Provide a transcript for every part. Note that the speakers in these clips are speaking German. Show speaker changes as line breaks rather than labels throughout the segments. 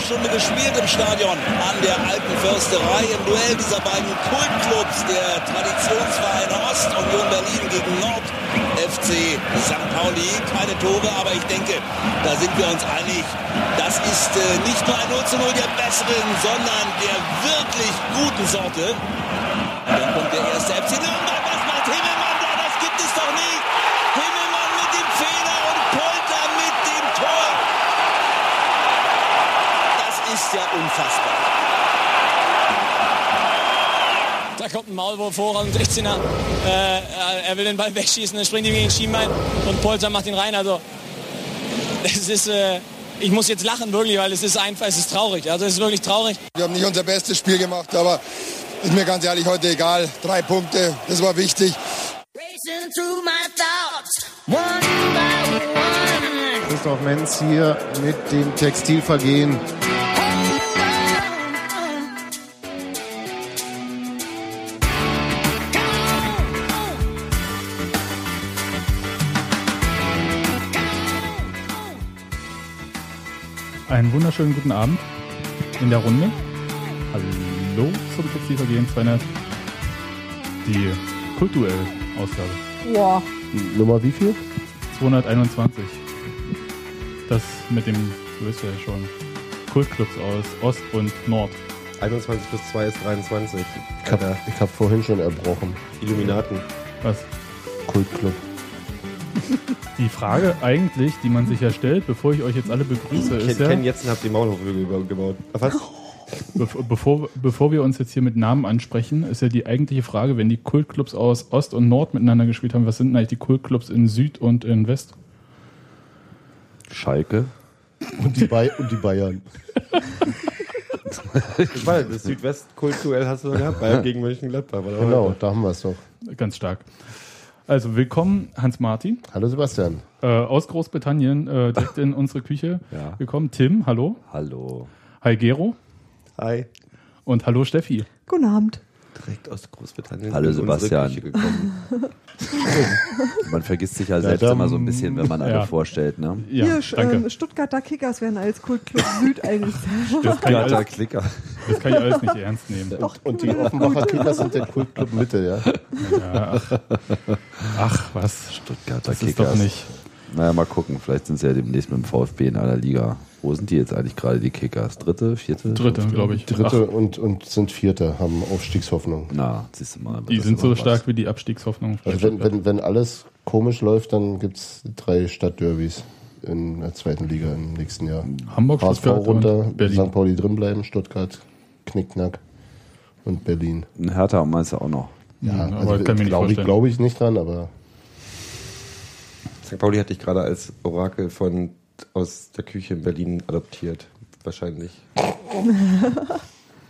Stunde gespielt im Stadion an der alten Försterei im Duell dieser beiden Kultclubs, der Traditionsverein Ost, Union Berlin gegen Nord, FC St. Pauli. Keine Tore, aber ich denke, da sind wir uns einig. Das ist äh, nicht nur ein 0 zu 0 der besseren, sondern der wirklich guten Sorte. Und dann kommt der erste FC Nürnberg. Was macht Himmelmann da? Das gibt es doch nicht. Himmelmann mit dem Fehler und Polter mit dem Tor. Das ist ja unfassbar.
Da kommt ein Maulwurf vor aus dem 16er. Äh, er will den Ball wegschießen, dann springt ihm gegen den Schienbein und Polter macht ihn rein. Also, das ist, äh, ich muss jetzt lachen wirklich, weil es ist einfach, es ist traurig. Also es ist wirklich traurig.
Wir haben nicht unser bestes Spiel gemacht, aber ist mir ganz ehrlich heute egal. Drei Punkte, das war wichtig.
Racing through my thoughts, one by one.
Christoph Menz hier mit dem Textilvergehen.
Einen wunderschönen guten Abend in der Runde. Hallo zum Textilvergehen 200. Die Kultduell-Ausgabe.
Boah,
Nummer wie viel?
221. Das mit dem, du weißt ja schon, Kultclubs aus Ost und Nord.
21 plus 2 ist 23.
Ich hab,
Alter,
ich hab vorhin schon erbrochen.
Illuminaten.
Was
Kultclub.
die Frage eigentlich, die man sich ja stellt, bevor ich euch jetzt alle begrüße,
Ich
ist
kenne
ja,
jetzt und hab die Maulhofhügel über- gebaut. Ah, Was?
bev- bevor, bevor wir uns jetzt hier mit Namen ansprechen, ist ja die eigentliche Frage, wenn die Kultclubs aus Ost und Nord miteinander gespielt haben, was sind denn eigentlich die Kultclubs in Süd und in West?
Schalke.
Und die, Bay und die Bayern.
Ich weiß, das Südwest-Kultuell hast du da gehabt, Bayern gegen Mönchengladbach. Oder
Genau, da haben wir es doch.
Ganz stark. Also willkommen, Hans-Martin,
Hallo Sebastian.
äh, aus Großbritannien, äh, direkt in unsere Küche
Ja.
gekommen. Tim, hallo.
Hallo.
Hi Gero
Hi.
und hallo Steffi.
guten Abend.
Direkt aus Großbritannien.
Hallo,
in unsere
Sebastian.
Küche gekommen.
Man vergisst sich ja selbst
dann-
immer so ein bisschen, wenn man alle
Ja.
vorstellt, ne?
Ja,
Hier, Sch- ähm, Stuttgarter Kickers werden als Kultclub Süd eingestellt.
Das kann, ich alles,
Klicker.
das kann ich alles nicht ernst nehmen.
Doch,
Und die Offenbacher Kinder sind der Kultclub Mitte, ja?
Ja, ach. ach, was?
Stuttgarter
Das ist
Kickers.
doch nicht.
Naja, mal gucken. Vielleicht sind sie ja demnächst mit dem VfB in einer Liga. Wo sind die jetzt eigentlich gerade, die Kickers? Dritte, vierte?
Dritte, glaube ich.
Dritte und, und sind Vierte, haben Aufstiegshoffnung.
Na, siehst du mal.
Ach, die
das
sind
ist
so
aber was.
stark wie die Abstiegshoffnung.
Also wenn, wenn, wenn alles komisch läuft, dann gibt es drei Stadtderbys in der zweiten Liga im nächsten Jahr.
Hamburg,
HSV
Stuttgart
runter,
und Berlin.
St. Pauli drinbleiben, Stuttgart, Knickknack und Berlin.
Ein Hertha meinst du auch noch.
Ja, aber kann
glaube also
mir nicht
ich,
vorstellen.
glaube ich nicht dran, aber
St. Pauli hat dich gerade als Orakel von aus der Küche in Berlin adoptiert. Wahrscheinlich.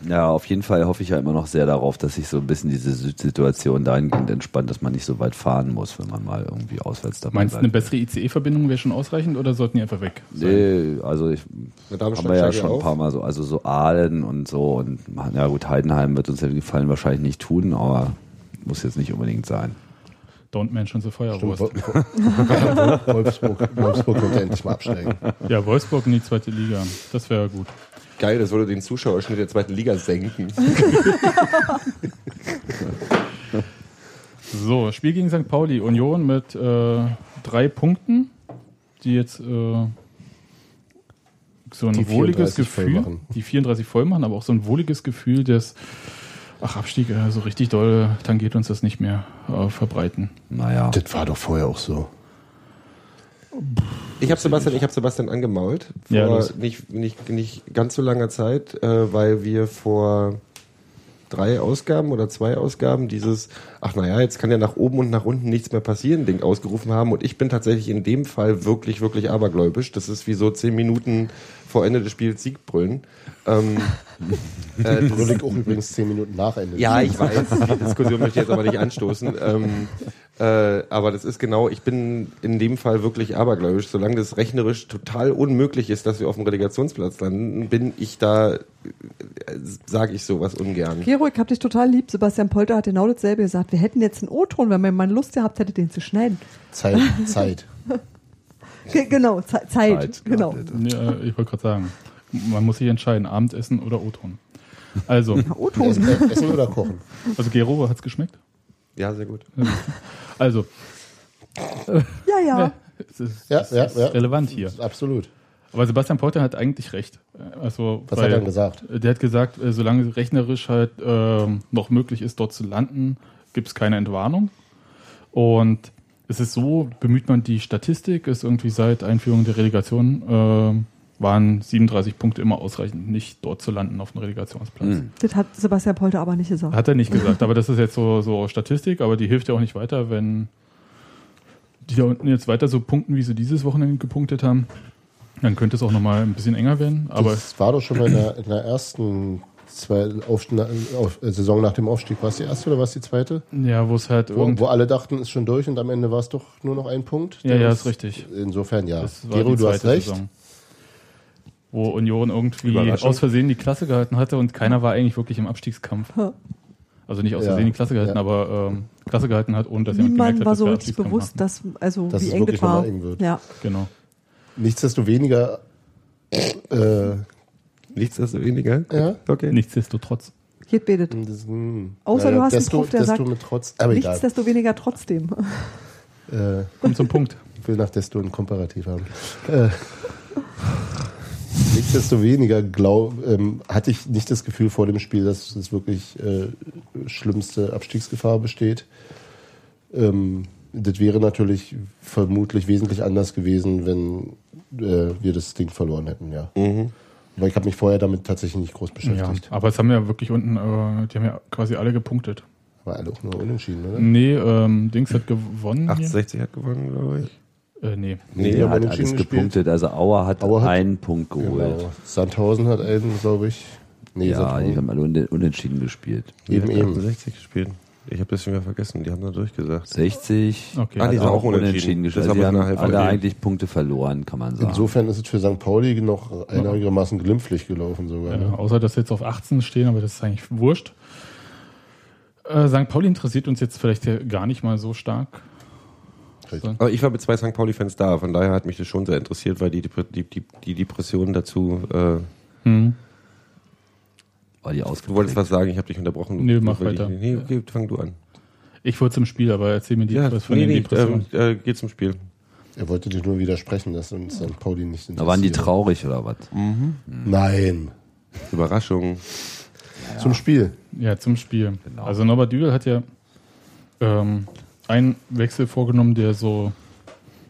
Ja, auf jeden Fall hoffe ich ja immer noch sehr darauf, dass sich so ein bisschen diese Situation dahingehend entspannt, dass man nicht so weit fahren muss, wenn man mal irgendwie auswärts dabei
Meinst du, eine
bleibt.
bessere ICE-Verbindung wäre schon ausreichend oder sollten die einfach weg?
Nee, also ich
Mit
haben wir ja schon ein paar Mal so, also so Aalen und so und ja gut, Heidenheim wird uns den Gefallen wahrscheinlich nicht tun, aber muss jetzt nicht unbedingt sein.
Don't mention the Feuerwurst.
Wolfsburg, Wolfsburg könnte endlich mal absteigen.
Ja, Wolfsburg in die zweite Liga. Das wäre gut.
Geil, das würde den Zuschauerschnitt der zweiten Liga senken.
So, Spiel gegen St. Pauli. Union mit äh, drei Punkten, die jetzt äh, so ein
Die
wohliges
34 voll
Gefühl,
machen.
die 34 voll machen, aber auch so ein wohliges Gefühl des, ach, Abstieg, äh, so richtig doll tangiert uns das nicht mehr äh, verbreiten.
Naja.
Das war doch vorher auch so.
Ich habe Sebastian, ich hab Sebastian angemault vor
Ja, los.
nicht, nicht, nicht ganz so langer Zeit, äh, weil wir vor drei Ausgaben oder zwei Ausgaben dieses, ach naja, jetzt kann ja nach oben und nach unten nichts mehr passieren, Ding ausgerufen haben. Und ich bin tatsächlich in dem Fall wirklich, wirklich abergläubisch. Das ist wie so zehn Minuten vor Ende des Spiels Siegbrüllen. Ähm, äh, das,
Rüdick auch um übrigens zehn Minuten nach Ende.
ja, ich weiß. Die Diskussion möchte ich jetzt aber nicht anstoßen. Ähm, äh, aber das ist genau, ich bin in dem Fall wirklich abergläubisch. Solange das rechnerisch total unmöglich ist, dass wir auf dem Relegationsplatz landen, bin ich da, äh, sage ich sowas ungern.
Gero, ich hab dich total lieb. Sebastian Polter hat genau dasselbe gesagt. Wir hätten jetzt einen O-Ton, wenn mein Mann Lust gehabt hätte, den zu schneiden.
Zeit, Zeit.
Ge genau, Ze Zeit.
Zeit, ne?
genau.
ja, das-
Ja, ich wollte gerade sagen. Man muss sich entscheiden, Abendessen oder O-Ton. Also,
O-Ton.
Essen, äh, essen oder kochen?
also Gero, hat's geschmeckt?
Ja, sehr gut.
Also,
Ja, ja.
es ist,
Ja,
es
ja,
ist
ja.
relevant hier.
Absolut.
Aber Sebastian Polter hat eigentlich recht. Also,
Was
weil-
hat er denn gesagt?
Der hat gesagt, äh, solange rechnerisch halt ähm, noch möglich ist, dort zu landen, gibt es keine Entwarnung. Und es ist so, bemüht man die Statistik, ist irgendwie seit Einführung der Relegation ähm, waren 37 Punkte immer ausreichend, nicht dort zu landen auf dem Relegationsplatz.
Das hat Sebastian Polter aber nicht gesagt.
Hat er nicht gesagt, aber das ist jetzt so, so Statistik, aber die hilft ja auch nicht weiter, wenn die da unten jetzt weiter so punkten, wie sie dieses Wochenende gepunktet haben. Dann könnte es auch nochmal ein bisschen enger werden, aber
das war doch schon mal in der, in der ersten zwei auf, auf, äh, Saison nach dem Aufstieg. War es die erste oder war es die zweite?
ja, wo es halt
Wo,
irgendwo.
wo alle dachten, ist schon durch und am Ende war es doch nur noch ein Punkt.
Ja,
Der
ja,
uns-
ist richtig.
Insofern ja.
Das war
Gero,
die
du hast
zweite
recht.
Saison, Wo Union irgendwie
Überraschung.
aus Versehen die Klasse gehalten hatte und keiner war eigentlich wirklich im Abstiegskampf. Also nicht aus
Ja.
Versehen die Klasse gehalten,
Ja.
aber ähm, Klasse gehalten hat, ohne dass jemand gemerkt
Niemand
hat,
war
dass
so
wir
richtig
Abstiegskampf
bewusst, dass, also
Dass
wie
es
eng
wirklich
das war.
nochmal eng wird.
Ja.
machen. Genau.
Nichtsdestoweniger äh,
Nichtsdestoweniger.
Ja.
Okay.
Nichtsdestotrotz.
Geht betet.
das, mh,
Außer du hast einen
desto,
Prof, der
desto
sagt,
mit trotz, aber egal.
Nichtsdestoweniger trotzdem.
Äh,
Kommt zum Punkt.
Ich will nach desto ein Komparativ haben. Äh, Nichtsdestoweniger glaub, ähm, hatte ich nicht das Gefühl vor dem Spiel, dass es wirklich äh, schlimmste Abstiegsgefahr besteht. Ähm, das wäre natürlich vermutlich wesentlich anders gewesen, wenn äh, wir das Ding verloren hätten, ja.
Mhm.
Weil ich habe mich vorher damit tatsächlich nicht groß
Ja,
beschäftigt.
aber es haben ja wirklich unten, äh, die haben ja quasi alle gepunktet.
War alle auch nur unentschieden, ne? oder?
Nee, ähm, Dings hat gewonnen. Hier.
68 hat gewonnen, glaube ich.
Äh, nee.
Nee,
Der hat alles gepunktet. Also Auer hat,
Auer hat-
einen Punkt geholt.
Genau. Sandhausen hat einen, glaube ich. Nee,
Ja, die
Sandhausen.
haben alle un- unentschieden gespielt.
Eben,
Die hat
eben.
68 gespielt. Ich habe das schon wieder vergessen. Die haben da durchgesagt.
60
Okay.
Ah,
hat
die sind auch unentschieden. Das
gespielt. Also
habe
die
ich
haben
nachher
alle
vergeben.
eigentlich Punkte verloren, kann man sagen.
Insofern ist es für St. Pauli noch einigermaßen glimpflich gelaufen sogar.
Ja,
ne?
außer dass sie jetzt auf 18 stehen, aber das ist eigentlich wurscht. Äh, St. Pauli interessiert uns jetzt vielleicht ja gar nicht mal so stark.
Richtig.
Aber ich war mit zwei St. Pauli-Fans da, von daher hat mich das schon sehr interessiert, weil die, Depre- die, die, die Depression dazu. Äh,
War die
du wolltest
ausgeprägt.
was sagen, ich habe dich unterbrochen.
Nee, mach
Will ich-
weiter.
Nee, okay, fang du an.
Ich wollte zum Spiel, aber erzähl mir die,
Ja,
was von
nee,
den
nee,
Depressionen.
ähm, äh, geht zum Spiel.
Er wollte dich nur widersprechen, dass uns St. Pauli nicht interessiert.
Da waren die traurig oder was?
Nein.
Überraschung.
Zum Spiel.
Ja, zum Spiel. Also Norbert Dübel hat ja ähm, einen Wechsel vorgenommen, der so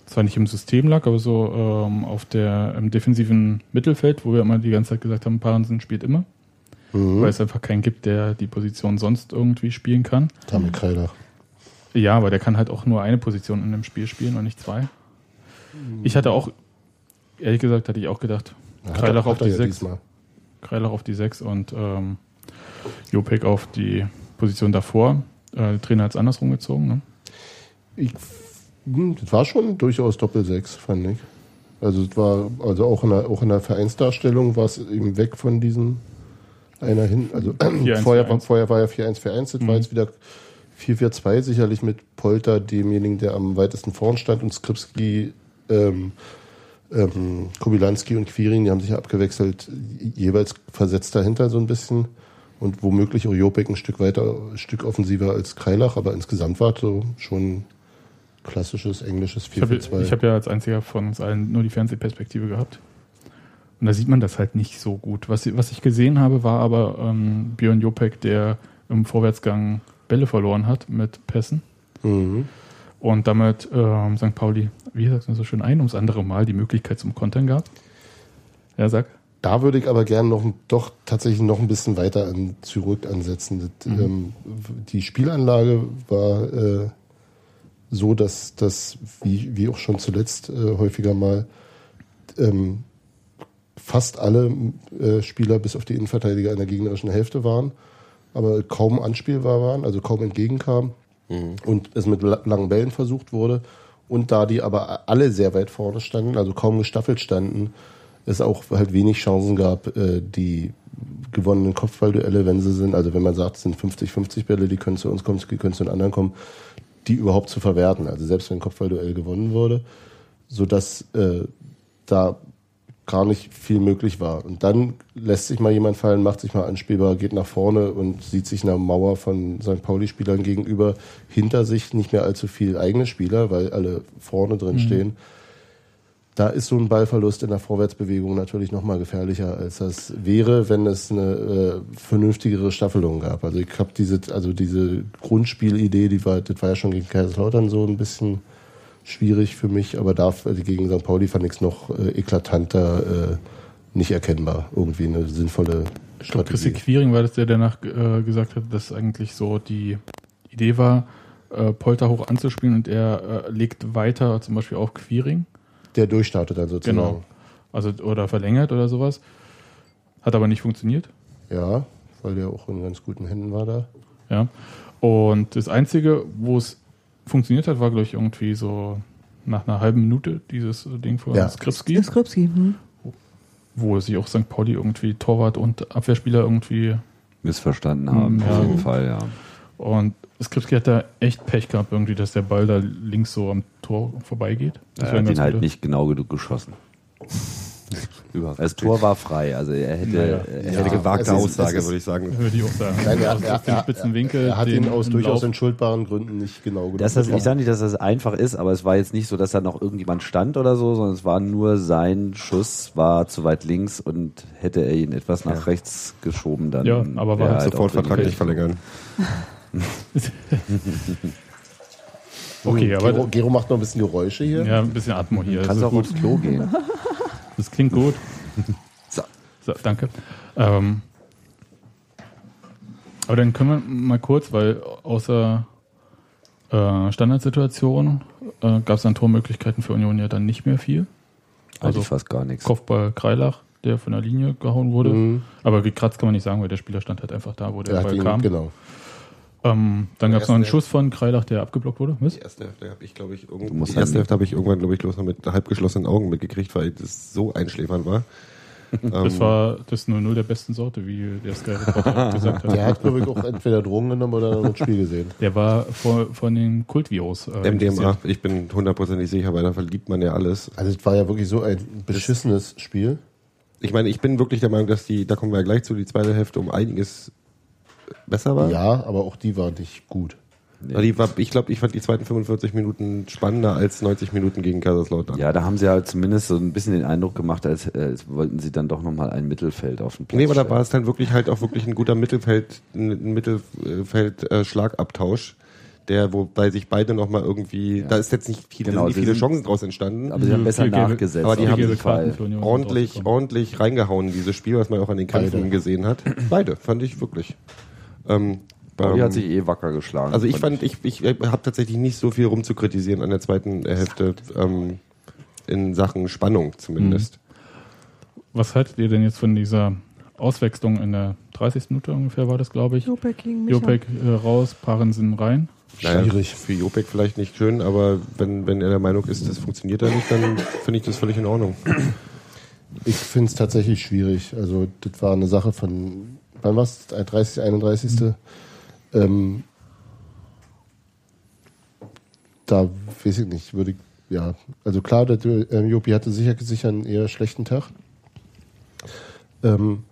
zwar nicht im System lag, aber so ähm, auf der im defensiven Mittelfeld, wo wir immer die ganze Zeit gesagt haben, Parensen spielt immer. Weil es einfach keinen gibt, der die Position sonst irgendwie spielen kann.
Tammy Kreidach.
Ja, aber der kann halt auch nur eine Position in einem Spiel spielen und nicht zwei. Ich hatte auch, ehrlich gesagt, hatte ich auch gedacht, Kreilach auf die sechs.
diesmal.
Kreilach auf die 6 und ähm, Jopek auf die Position davor. Äh, der Trainer hat es andersrum gezogen. Ne?
Ich, hm, das war schon durchaus Doppel-Sechs, fand ich. Also, es war, also auch, in der, auch in der Vereinsdarstellung war es eben weg von diesem einer hin. Also,
4-1-4-1.
vorher, war, vorher war ja 4-1-4-1,
Mhm.
das war jetzt wieder 4-4-2, sicherlich mit Polter, demjenigen, der am weitesten vorn stand, und Skripski, ähm, ähm, Kubilanski und Quirin, die haben sich ja abgewechselt, jeweils versetzt dahinter so ein bisschen. Und womöglich auch Jopek ein Stück weiter, ein Stück offensiver als Kreilach, aber insgesamt war es so schon klassisches englisches
Ich habe
4-4-2.
hab ja als einziger von uns allen nur die Fernsehperspektive gehabt. Und da sieht man das halt nicht so gut. Was, was ich gesehen habe, war aber ähm, Björn Jopek, der im Vorwärtsgang Bälle verloren hat mit Pässen.
Mhm.
Und damit ähm, St. Pauli, wie sagt man so schön, ein ums andere Mal die Möglichkeit zum Kontern gab. Ja, sag.
Da würde ich aber gerne noch doch tatsächlich noch ein bisschen weiter an zurück ansetzen. Das, ähm, die Spielanlage war äh, so, dass das, wie, wie auch schon zuletzt äh, häufiger mal, ähm, fast alle äh, Spieler bis auf die Innenverteidiger in der gegnerischen Hälfte waren, aber kaum anspielbar waren, also kaum entgegenkamen und es mit la- langen Bällen versucht wurde. Und da die aber alle sehr weit vorne standen, also kaum gestaffelt standen, es auch halt wenig Chancen gab, äh, die gewonnenen Kopfballduelle, wenn sie sind, also wenn man sagt, es sind 50-50 Bälle, die können zu uns kommen, die können zu den anderen kommen, die überhaupt zu verwerten. Also selbst wenn ein Kopfballduell gewonnen wurde, sodass äh, da gar nicht viel möglich war. Und dann lässt sich mal jemand fallen, macht sich mal anspielbar, geht nach vorne und sieht sich einer Mauer von St. Pauli-Spielern gegenüber hinter sich nicht mehr allzu viel eigene Spieler, weil alle vorne drin stehen. Da ist so ein Ballverlust in der Vorwärtsbewegung natürlich nochmal gefährlicher, als das wäre, wenn es eine äh, vernünftigere Staffelung gab. Also ich habe diese, also diese Grundspielidee, die war, das war ja schon gegen Kaiserslautern so ein bisschen schwierig für mich, aber da also gegen St. Pauli fand ich es noch äh, eklatanter äh, nicht erkennbar. Irgendwie eine sinnvolle
Ich glaube, Chrissy
Strategie.
Quiring war das, der danach äh, gesagt hat, dass eigentlich so die Idee war, äh, Polter hoch anzuspielen und er äh, legt weiter zum Beispiel auf Quiring.
Der durchstartet dann sozusagen.
Genau. Also, oder verlängert oder sowas. Hat aber nicht funktioniert.
Ja, weil der auch in ganz guten Händen war da.
Ja. Und das Einzige, wo es funktioniert hat, war, glaube ich, irgendwie so nach einer halben Minute dieses Ding von
Ja.
Skripski,
Ist Kripski. Hm?
wo sich auch St. Pauli irgendwie Torwart und Abwehrspieler irgendwie
Missverstanden haben,
Ja.
auf jeden Fall, ja.
und Skripski hat da echt Pech gehabt, irgendwie, dass der Ball da links so am Tor vorbeigeht. Das
Er
Ähm,
wäre ein
hat ihn
ganz
halt
guter-
nicht genau genug geschossen. Das Tor war frei, also er hätte, er hätte
also
gewagte
es ist-
Aussage,
es ist-
würde ich sagen.
Würde ich auch sagen.
Nein, er,
Aus
er,
dem
er,
spitzen Winkel,
er hat
den
ihn aus
im
durchaus
Lauf.
entschuldbaren Gründen nicht genau genug.
Das ist, ich
getroffen.
sage nicht, dass das einfach ist, aber es war jetzt nicht so, dass da noch irgendjemand stand oder so, sondern es war nur sein Schuss war zu weit links und hätte er ihn etwas nach rechts geschoben, dann
Ja, aber war
wäre
halt
auch
Sofort
drin
Vertrag nicht
gewesen.
verlängern.
Okay, aber
Hm, Gero, Gero macht noch ein bisschen Geräusche hier.
Mhm. ja, ein bisschen Atmo hier. Das,
Kannst
ist
auch
gut.
aufs Klo gehen.
das klingt gut.
So.
So, danke. Ähm, aber dann können wir mal kurz, weil außer äh, Standardsituationen äh, gab es an Tormöglichkeiten für Union ja dann nicht mehr viel.
Also
Also-
fast gar nichts.
Kopfball Kreilach, der von der Linie gehauen wurde. Aber gekratzt kann man nicht sagen, weil der Spieler stand halt einfach da, wo der
Er hat
Ball
ihn,
kam.
genau.
Ähm, dann gab es noch einen
erste-
Schuss von Kreilach, der abgeblockt wurde. Was?
Die erste Hälfte habe ich, glaube ich, irgend-
musst
die erste
dann-
Hälfte habe ich irgendwann, glaube ich, bloß noch mit halb geschlossenen Augen mitgekriegt, weil das so einschläfernd war.
Das war das 0-0 der besten Sorte, wie der Sky-Reporter auch gesagt hat.
Der hat, glaube ich, auch entweder Drogen genommen oder ein Spiel gesehen.
Der war vor, von dem Kultvirus. Äh,
MDMA,
infiziert.
ich bin hundertprozentig sicher, weil da verliebt man ja alles.
Also, es war ja wirklich so ein beschissenes Spiel.
Ich meine, ich bin wirklich der Meinung, dass die, da kommen wir ja gleich zu, die zweite Hälfte um einiges besser war.
Ja, aber auch die war nicht gut.
Aber Die war, ich glaube, ich fand die zweiten 45 Minuten spannender als 90 Minuten gegen Kaiserslautern.
Ja, da haben sie halt zumindest so ein bisschen den Eindruck gemacht, als, äh, als wollten sie dann doch nochmal ein Mittelfeld auf den Platz
Nee, aber da
stellen.
war es dann wirklich halt auch wirklich ein guter Mittelfeld, ein Mittelfeld äh, Schlagabtausch, der wobei sich beide noch mal irgendwie, da ist jetzt nicht viele,
Genau,
nicht
sie
viele
sind-
Chancen draus entstanden.
Aber sie haben besser
Viel gelbe-
nachgesetzt.
aber die
auf
haben
jeden
sich
Fall.
für Union
ordentlich,
rausgekommen.
ordentlich reingehauen dieses Spiel, was man auch an den Kämpfen
Beide.
gesehen hat. Beide fand ich wirklich. Ähm,
Pauli
ähm,
hat sich eh wacker geschlagen.
also ich fand, ich, ich habe tatsächlich nicht so viel rumzukritisieren an der zweiten Hälfte ähm, in Sachen Spannung zumindest.
Was haltet ihr denn jetzt von dieser Auswechslung in der 30. Minute ungefähr war das, glaube ich?
Jopek gegen Micha.
Jopek äh, raus, Parensen rein.
Naja,
Schwierig.
Für Jopek vielleicht nicht schön, aber wenn, wenn er der Meinung ist, das funktioniert da nicht, dann finde ich das völlig in Ordnung.
Ich finde es tatsächlich schwierig. Also, das war eine Sache von, wann war es? 30, 31. Ähm, da weiß ich nicht, würde ich, ja. Also, klar, der, äh, Jopi hatte sicher, sicher einen eher schlechten Tag. Ähm,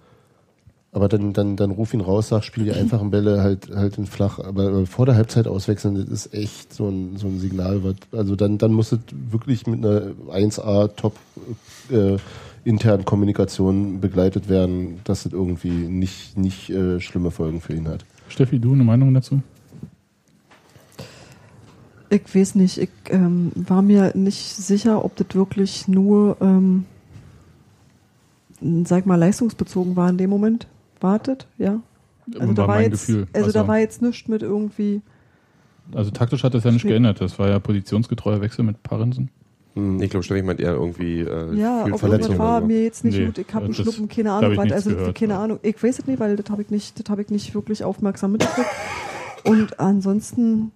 aber dann, dann, dann ruf ihn raus, sag, spiel die einfachen Bälle halt, halt in flach. Aber äh, vor der Halbzeit auswechseln, das ist echt so ein, so ein Signal. was- Also dann, dann muss es wirklich mit einer 1A Top äh, internen Kommunikation begleitet werden, dass das irgendwie nicht, nicht äh, schlimme Folgen für ihn hat.
Steffi, du eine Meinung dazu?
Ich weiß nicht, ich ähm, war mir nicht sicher, ob das wirklich nur, ähm, sag mal, leistungsbezogen war in dem Moment. Wartet, ja. Also, da, war jetzt, also da war jetzt nichts mit irgendwie.
also taktisch hat das ja nicht
Nee.
geändert. Das war ja positionsgetreuer Wechsel mit Parensen.
Ich glaube, Steffi meint eher irgendwie äh,
Ja, ob das war mir jetzt nicht
Nee,
gut. Ich habe einen
das-
Schnuppen,
da
keine
hab
Ahnung,
ich
was.
nichts
Also
gehört,
keine
ja.
Ahnung. Ich weiß es nicht, weil das habe ich nicht, das habe ich nicht wirklich aufmerksam mitgekriegt. Und ansonsten,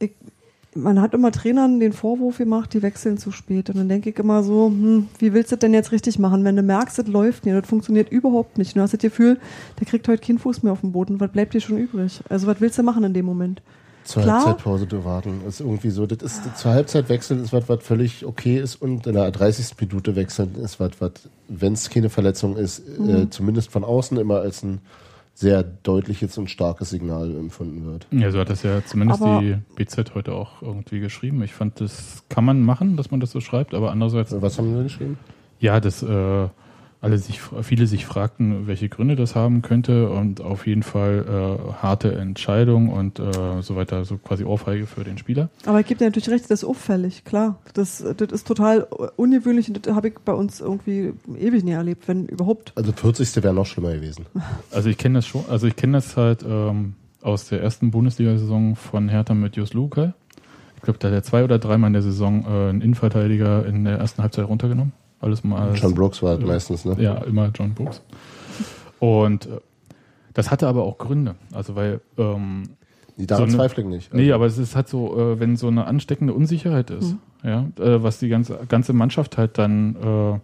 ich, man hat immer Trainern den Vorwurf gemacht, die wechseln zu spät. Und dann denke ich immer so, hm, wie willst du das denn jetzt richtig machen, wenn du merkst, es läuft nicht, das funktioniert überhaupt nicht. Du hast das Gefühl, der kriegt heute keinen Fuß mehr auf den Boden. Was bleibt dir schon übrig? Also was willst du machen in dem Moment?
Zur
Klar.
Halbzeitpause zu warten. Ist irgendwie so. Das ist, zur Halbzeit wechseln ist was, was völlig okay ist und in der 30. Minute wechseln ist was, was, wenn es keine Verletzung ist, äh, zumindest von außen immer als ein sehr deutliches und starkes Signal empfunden wird.
Ja, so hat das ja zumindest
Aber-
die BZ heute auch irgendwie geschrieben. Ich fand, das kann man machen, dass man das so schreibt, aber andererseits,
Was haben wir geschrieben?
ja, dass äh, alle sich, viele sich fragten, welche Gründe das haben könnte und auf jeden Fall äh, harte Entscheidung und äh, so weiter, so quasi Ohrfeige für den Spieler.
Aber ich gebe dir natürlich recht, das ist auffällig, klar. Das, das ist total ungewöhnlich und das habe ich bei uns irgendwie ewig nie erlebt, wenn überhaupt.
Also 40. wäre noch schlimmer gewesen.
Also ich kenne das schon, also ich kenne das halt ähm, aus der ersten Bundesliga-Saison von Hertha mit Jus Luke. Ich glaube, da hat er zwei oder dreimal in der Saison äh, einen Innenverteidiger in der ersten Halbzeit runtergenommen. Alles mal. als-
John Brooks war halt
Ja.
meistens, ne?
Ja, immer John Brooks. Und äh, das hatte aber auch Gründe. Also weil ähm,
Die daran
So eine-
zweifle ich nicht. also.
Nee, aber es ist halt so, äh, wenn so eine ansteckende Unsicherheit ist, ja, äh, was die ganze, ganze Mannschaft halt dann äh,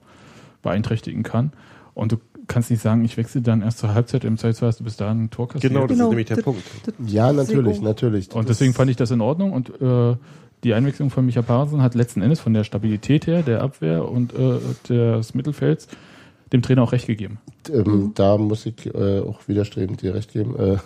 beeinträchtigen kann. Und du kannst nicht sagen, ich wechsle dann erst zur Halbzeit, im Zweifelsfall hast du bis dahin ein Tor kassiert.
Genau, das
Genau,
ist nämlich der
das-
Punkt.
Das,
ja, natürlich,
Seko.
natürlich.
Und deswegen fand ich das in Ordnung und äh, die Einwechslung von Micha Parensen hat letzten Endes von der Stabilität her, der Abwehr und äh, des Mittelfelds dem Trainer auch recht gegeben. Mhm.
ähm, da muss ich äh, auch widerstrebend dir recht geben. Äh,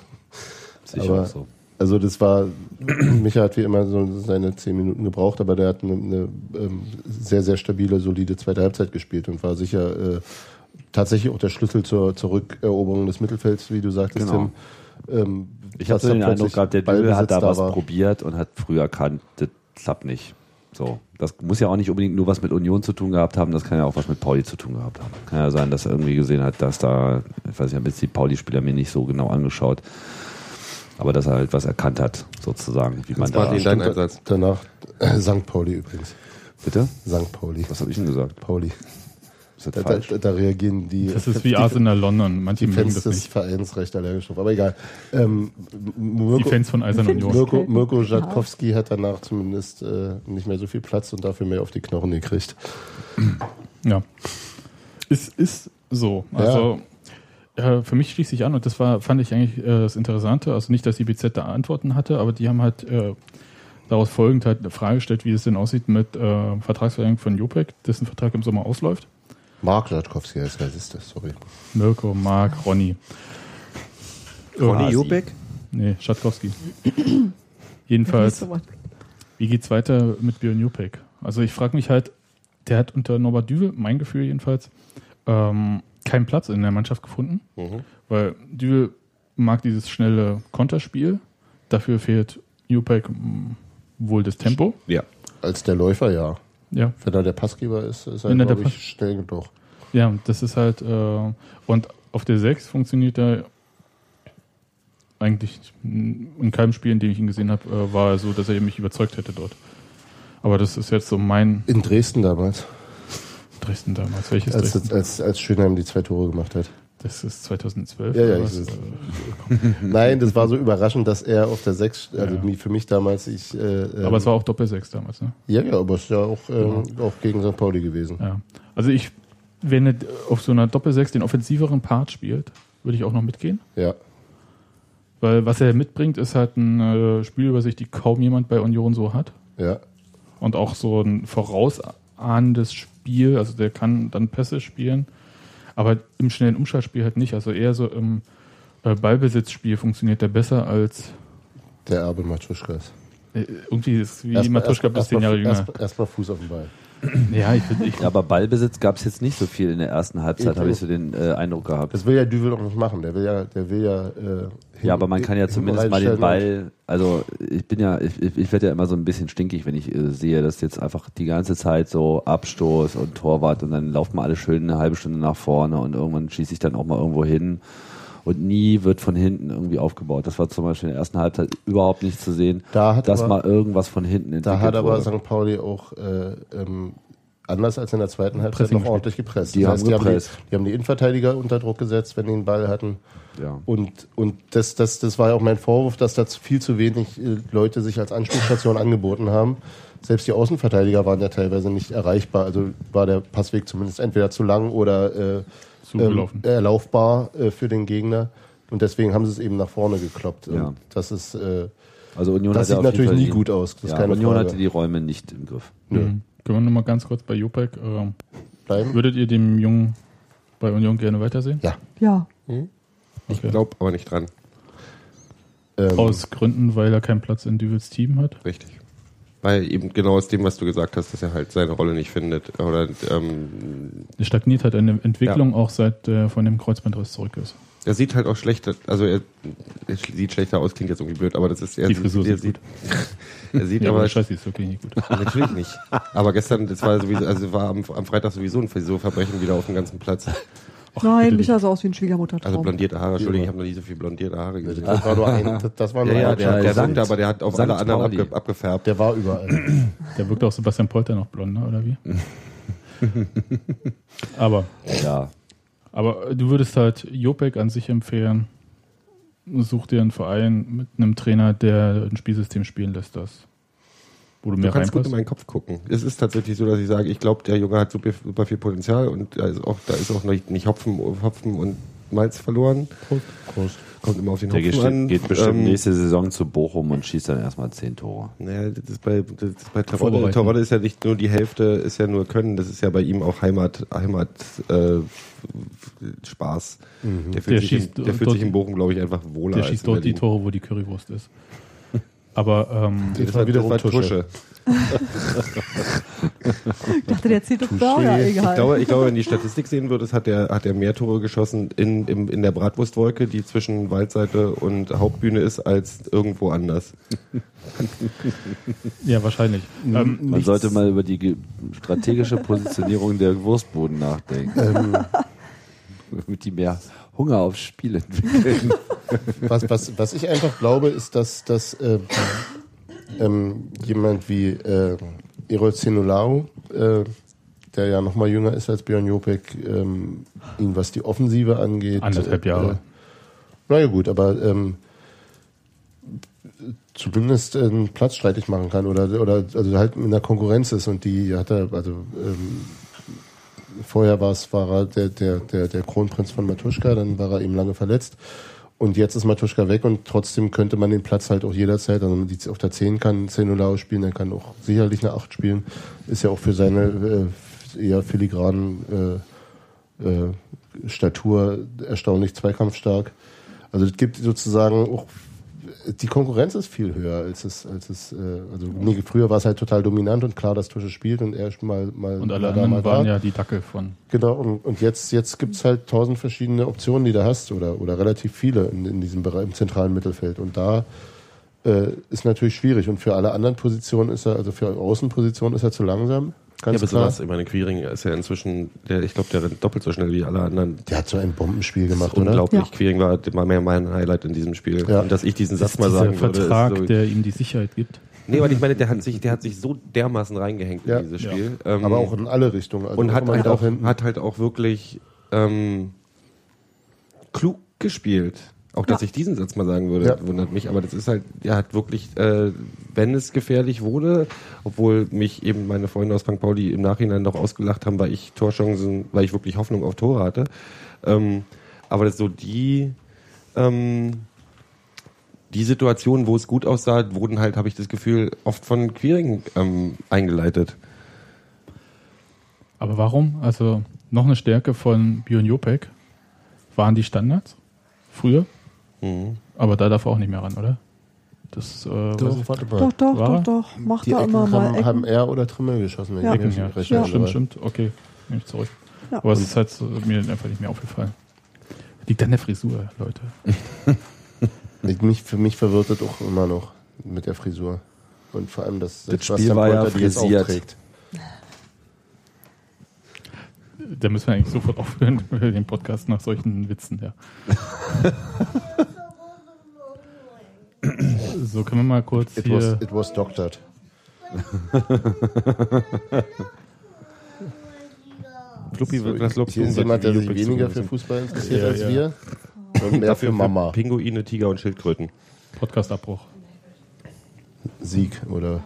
Sicher
aber-
auch so.
Also das war, Micha hat wie immer so seine zehn Minuten gebraucht, aber der hat eine, eine ähm, sehr, sehr stabile, solide zweite Halbzeit gespielt und war sicher äh, tatsächlich auch der Schlüssel zur, zur Rückeroberung des Mittelfelds, wie du sagtest,
Genau.
Tim. Ähm,
Ich habe
dass
so
da
den
plötzlich
Eindruck gehabt, der Dübel
Ballbesitz
hat da was
war.
probiert und hat früh erkannt, das klappt nicht. So, das muss ja auch nicht unbedingt nur was mit Union zu tun gehabt haben, das kann ja auch was mit Pauli zu tun gehabt haben. Kann ja sein, dass er irgendwie gesehen hat, dass da, ich weiß nicht, ich habe jetzt die Pauli-Spieler mir nicht so genau angeschaut, aber dass er halt was erkannt hat, sozusagen, wie man
war
da.
die-
Stand
Dein Einsatz.
Danach äh, St. Pauli übrigens.
Bitte?
St. Pauli.
Was habe ich denn gesagt?
Pauli.
Ist das
Da, da,
falsch?
da reagieren die.
Das ist wie Arsenal London, manche
die
mögen
Fans
das
des
nicht.
Vereins recht allergisch drauf. Aber egal. Ähm,
Die
Mirko,
Fans von Eisern Union.
Mirko, Mirko Jatkowski hat danach zumindest äh, nicht mehr so viel Platz und dafür mehr auf die Knochen gekriegt.
Ja. Es ist so. Also äh, für mich schließt sich an und das war, fand ich eigentlich äh, das Interessante. Also nicht, dass die BZ da Antworten hatte, aber die haben halt äh, daraus folgend halt eine Frage gestellt, wie es denn aussieht mit äh, Vertragsverlängerung von Jopek, dessen Vertrag im Sommer ausläuft.
Mark Jatkowski heißt er, ist das, sorry.
Mirko, Marc, Ronny.
Ronny
Quasi.
Jubek?
Nee, Schatkowski. Jedenfalls.
so was.
Wie geht's weiter mit Björn Jupek? Also ich frage mich halt, der hat unter Norbert Düvel, mein Gefühl jedenfalls, ähm, keinen Platz in der Mannschaft gefunden,
Mhm.
weil Düvel mag dieses schnelle Konterspiel, dafür fehlt Jupek mm, wohl das Tempo.
Ja.
Als der Läufer, ja.
Ja,
Wenn er der Passgeber ist, ist er,
Wenn er der
glaube
Pass-
ich, schnell genug.
ja, das ist halt äh, und auf der 6 funktioniert er eigentlich in keinem Spiel, in dem ich ihn gesehen habe, äh, war er so, dass er mich überzeugt hätte dort. Aber das ist jetzt so mein
In Dresden damals,
Dresden damals. Welches
als,
Dresden?
als, als Schönheim die zwei Tore gemacht hat.
Das ist 2012.
Ja, ja,
oder
ich
was?
weiß. Nein, das war so überraschend, dass er auf der Sechs, also
Ja.
mi- für mich damals, ich. Äh, ähm,
aber es war Genau. auch Doppelsechs damals. Ne?
Ja, ja, aber es ist ja auch, ähm, auch gegen St. Pauli gewesen.
Ja. Also ich, wenn er auf so einer Doppelsechs den offensiveren Part spielt, würde ich auch noch mitgehen.
Ja.
Weil was er mitbringt, ist halt eine Spielübersicht, die kaum jemand bei Union so hat.
ja.
Und auch so ein vorausahnendes Spiel. Also der kann dann Pässe spielen, aber im schnellen Umschaltspiel halt nicht. Also eher so im äh, Ballbesitzspiel funktioniert er besser als
Der Erbe Matuschkas.
äh, irgendwie ist wie Matuschka bis zehn Jahre jünger.
Erstmal erst mal Fuß auf den Ball.
Ja, ich, find- ich
Ja, aber Ballbesitz gab es jetzt nicht so viel in der ersten Halbzeit,
Eben.
habe ich so den äh, Eindruck gehabt.
Das will ja Düvel auch nicht machen. Der will ja, der will ja. Äh, hin-
Ja, aber man kann ja
hin-
zumindest mal den
reinstellen
Ball, also ich bin ja, ich, ich ich werde ja immer so ein bisschen stinkig, wenn ich äh, sehe, dass jetzt einfach die ganze Zeit so Abstoß und Torwart und dann laufen wir alle schön eine halbe Stunde nach vorne und irgendwann schieße ich dann auch mal irgendwo hin und nie wird von hinten irgendwie aufgebaut. Das war zum Beispiel in der ersten Halbzeit überhaupt nicht zu sehen,
Da hat
dass
aber-
mal irgendwas von hinten
Und da hat aber
entwickelt wurde.
St. Pauli auch äh, ähm, anders als in der zweiten Halbzeit
Pressing
noch ordentlich gepresst.
Die haben
die, haben die,
gepresst.
die haben die Innenverteidiger unter Druck gesetzt, wenn die den Ball hatten.
Ja.
Und, und das, das, das war ja auch mein Vorwurf, dass da zu- viel zu wenig äh, Leute sich als Anspielstation angeboten haben. Selbst die Außenverteidiger waren ja teilweise nicht erreichbar. Also war der Passweg zumindest entweder zu lang oder äh,
Zugelaufen.
Ähm, äh, laufbar äh, für den Gegner. Und deswegen haben sie es eben nach vorne gekloppt.
Ja.
Und das ist äh,
Also Union
Das
hatte
sieht
auf jeden
natürlich
Fall
nie
die-
gut aus. Das ist
ja,
keine
Union
Frage.
hatte die Räume nicht im Griff.
Mhm. Können wir nochmal ganz kurz bei Jopek. Ähm,
Bleiben?
würdet ihr dem Jungen bei Union gerne weitersehen?
Ja. Hm?
Ja,
Ich
Okay.
glaube aber nicht dran.
Ähm,
Aus Gründen, weil er keinen Platz in Düvels Team hat.
Richtig. Weil eben genau aus dem, was du gesagt hast, dass er halt seine Rolle nicht findet. Oder ähm,
Er stagniert halt eine Entwicklung, auch seit er von dem Kreuzbandriss zurück ist.
er sieht halt auch schlechter, also er, er sieht schlechter aus, klingt jetzt irgendwie blöd, aber das ist er
Die Frisur
er
sieht gut.
Er sieht
Ja,
aber
aber scheiße, die ist wirklich nicht gut.
natürlich nicht. Aber gestern, das war sowieso, also war am, am Freitag sowieso ein Frisurverbrechen wieder auf dem ganzen Platz.
nein,
bitte
Micha sah aus wie ein Schwiegermuttertraum.
Also blondierte Haare, Entschuldigung, ich habe noch nie so viel blondierte Haare gesehen.
das war nur ein, das- das war
Ja,
nur
ja,
ein
der, der
Sankt-
Sankt, aber der hat auf
Sankt
alle anderen
Pauli.
abge, abgefärbt.
der war überall.
Da wirkt auch Sebastian Polter noch blond, ne? oder wie? aber,
Ja.
aber du würdest halt Jopek an sich empfehlen. Such dir einen Verein mit einem Trainer, der ein Spielsystem spielen lässt, das. Wo du
Du
mehr
kannst gut in
reinpasst.
meinen Kopf gucken. Es ist tatsächlich so, dass ich sage, ich glaube, der Junge hat super, super viel Potenzial und da ist auch, da ist auch nicht, nicht Hopfen, Hopfen und Malz verloren.
Prost.
Kommt immer auf den
Der
Hopfen
geht,
an.
geht bestimmt
Ähm,
nächste Saison zu Bochum und schießt dann erstmal zehn Tore.
Naja, das ist bei, das ist bei Terodde.
Vorbereiten.
Terodde ist ja nicht nur die Hälfte, ist ja nur Können. Das ist ja bei ihm auch Heimat, Heimat, äh, Spaß. Der fühlt,
Der
sich,
schießt
in, der fühlt
dort-
sich in Bochum, glaube ich, einfach wohler.
Der
als in
schießt dort die
Berlin.
Tore, wo die Currywurst ist. Aber ähm,
Das, war wieder das war Tusche.
ich dachte, der zieht doch Burger,
Ich
egal.
glaube, ich glaube, wenn die Statistik sehen würdest, hat er hat er mehr Tore geschossen in, im, in der Bratwurstwolke, die zwischen Waldseite und Hauptbühne ist, als irgendwo anders.
ja, wahrscheinlich. Ähm,
Man sollte mal über die ge- strategische Positionierung der Wurstboden nachdenken.
Ähm.
Damit die mehr Hunger auf Spiel entwickeln.
Was, was, was ich einfach glaube, ist, dass, dass äh, ähm, jemand wie äh, Erol Zenulao, äh, der ja noch mal jünger ist als Björn Jopek, ähm, ihn was die Offensive angeht.
Anderthalb
äh,
Jahre.
Äh, naja, gut, aber ähm, zumindest einen Platz streitig machen kann oder, oder also halt in der Konkurrenz ist und die hat er, also ähm, vorher war es war er der, der, der, der Kronprinz von Matuschka, dann war er eben lange verletzt. Und jetzt ist Matuschka weg und trotzdem könnte man den Platz halt auch jederzeit, also wenn die auf der 10 kann Zenolau spielen, er kann auch sicherlich eine 8 spielen. Ist ja auch für seine äh, eher filigranen äh, äh, Statur erstaunlich zweikampfstark. Also es gibt sozusagen auch die Konkurrenz ist viel höher als es, als es, äh, also nee, früher war es halt total dominant und klar, dass Tusche spielt und er mal, mal
und alle
mal da, mal
anderen
da.
waren ja die Dackel von.
Genau, und, und jetzt, jetzt gibt's halt tausend verschiedene Optionen, die du hast, oder, oder relativ viele in, in diesem Bereich, im zentralen Mittelfeld. Und da äh, ist natürlich schwierig. Und für alle anderen Positionen ist er, also für Außenpositionen ist er zu langsam. Ganz klar.
Ich meine, Quiring ist ja inzwischen, der, ich glaube, der rennt doppelt so schnell wie alle anderen.
Der hat so ein Bombenspiel
Das ist
gemacht, oder?
unglaublich.
Ja.
Quiring war war mehr mein Highlight in diesem Spiel.
Ja.
Und dass ich diesen Satz
Ist
mal
dieser
sagen würde, ist
Vertrag,
so-
der ihm die Sicherheit gibt.
Nee, aber ich meine, der hat sich, der hat sich so dermaßen reingehängt
Ja.
in dieses Spiel. Ähm,
Aber auch in alle Richtungen. Also
und hat
immer
halt,
wieder
auch,
hinten.
hat halt auch wirklich ähm, klug gespielt. Auch dass
Ja.
ich diesen Satz mal sagen würde,
Ja.
wundert mich. Aber das ist halt, er hat wirklich, äh, wenn es gefährlich wurde, obwohl mich eben meine Freunde aus St. Pauli im Nachhinein noch ausgelacht haben, weil ich Torchancen, weil ich wirklich Hoffnung auf Tore hatte. Ähm, aber das ist so die ähm, die Situationen, wo es gut aussah, wurden halt, habe ich das Gefühl, oft von Queering ähm, eingeleitet.
Aber warum? Also noch eine Stärke von Björn Jopek waren die Standards früher, aber da darf er auch nicht mehr ran, oder? Das äh, weiß ich-
warte
Doch, doch,
War er?
doch, doch. Macht
Die
da
Ecken
immer mal
haben,
Ecken.
haben er oder Trimmel geschossen. wenn
Ja.
ich mich
ja,
recht
stimmt,
erinnere.
stimmt, stimmt. Okay, nehme ich zurück.
Ja.
Aber es ist halt so, mir einfach nicht mehr aufgefallen. Liegt an der Frisur, Leute.
Ich- Mich, für mich verwirrt das auch immer noch mit der Frisur. Und vor allem, dass
Das Spiel war ja
die jetzt
frisiert.
aufträgt.
Da müssen wir eigentlich sofort aufhören, den Podcast nach solchen Witzen, ja. so, können wir mal kurz
It was,
hier.
it was doctored.
Kluppi wird das Lob
Hier ist
umsetzen,
jemand, der
wie
sich
Jupix
weniger
zumindest.
für Fußball interessiert
Ja,
als
ja.
wir und mehr für Mama.
Pinguine, Tiger und Schildkröten.
Podcastabbruch.
Sieg oder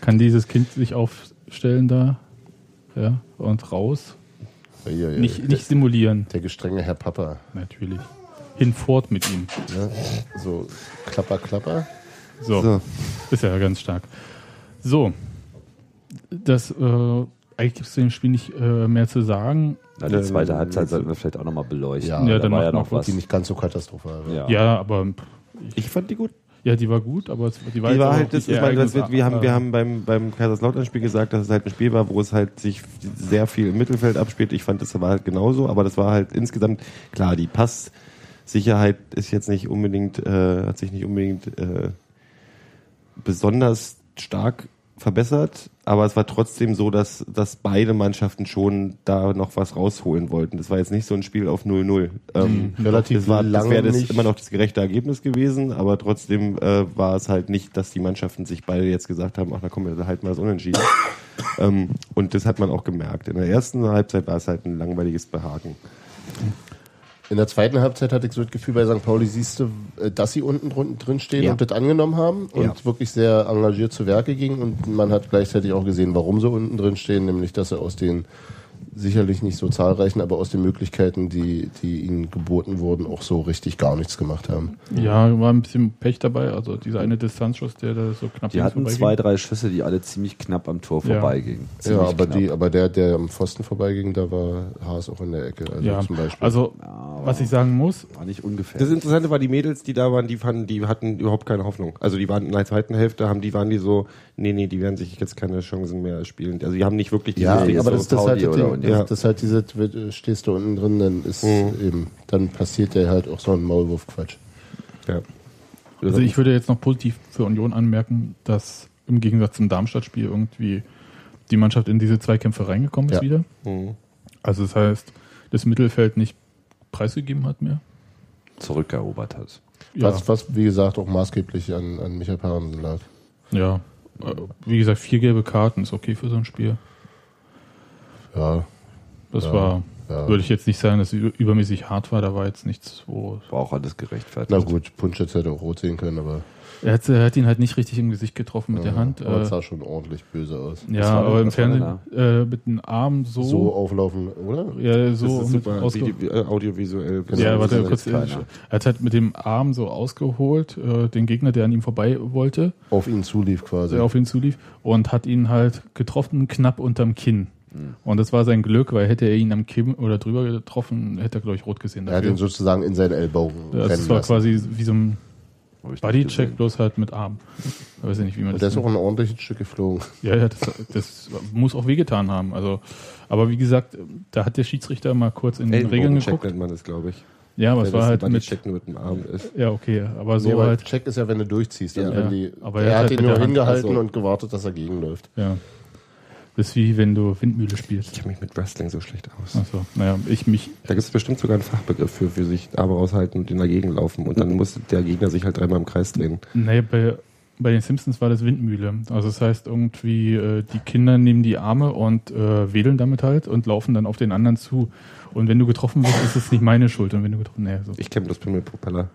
Kann dieses Kind sich aufstellen da? Ja, und raus?
Eieiei.
Äh,
Nicht, nicht simulieren,
der gestrenge Herr Papa.
natürlich. hinfort mit ihm.
Ne? So klapper, klapper.
So,
So.
ist ja ganz stark. So, das, äh, eigentlich gibt es zu dem Spiel nicht äh, mehr zu sagen.
Na, die
Ähm,
zweite Halbzeit sollten wir vielleicht auch nochmal beleuchten.
Ja, Ja,
da
dann
war ja
macht man
noch
gut
was.
Die nicht ganz so katastrophal war.
Ja.
Ja, aber
Ich fand die gut.
ja, die war gut, aber es, die war,
Die
jetzt
war
auch
halt, das,
nicht
ich
ihr
meine, das
eigenes äh,
wird, wir haben, wir
A-
haben beim, beim Kaiserslautern-Spiel gesagt, dass es halt ein Spiel war, wo es halt sich sehr viel im Mittelfeld abspielt. Ich fand, das war halt genauso, aber das war halt insgesamt, klar, die Passsicherheit ist jetzt nicht unbedingt, äh, hat sich nicht unbedingt äh, besonders stark verbessert, aber es war trotzdem so, dass, dass beide Mannschaften schon da noch was rausholen wollten. Das war jetzt nicht so ein Spiel auf 0-0. Ähm,
Relativ
das war, das
lange
wäre das
nicht.
immer noch das gerechte Ergebnis gewesen, aber trotzdem äh, war es halt nicht, dass die Mannschaften sich beide jetzt gesagt haben, ach, na komm, wir halten mal das Unentschieden. ähm, und das hat man auch gemerkt. In der ersten Halbzeit war es halt ein langweiliges Behaken.
In der zweiten Halbzeit hatte ich so das Gefühl, bei St. Pauli siehst du, äh, dass sie unten drunten drin stehen
Ja.
und das angenommen haben und
Ja.
wirklich sehr engagiert zu Werke gingen. Und man hat gleichzeitig auch gesehen, warum sie unten drin stehen, nämlich dass sie aus den sicherlich nicht so zahlreichen, aber aus den Möglichkeiten, die, die ihnen geboten wurden, auch so richtig gar nichts gemacht haben.
Ja, war ein bisschen Pech dabei. Also dieser eine Distanzschuss, der da so knapp
Die
links
hatten
vorbeiging.
zwei, drei Schüsse, die alle ziemlich knapp am Tor
Ja.
vorbeigingen.
ja,
Ziemlich
aber,
knapp.
die, aber der, der am Pfosten vorbeiging, da war Haas auch in der Ecke. Also
ja.
zum Beispiel.
Also, was ich sagen muss,
war nicht ungefähr.
Das Interessante war, die Mädels, die da waren, die fanden, die hatten überhaupt keine Hoffnung. Also die waren in der zweiten Hälfte, haben die waren die so, nee, nee, die werden sich jetzt keine Chancen mehr spielen. Also die haben nicht wirklich die
Ja,
Deswegen
aber
so
das, das, ist halt
Pauli
das, Ding,
oder
das,
Union.
das ist halt diese, äh, stehst du unten drin, dann ist
Mhm.
eben, dann passiert dir halt auch so ein Maulwurf-Quatsch.
ja.
also ich würde jetzt noch positiv für Union anmerken, dass im Gegensatz zum Darmstadt-Spiel irgendwie die Mannschaft in diese Zweikämpfe reingekommen ist
Ja.
wieder.
Mhm.
Also das heißt, das Mittelfeld nicht preisgegeben hat mehr.
zurückerobert hat.
Ja,
Was, was, wie gesagt, auch maßgeblich an, an Michael Parensen lag.
ja. Äh, Wie gesagt, vier gelbe Karten ist okay für so ein Spiel.
Ja,
Das war,
ja.
würde ich jetzt nicht sagen, dass es ü- übermäßig hart war. Da war jetzt nichts, wo
War auch alles gerechtfertigt.
na gut, Punschitz hätte auch rot sehen können, aber,
Er hat, er hat ihn halt nicht richtig im Gesicht getroffen mit der Hand.
aber es
Äh,
sah schon ordentlich böse aus.
ja,
Was war denn-
aber im
was war denn
Fernsehen äh, mit den Armen so.
So auflaufen, oder? Genau,
ja, so
das ist
mit
super,
ausge-
Vide- äh, audiovisuell.
ja,
das
warte
ist
kurz.
jetzt
Er
keiner.
hat halt mit dem Arm so ausgeholt, äh, den Gegner, der an ihm vorbei wollte,
Auf ihn zulief quasi.
der auf ihn zulief, und hat ihn halt getroffen, knapp unterm Kinn.
Hm.
Und das war sein Glück, weil hätte er ihn am Kinn oder drüber getroffen, hätte er, glaube ich, rot gesehen.
er hat ihn
dafür.
sozusagen in seinen Ellbogen rennen
das war
lassen.
quasi wie so ein
Hab ich nicht
Bodycheck,
gesehen.
bloß halt mit Arm. Ich weiß ja nicht, wie man
Und der
das
ist auch ein ordentliches Stück geflogen.
Ja, ja, das, das muss auch wehgetan haben. Also, aber wie gesagt, da hat der Schiedsrichter mal kurz in den Regeln
Ellenbogencheck
geguckt.
nennt man das, glaube ich.
Ja, aber
Wenn
es
das
war
ein
halt mit.
Bodycheck nur mit dem Arm ist.
Ja, okay, aber so
Nee, aber
halt.
Check ist ja, wenn du durchziehst. Also
Ja.
wenn die,
Aber
er hat ihn
mit
nur
der Hand-
hingehalten
Ach so.
und gewartet, dass er gegenläuft.
also, Ja. Das ist wie wenn du Windmühle
Ich
spielst.
kenne mich mit Wrestling so schlecht aus.
Achso, naja, ich mich.
Da gibt es bestimmt sogar einen Fachbegriff für, für sich Arme raushalten und den dagegen laufen. Und dann muss der Gegner sich halt dreimal im Kreis drehen.
Naja, bei, bei den Simpsons war das Windmühle. Also, das heißt, irgendwie äh, die Kinder nehmen die Arme und äh, wedeln damit halt und laufen dann auf den anderen zu. Und wenn du getroffen wirst, ist es nicht meine Schuld. Und wenn du getroffen naja, so.
Ich kenne bloß Pimmelpropeller.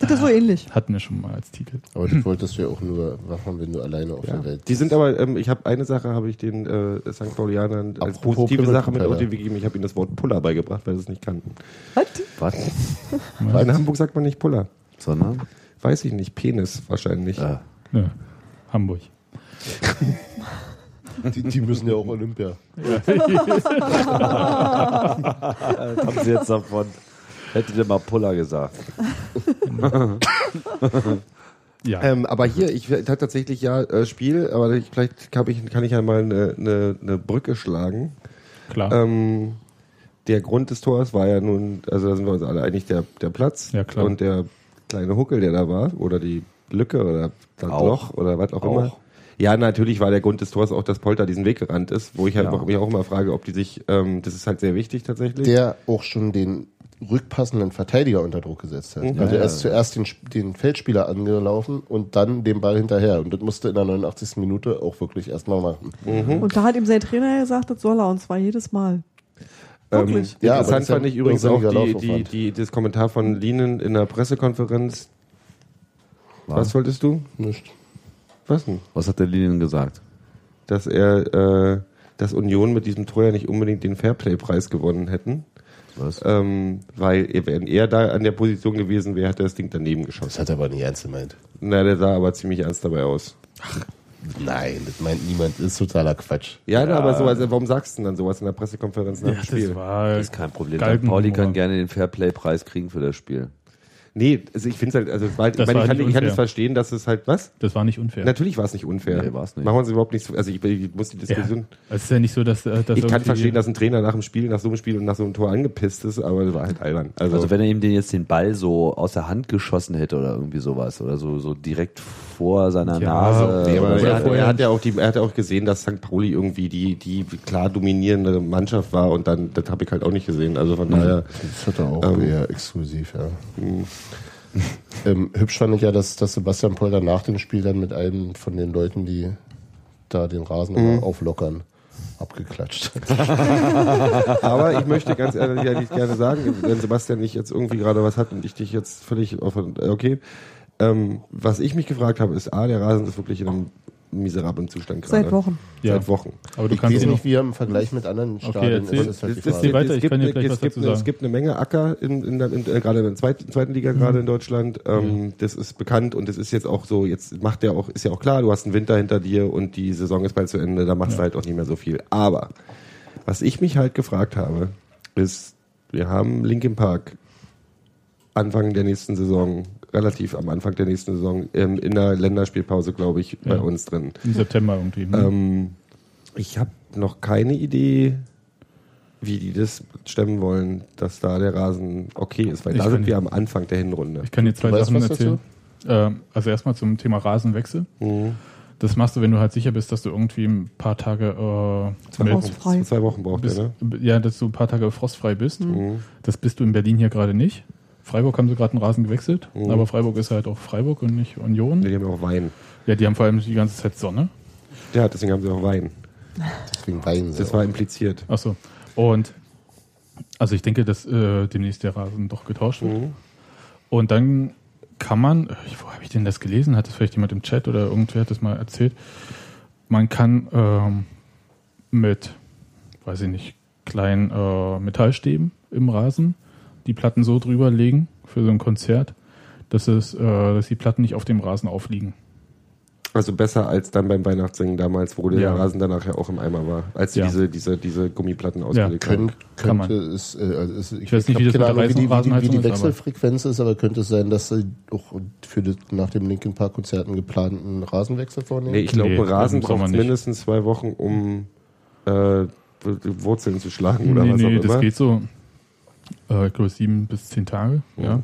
Das ist so ähnlich.
Hatten wir schon mal als Titel.
Aber das wolltest du ja auch nur machen, wenn du alleine auf
Ja.
der Welt
Die sind aber, ähm, ich habe eine Sache, habe ich den äh, St. Paulianern als
Apropos
positive Sache mit
Pimmelpropeller.
OTW gegeben. Ich habe ihnen das Wort Puller beigebracht, weil sie es nicht kannten.
Was?
Was? ne?
In Hamburg sagt man nicht Puller.
Sondern?
Weiß ich nicht, Penis wahrscheinlich.
Äh,
Ja. Hamburg.
Die, die müssen ja auch Olympia.
haben sie jetzt davon. Hättet ihr mal Puller gesagt.
Ja.
Ähm, aber hier, ich hatte tatsächlich ja äh, Spiel, aber ich, vielleicht kann ich, kann ich ja mal eine, eine, eine Brücke schlagen.
Klar.
Ähm, der Grund des Tors war ja nun, also da sind wir uns alle einig, der, der Platz
Ja, klar.
und äh, der kleine Huckel, der da war, oder die Lücke oder das
Auch.
Loch oder was auch,
Auch.
immer. Ja, natürlich war der Grund des Tors auch, dass Polter diesen Weg gerannt ist, wo ich halt
Ja.
auch, mich auch immer frage, ob die sich, ähm, das ist halt sehr wichtig tatsächlich.
Der auch schon den rückpassenden Verteidiger unter Druck gesetzt hat. Also er ist zuerst den, Sp- den Feldspieler angelaufen und dann den Ball hinterher. Und das musste in der 89. Minute auch wirklich erstmal machen.
Und da hat ihm sein Trainer gesagt, das soll er, und zwar jedes Mal. Wirklich.
Ja, aber das
Interessant
ist ja
fand ich übrigens auch
irrsinniger
die, die,
Laufaufwand.
die, das Kommentar von Linen in der Pressekonferenz. Was wolltest du?
Nicht.
Was denn?
Was hat der Linien gesagt?
Dass er, äh, dass Union mit diesem Tor ja nicht unbedingt den Fairplay-Preis gewonnen hätten.
Was?
Ähm, weil er- wenn er da an der Position gewesen wäre, hätte er das Ding daneben
Das
geschossen.
hat er aber nicht ernst gemeint.
Na, der sah aber ziemlich ernst dabei aus.
Nein, das meint niemand. Ist totaler Quatsch.
Ja, na,
Ah.
aber so, also, warum sagst du denn dann sowas in der Pressekonferenz nach dem Spiel?
war
Das ist kein Problem. St.
Galgenhumor.
Pauli kann gerne den Fairplay-Preis kriegen für das Spiel.
Nee, also ich finde es halt, also es war halt, ich,
Das
meine,
war
ich, kann,
nicht
ich kann
unfair.
es verstehen, dass es halt, was?
Das war nicht unfair.
Natürlich war es nicht unfair.
Nee, war's nicht.
Machen wir uns überhaupt nichts, also ich, ich muss die
ja.
Diskussion...
Es ist ja nicht so, dass, äh, dass
Ich kann
irgendwie-
verstehen, dass ein Trainer nach dem Spiel, nach so einem Spiel und nach so einem Tor angepisst ist, aber das war halt albern. Also,
Also wenn er ihm den jetzt den Ball so aus der Hand geschossen hätte oder irgendwie sowas oder so, so direkt vor seiner
Ja,
Nase. Also
Nee, aber
oder
er, hat,
so.
er hat ja auch die, er hat ja auch gesehen, dass St. Pauli irgendwie die, die klar dominierende Mannschaft war und dann, das habe ich halt auch nicht gesehen. Also von daher,
Mhm. Das hat er auch
Ähm. Mhm.
eher exklusiv, ja. ähm, hübsch fand ich ja, dass, dass Sebastian Polter nach dem Spiel dann mit einem von den Leuten, die da den Rasen
Mhm.
immer auflockern, abgeklatscht hat.
aber ich möchte ganz ehrlich eigentlich gerne sagen, wenn Sebastian nicht jetzt irgendwie gerade was hat und ich dich jetzt völlig auf, okay, ähm, was ich mich gefragt habe, ist, A, der Rasen ist wirklich in einem miserablen Zustand gerade.
Seit Wochen.
Ja.
Seit Wochen.
Aber du
Ich
kannst
weiß
ihn noch.
nicht, wie er im Vergleich mit anderen Stadien
erzähl.
Es,
ist. Das ist halt
es,
die
es,
Frage.
Erzähl weiter, ich
gibt
kann dir
eine-
gleich
es
was
gibt
dazu
eine- Es
sagen.
gibt eine Menge Acker in, in, der- in, äh, gerade in der zweiten, zweiten Liga, gerade in Deutschland. Ähm, Das ist bekannt und es ist jetzt auch so, jetzt macht der auch, ist ja auch klar, du hast einen Winter hinter dir und die Saison ist bald zu Ende, da machst du halt auch nicht mehr so viel. Aber was ich mich halt gefragt habe, ist, wir haben Linkin Park Anfang der nächsten Saison, relativ am Anfang der nächsten Saison, ähm, in der Länderspielpause, glaube ich, bei
Ja.
uns drin.
Im September irgendwie.
Ähm, ich habe noch keine Idee, wie die das stemmen wollen, dass da der Rasen okay ist, weil
Ich
da sind
kann-
wir am Anfang der Hinrunde.
Ich kann dir zwei
weißt
Sachen
was
erzählen. Ähm, also erstmal zum Thema Rasenwechsel.
Mhm.
Das machst du, wenn du halt sicher bist, dass du irgendwie ein paar Tage äh, mit-
Frostfrei.
Zwei Wochen braucht
bist,
er, ne?
ja, dass du ein paar Tage frostfrei bist.
Mhm.
Das bist du in Berlin hier gerade nicht. Freiburg haben sie gerade einen Rasen gewechselt,
Mhm.
aber Freiburg ist halt auch Freiburg und nicht Union.
Ne, Die haben ja auch Wein.
Ja, die haben vor allem die ganze Zeit Sonne.
Ja, deswegen haben sie auch Wein.
Deswegen weinen sie.
Das
auch.
war impliziert.
Ach so. Und also ich denke, dass äh, demnächst der Rasen doch getauscht wird.
Mhm.
Und dann kann man, äh, ich- wo habe ich denn das gelesen? Hat das vielleicht jemand im Chat oder irgendwer hat das mal erzählt? Man kann ähm, mit, weiß ich nicht, kleinen äh, Metallstäben im Rasen die Platten so drüber legen für so ein Konzert, dass, es, äh, dass die Platten nicht auf dem Rasen aufliegen.
Also besser als dann beim Weihnachtssingen damals, wo
Ja.
der Rasen danach ja auch im Eimer war, als sie
Ja.
diese, diese, diese Gummiplatten ausgelegt
Könnt,
haben.
Kann man.
könnte es, äh, also es, ich,
weiß nicht,
hab
wie das mit
keine
der
Ahnung, wie die, wie, die, wie
Rasenheizung
die
ist, aber-
Wechselfrequenz ist, aber könnte es sein, dass sie auch für das, nach dem Linkin Park Konzerten geplanten Rasenwechsel vornehmen?
Nee, ich glaube,
Nee,
Rasen
das muss man
braucht
nicht.
mindestens zwei Wochen, um äh, Wurzeln zu schlagen oder
nee,
was
nee,
auch
das
immer.
geht so, äh, ich glaube, sieben bis zehn Tage. Ja.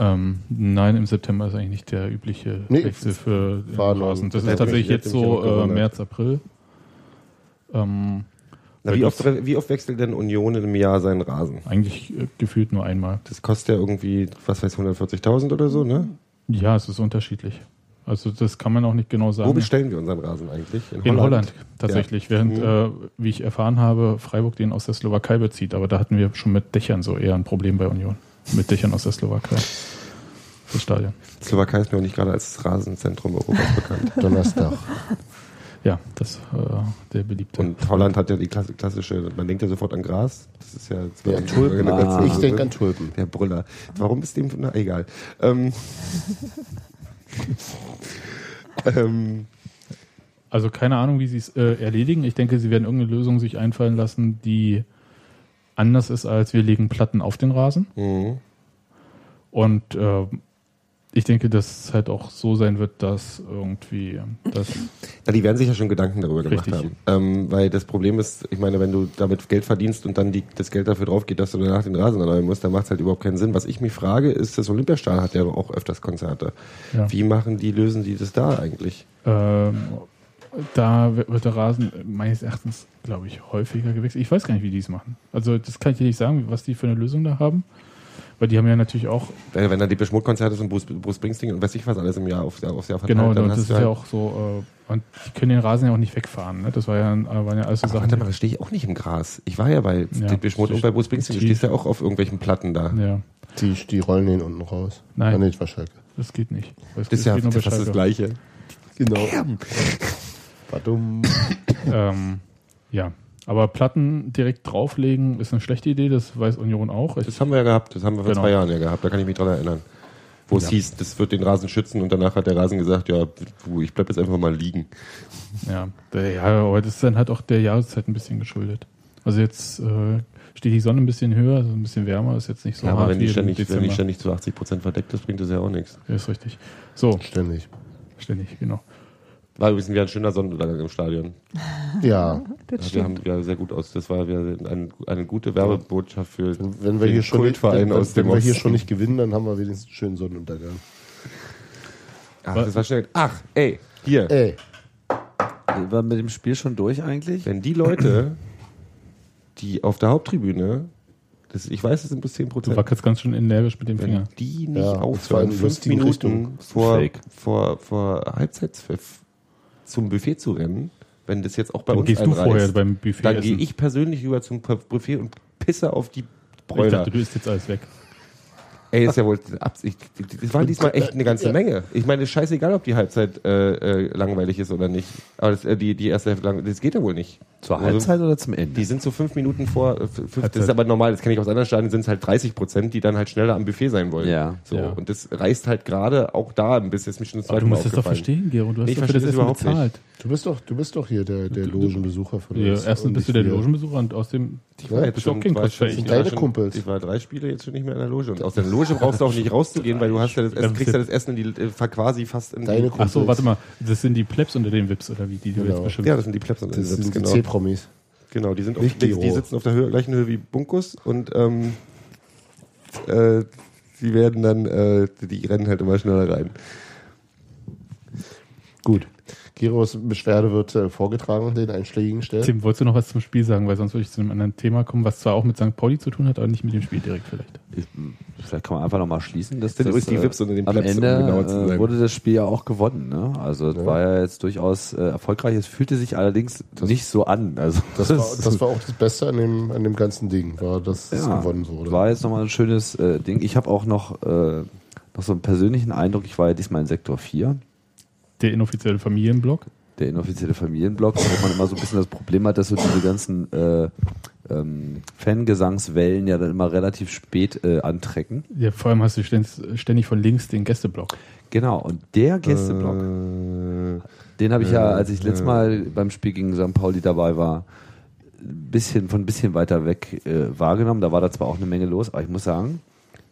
Ähm, nein, im September ist eigentlich nicht der übliche
Nee,
Wechsel für den
war noch-
Rasen. Das
hätte
ist
mich-
tatsächlich
hätte
jetzt
mich
so
aber
äh,
gewundert.
März, April. Ähm,
Na, wie, oft, wie oft wechselt denn Union in einem Jahr seinen Rasen?
eigentlich äh, gefühlt nur einmal.
Das kostet ja irgendwie, was weiß ich, 140.000 oder so, ne?
Ja, es ist unterschiedlich. Also das kann man auch nicht genau sagen.
Wo bestellen wir unseren Rasen eigentlich?
In Holland tatsächlich,
Mhm.
während, äh, wie ich erfahren habe, Freiburg den aus der Slowakei bezieht. Aber da hatten wir schon mit Dächern so eher ein Problem bei Union. Mit Dächern aus der Slowakei. Das Stadion.
Slowakei ist mir auch nicht gerade als das Rasenzentrum Europas bekannt.
Donnerstag.
Ja, das äh, der beliebte.
Und Holland hat ja die klasse- klassische, man denkt ja sofort an Gras. Das ist ja, das
Ja,
wird-
Tulpen. Ah,
eine ganze-
Ich denke an Tulpen.
Der Brüller. Warum ist dem, na egal. Ähm, ähm,
also keine Ahnung, wie sie es äh, erledigen. Ich denke, sie werden irgendeine Lösung sich einfallen lassen, die anders ist als wir legen Platten auf den Rasen.
mhm.
Und äh, ich denke, dass es halt auch so sein wird, dass irgendwie das
Na, die werden sich ja schon Gedanken darüber gemacht
Richtig.
haben. Ähm, weil das Problem ist, ich meine, wenn du damit Geld verdienst und dann die, das Geld dafür drauf geht, dass du danach den Rasen erneuern musst, dann macht es halt überhaupt keinen Sinn. Was ich mich frage, ist, das Olympiastadion hat ja auch öfters Konzerte.
Ja.
Wie machen die, lösen die das da eigentlich?
ähm, da wird der Rasen meines Erachtens, glaube ich, häufiger gewechselt. Ich weiß gar nicht, wie die es machen. Also das kann ich dir nicht sagen, was die für eine Lösung da haben. Weil die haben ja natürlich auch
Weil Wenn da die Beschmutzkonzerte sind, Bruce, Bruce Springsteen und weiß ich was alles im Jahr aufs Jahr, aufs Jahr verteilt,
Genau,
dann
und das
hast
ist
du halt,
ja auch so, äh, und die können den Rasen ja auch nicht wegfahren, ne? Das war ja, äh, waren ja alles so
Ach,
Sachen.
warte mal, da stehe ich auch nicht im Gras. Ich war ja bei ja, Beschmutz und bei Bruce Springsteen. Du stehst ja auch auf irgendwelchen Platten da.
die- ja,
Die, die rollen den unten raus.
Nein.
Ah, nee, das war Schalke.
das geht nicht. Das,
Das ist ja
geht nur bei
fast das
Schalke.
Gleiche.
Genau. Badum.
Ähm, ja, Aber Platten direkt drauflegen ist eine schlechte Idee, das weiß Union auch. Ich,
Das haben wir ja gehabt, das haben wir vor
Genau.
zwei Jahren ja gehabt, da kann ich mich dran erinnern. Wo es hieß, das wird den Rasen schützen und danach hat der Rasen gesagt, ja, du, ich bleib jetzt einfach mal liegen.
ja, der, ja, aber das ist dann halt auch der Jahreszeit ein bisschen geschuldet. Also jetzt äh, steht die Sonne ein bisschen höher, also ein bisschen wärmer, ist jetzt nicht so
Ja, aber wenn
wie
die,
im
ständig, wenn die
Dezember.
ständig zu 80 Prozent verdeckt ist, bringt das ja auch nichts.
Ja, ist richtig. So,
Ständig.
ständig, genau.
War übrigens wieder ein schöner Sonnenuntergang im Stadion.
Ja.
Das
Wir
stimmt.
haben ja sehr gut aus. Das war wieder eine, eine gute Werbebotschaft für
Wenn, wenn wir
den
hier schon nicht,
Kultverein
wenn,
aus dem
wenn wir hier
Osten.
schon nicht gewinnen, dann haben wir wenigstens einen schönen Sonnenuntergang.
Ach, das war schnell. Ach, ey, hier.
Ey,
Sind wir mit dem Spiel schon durch eigentlich?
Wenn die Leute, die auf der Haupttribüne, das, ich weiß, es sind bis 10
Du
Prozent,
wackelst ganz schön energisch mit dem
wenn
Finger.
die nicht
Ja, und zwar
aufhören,
in die
fünf
lustige Richtung.
Minuten vor,
Fake.
vor, vor Halbzeitpfiff zum Buffet zu rennen, wenn das jetzt auch bei
Dann
uns
gehst du
einreißt,
vorher beim Buffet
dann gehe
essen.
ich persönlich rüber zum Buffet und pisse auf die
ich
Bräuler.
dachte, du isst jetzt alles weg.
Ey, ist ja wohl Absicht. Das war diesmal echt eine ganze Menge. Ich meine, ist scheißegal, ob die Halbzeit äh, äh, langweilig ist oder nicht. Aber das, äh, die, die erste Hälfte langweilig, das geht ja wohl nicht.
Zur
Also,
Halbzeit oder zum
Die
Ende?
sind so fünf Minuten vor, äh, f- fünf, das
Halbzeit.
ist aber normal, das kenne ich aus anderen Stadien, sind es halt 30 Prozent, die dann halt schneller am Buffet sein wollen.
Ja.
So.
Ja.
Und das reißt halt gerade auch da ein bisschen, das ist mich schon das
Aber
zweite
du
Mal
musst das doch
aufgefallen.
verstehen, Gero. Du hast
Ich
doch für
verstehe
das
das
Essen
überhaupt nicht.
bezahlt.
du bist doch, du bist doch hier der, der Logenbesucher von
Ja,
uns.
erstens
Und
bist du
nicht
der
wir.
Logenbesucher und außerdem
Ich war
Ja,
jetzt
bist du
schon,
auch kein
war schon,
Quatsch,
ich,
ey.
war
Deine
schon,
Kumpels.
ich war drei Spiele jetzt schon nicht mehr in der Loge. Und aus der Loge brauchst du auch nicht rauszugehen, weil du hast ja das Essen, kriegst ja das Essen in die, äh, quasi fast in
Deine
die,
Kumpels.
Ach so, warte mal, das sind die Plebs unter den Wips oder wie, die du jetzt
Genau.
beschimpfst.
ja, das sind die Plebs.
Das sind die
genau.
C-Promis.
Genau, die sind auf,
Nicht
die,
Giro.
die sitzen auf der Höhe, gleichen Höhe wie Bunkus und ähm, äh, die werden dann, äh, die- die rennen halt immer schneller rein.
Gut. Giros Beschwerde wird äh, vorgetragen an den einschlägigen Stellen.
Tim, wolltest du noch was zum Spiel sagen, weil sonst würde ich zu einem anderen Thema kommen, was zwar auch mit St. Pauli zu tun hat, aber nicht mit dem Spiel direkt vielleicht.
Ich, mh, vielleicht kann man einfach nochmal schließen, dass
Das
das,
sind übrigens die
äh,
Wips unter den
am
Plebs, um
Ende
genauer zu
äh,
sein.
wurde das Spiel ja auch gewonnen. Ne? Also es war ja jetzt durchaus äh, erfolgreich. Es fühlte sich allerdings nicht so an. Also
Das war, das war auch das Beste an dem, an dem ganzen Ding, war, dass es gewonnen wurde.
War jetzt nochmal ein schönes äh, Ding. Ich habe auch noch, äh, noch so einen persönlichen Eindruck. Ich war ja diesmal in Sektor 4,
Der inoffizielle Familienblock.
der inoffizielle Familienblock, wo man immer so ein bisschen das Problem hat, dass so diese ganzen äh, ähm, Fangesangswellen ja dann immer relativ spät äh, antrecken.
Ja, vor allem hast du ständig ständig von links den Gästeblock.
Genau, und der Gästeblock, Äh, den habe ich ja, als ich letztes Mal beim Spiel gegen St. Pauli dabei war, ein bisschen, von ein bisschen weiter weg äh, wahrgenommen. Da war da zwar auch eine Menge los, aber ich muss sagen,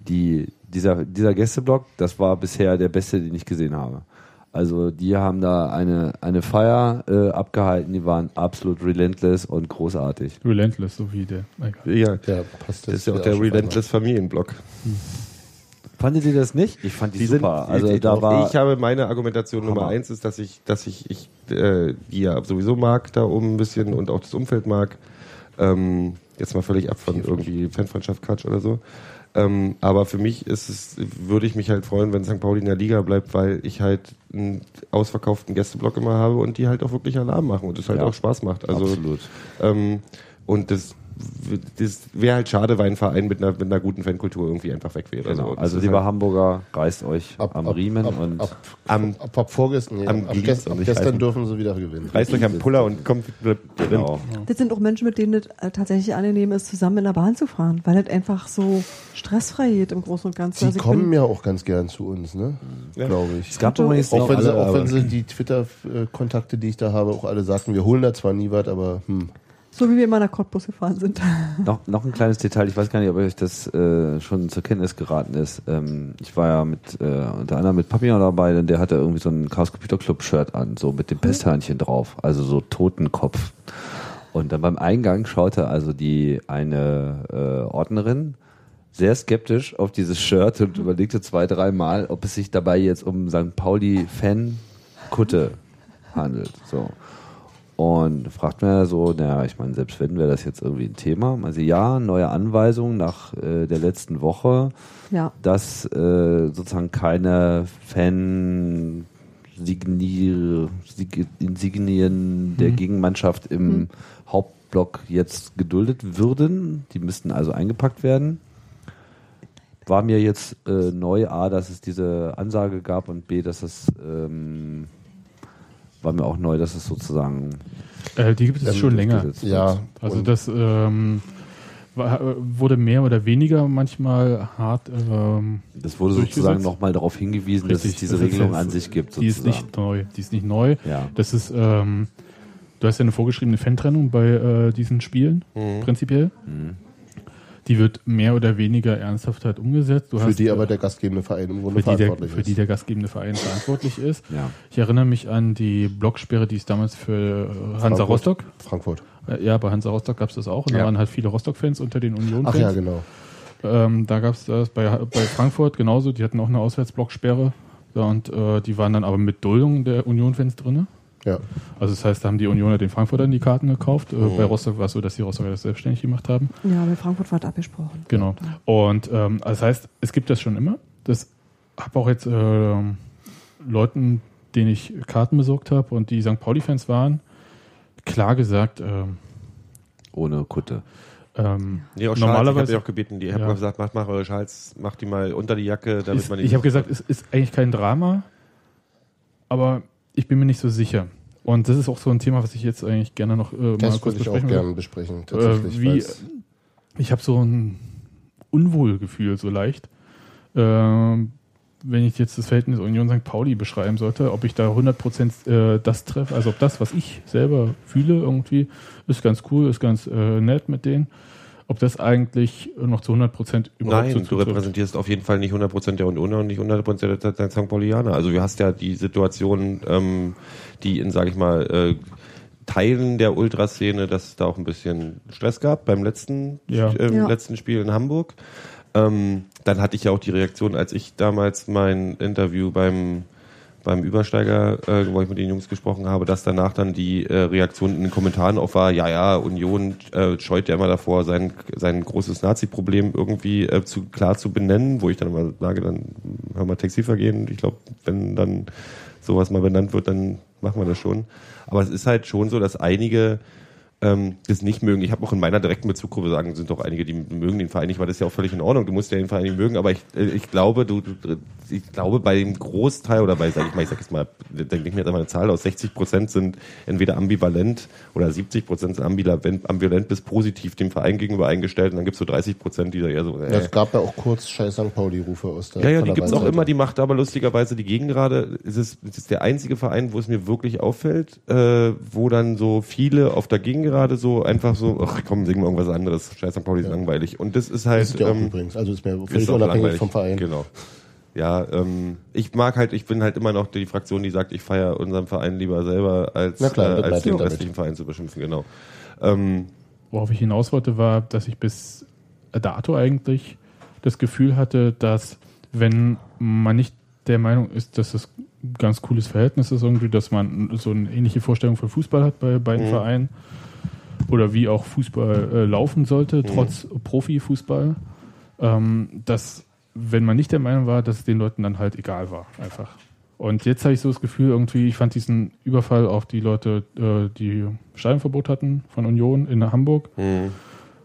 die, dieser, dieser Gästeblock, das war bisher der beste, den ich gesehen habe. Also die haben da eine, eine Feier äh, abgehalten, die waren absolut relentless und großartig.
Relentless, so wie der. Egal.
Ja,
ja, passt
das ist ja auch der
schon
Relentless Familienblock.
Fandet ihr das nicht? Ich fand die, super. also
ich,
da war,
ich habe meine Argumentation Nummer
Hammer.
eins ist, dass ich, dass ich, ich äh, die ja sowieso mag da oben ein bisschen und auch das Umfeld mag. Ähm, jetzt mal völlig ab von irgendwie Fanfreundschaft Quatsch oder so. Ähm, aber für mich ist es, würde ich mich halt freuen, wenn St. Pauli in der Liga bleibt, weil ich halt einen ausverkauften Gästeblock immer habe und die halt auch wirklich Alarm machen und es halt
Ja.
auch Spaß macht. Also
Absolut.
Ähm, und das, w- das wäre halt schade, weil ein Verein mit einer, mit einer guten Fankultur irgendwie einfach weg wäre.
genau,
das
also
ist
lieber
halt-
Hamburger, reißt euch
Ab,
am
ab,
Riemen
ab,
und
ab,
Am-
ab, ab, ab vorgestern, nee,
am
ab, ab,
Glied
gest,
soll
ab
ich
gestern
heißen.
dürfen sie wieder gewinnen.
Reißt euch am Puller und kommt mit
genau.
Das sind auch Menschen, mit denen es äh, tatsächlich angenehm ist, zusammen in der Bahn zu fahren, weil das einfach so stressfrei geht im Großen und Ganzen.
Sie
Also ich
kommen
bin-
ja auch ganz gern zu uns, ne? Glaube ich.
Es gab übrigens
Auch
noch
wenn, sie,
alle,
auch wenn
aber-
sie die Twitter-Kontakte, die ich da habe, auch alle sagten, wir holen da zwar nie was, aber hm.
so wie wir immer nach Cottbus gefahren sind.
Noch, noch ein kleines Detail, ich weiß gar nicht, ob euch das äh, schon zur Kenntnis geraten ist. Ähm, ich war ja mit, äh, unter anderem mit Papillon dabei, denn der hatte irgendwie so ein Chaos Computer Club Shirt an, so mit dem Pesthörnchen drauf, also so Totenkopf. Und dann beim Eingang schaute also die eine äh, Ordnerin sehr skeptisch auf dieses Shirt und überlegte zwei, dreimal, ob es sich dabei jetzt um St. Pauli-Fan-Kutte handelt. So. Und fragt mir so, naja, ich meine, selbst wenn, wäre das jetzt irgendwie ein Thema. Also ja, neue Anweisung nach äh, der letzten Woche,
ja.
dass äh, sozusagen keine Fan Signier- Sig- Insignien der Gegenmannschaft im Hauptblock jetzt geduldet würden. Die müssten also eingepackt werden. War mir jetzt äh, neu, A, dass es diese Ansage gab und B, dass es ähm, war mir auch neu, dass es sozusagen
Äh, die gibt es
Ähm,
schon länger.
durchgesetzt.
Ja,
Also
und-
das ähm, war, wurde mehr oder weniger manchmal hart. Ähm,
Das wurde sozusagen
Durchgesetzt.
nochmal darauf hingewiesen, dass es
Richtig,
diese
das ist
Regelung
jetzt-
an sich gibt.
die ist
sozusagen.
nicht neu. Die ist nicht neu.
Ja.
Das ist, ähm, du hast ja eine vorgeschriebene Fantrennung bei äh, diesen Spielen, prinzipiell.
Mhm.
Die wird mehr oder weniger ernsthaft halt umgesetzt. Du
für
hast,
die
äh,
aber der gastgebende Verein im Grunde
für die, der,
verantwortlich
für die der gastgebende Verein verantwortlich ist.
Ja.
Ich erinnere mich an die Blocksperre, die es damals für äh, Hansa
Frankfurt.
Rostock.
ist. Frankfurt.
Äh, Ja, bei Hansa Rostock gab es das auch. Und da
Ja.
waren halt viele Rostock-Fans unter den
Ach ja,
Union-Fans.
genau.
ähm, da gab es das bei, bei Frankfurt genauso. Die hatten auch eine Auswärtsblocksperre. Ja, und äh, die waren dann aber mit Duldung der Union-Fans drinne.
Ja. Mhm.
Also das heißt, da haben die Unioner den Frankfurtern die Karten gekauft. Äh, Bei Rostock war es so, dass die Rostocker das selbstständig gemacht haben.
Ja, bei Frankfurt war das abgesprochen.
Genau. Und ähm, das heißt, es gibt das schon immer. Das habe auch jetzt ähm, Leuten, denen ich Karten besorgt habe und die St. Pauli-Fans waren, klar gesagt, ähm,
Ohne Kutte.
ähm,
Nee, auch Schals, ich
normalerweise.
habe auch gebeten, die haben
Ja.
gesagt, macht, macht eure Schals, macht die mal unter die Jacke, damit
ist,
man die
ich habe gesagt, es ist eigentlich kein Drama, aber ich bin mir nicht so sicher. Und das ist auch so ein Thema, was ich jetzt eigentlich gerne noch äh, mal
Das
kurz
würde ich auch
besprechen würde.
gerne besprechen, tatsächlich.
Äh, wie,
weil's-
ich habe so ein Unwohlgefühl so leicht, ähm, wenn ich jetzt das Verhältnis Union St. Pauli beschreiben sollte, ob ich da 100% äh, das treffe, also ob das, was ich selber fühle irgendwie, ist ganz cool, ist ganz äh, nett mit denen, ob das eigentlich noch zu 100% überhaupt
Nein,
so
du
zutrifft.
repräsentierst auf jeden Fall nicht 100% der Unioner und nicht 100% der, der St. Paulianer. Also du hast ja die Situation, ähm, die in, sage ich mal, äh, Teilen der Ultraszene, dass es da auch ein bisschen Stress gab beim letzten,
Ja.
ähm,
Ja.
letzten Spiel in Hamburg. Ähm, dann hatte ich ja auch die Reaktion, als ich damals mein Interview beim beim Übersteiger, äh, wo ich mit den Jungs gesprochen habe, dass danach dann die äh, Reaktion in den Kommentaren auch war, ja, ja, Union äh, scheut ja immer davor, sein, sein großes Nazi-Problem irgendwie äh, zu, klar zu benennen, wo ich dann immer sage, dann hör mal Taxivergehen. Ich glaube, wenn dann sowas mal benannt wird, dann machen wir das schon. Aber es ist halt schon so, dass einige ähm, das nicht mögen. Ich habe auch in meiner direkten Bezuggruppe sagen, sind doch einige, die mögen den Verein nicht, weil das ist ja auch völlig in Ordnung. Du musst ja den Verein nicht mögen, aber ich, äh, ich glaube, du, du, ich glaube, bei dem Großteil oder bei, sag ich mal, ich sag jetzt mal, denke ich mir jetzt einfach eine Zahl aus, 60 Prozent sind entweder ambivalent oder 70 Prozent sind ambivalent, ambivalent bis positiv dem Verein gegenüber eingestellt und dann gibt's so 30 Prozent, die da eher so,
Ja,
äh,
es gab ja auch kurz Scheiß St. Pauli-Rufe aus der.
ja, ja,
von
die
der
gibt's auch
Waldseite.
immer, die macht aber lustigerweise die Gegengerade. Es ist, es ist der einzige Verein, wo es mir wirklich auffällt, äh, wo dann so viele auf der Gegengerade so einfach so, ach komm, singen wir irgendwas anderes. Scheiß St. Pauli ist langweilig. Und das ist halt.
Das ist ja auch
ähm,
übrigens. Also ist mir völlig
ist auch
unabhängig
langweilig.
vom Verein.
Genau. Ja, ähm, ich mag halt, ich bin halt immer noch die Fraktion, die sagt, ich feiere unseren Verein lieber selber, als,
Na klar, das
äh, als
bleibt
den
ja damit.
restlichen Verein zu beschimpfen, genau. Ähm,
Worauf ich hinaus wollte, war, dass ich bis dato eigentlich das Gefühl hatte, dass wenn man nicht der Meinung ist, dass das ein ganz cooles Verhältnis ist, irgendwie, dass man so eine ähnliche Vorstellung von Fußball hat bei beiden Vereinen oder wie auch Fußball äh, laufen sollte, trotz Profifußball, ähm, dass wenn man nicht der Meinung war, dass es den Leuten dann halt egal war, einfach. Und jetzt habe ich so das Gefühl, irgendwie, ich fand diesen Überfall auf die Leute, äh, die Stadionverbot hatten von Union in Hamburg,
Mhm.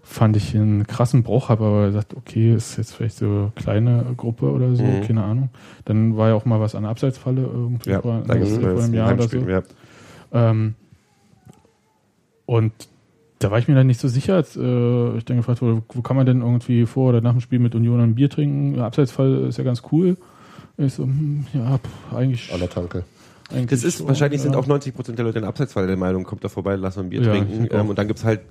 fand ich einen krassen Bruch, habe aber gesagt, okay, ist jetzt vielleicht so eine kleine Gruppe oder so, keine Ahnung. Dann war ja auch mal was an der Abseitsfalle irgendwie
Mhm. ja,
vor,
da gibt's
vor einem Jahr oder so.
ja.
Ähm, und da war ich mir dann nicht so sicher, als äh, ich dann gefragt wurde, wo kann man denn irgendwie vor oder nach dem Spiel mit Union ein Bier trinken? Abseitsfall ist ja ganz cool. Ich so, hm, ja, pff, eigentlich.
An der Tanke.
eigentlich
Das ist,
schon,
wahrscheinlich
ja.
sind auch 90 Prozent der Leute in Abseitsfall der Meinung, kommt da vorbei, lass mal ein Bier
Ja, ich
trinken.
denk auch.
Ähm, und dann gibt's halt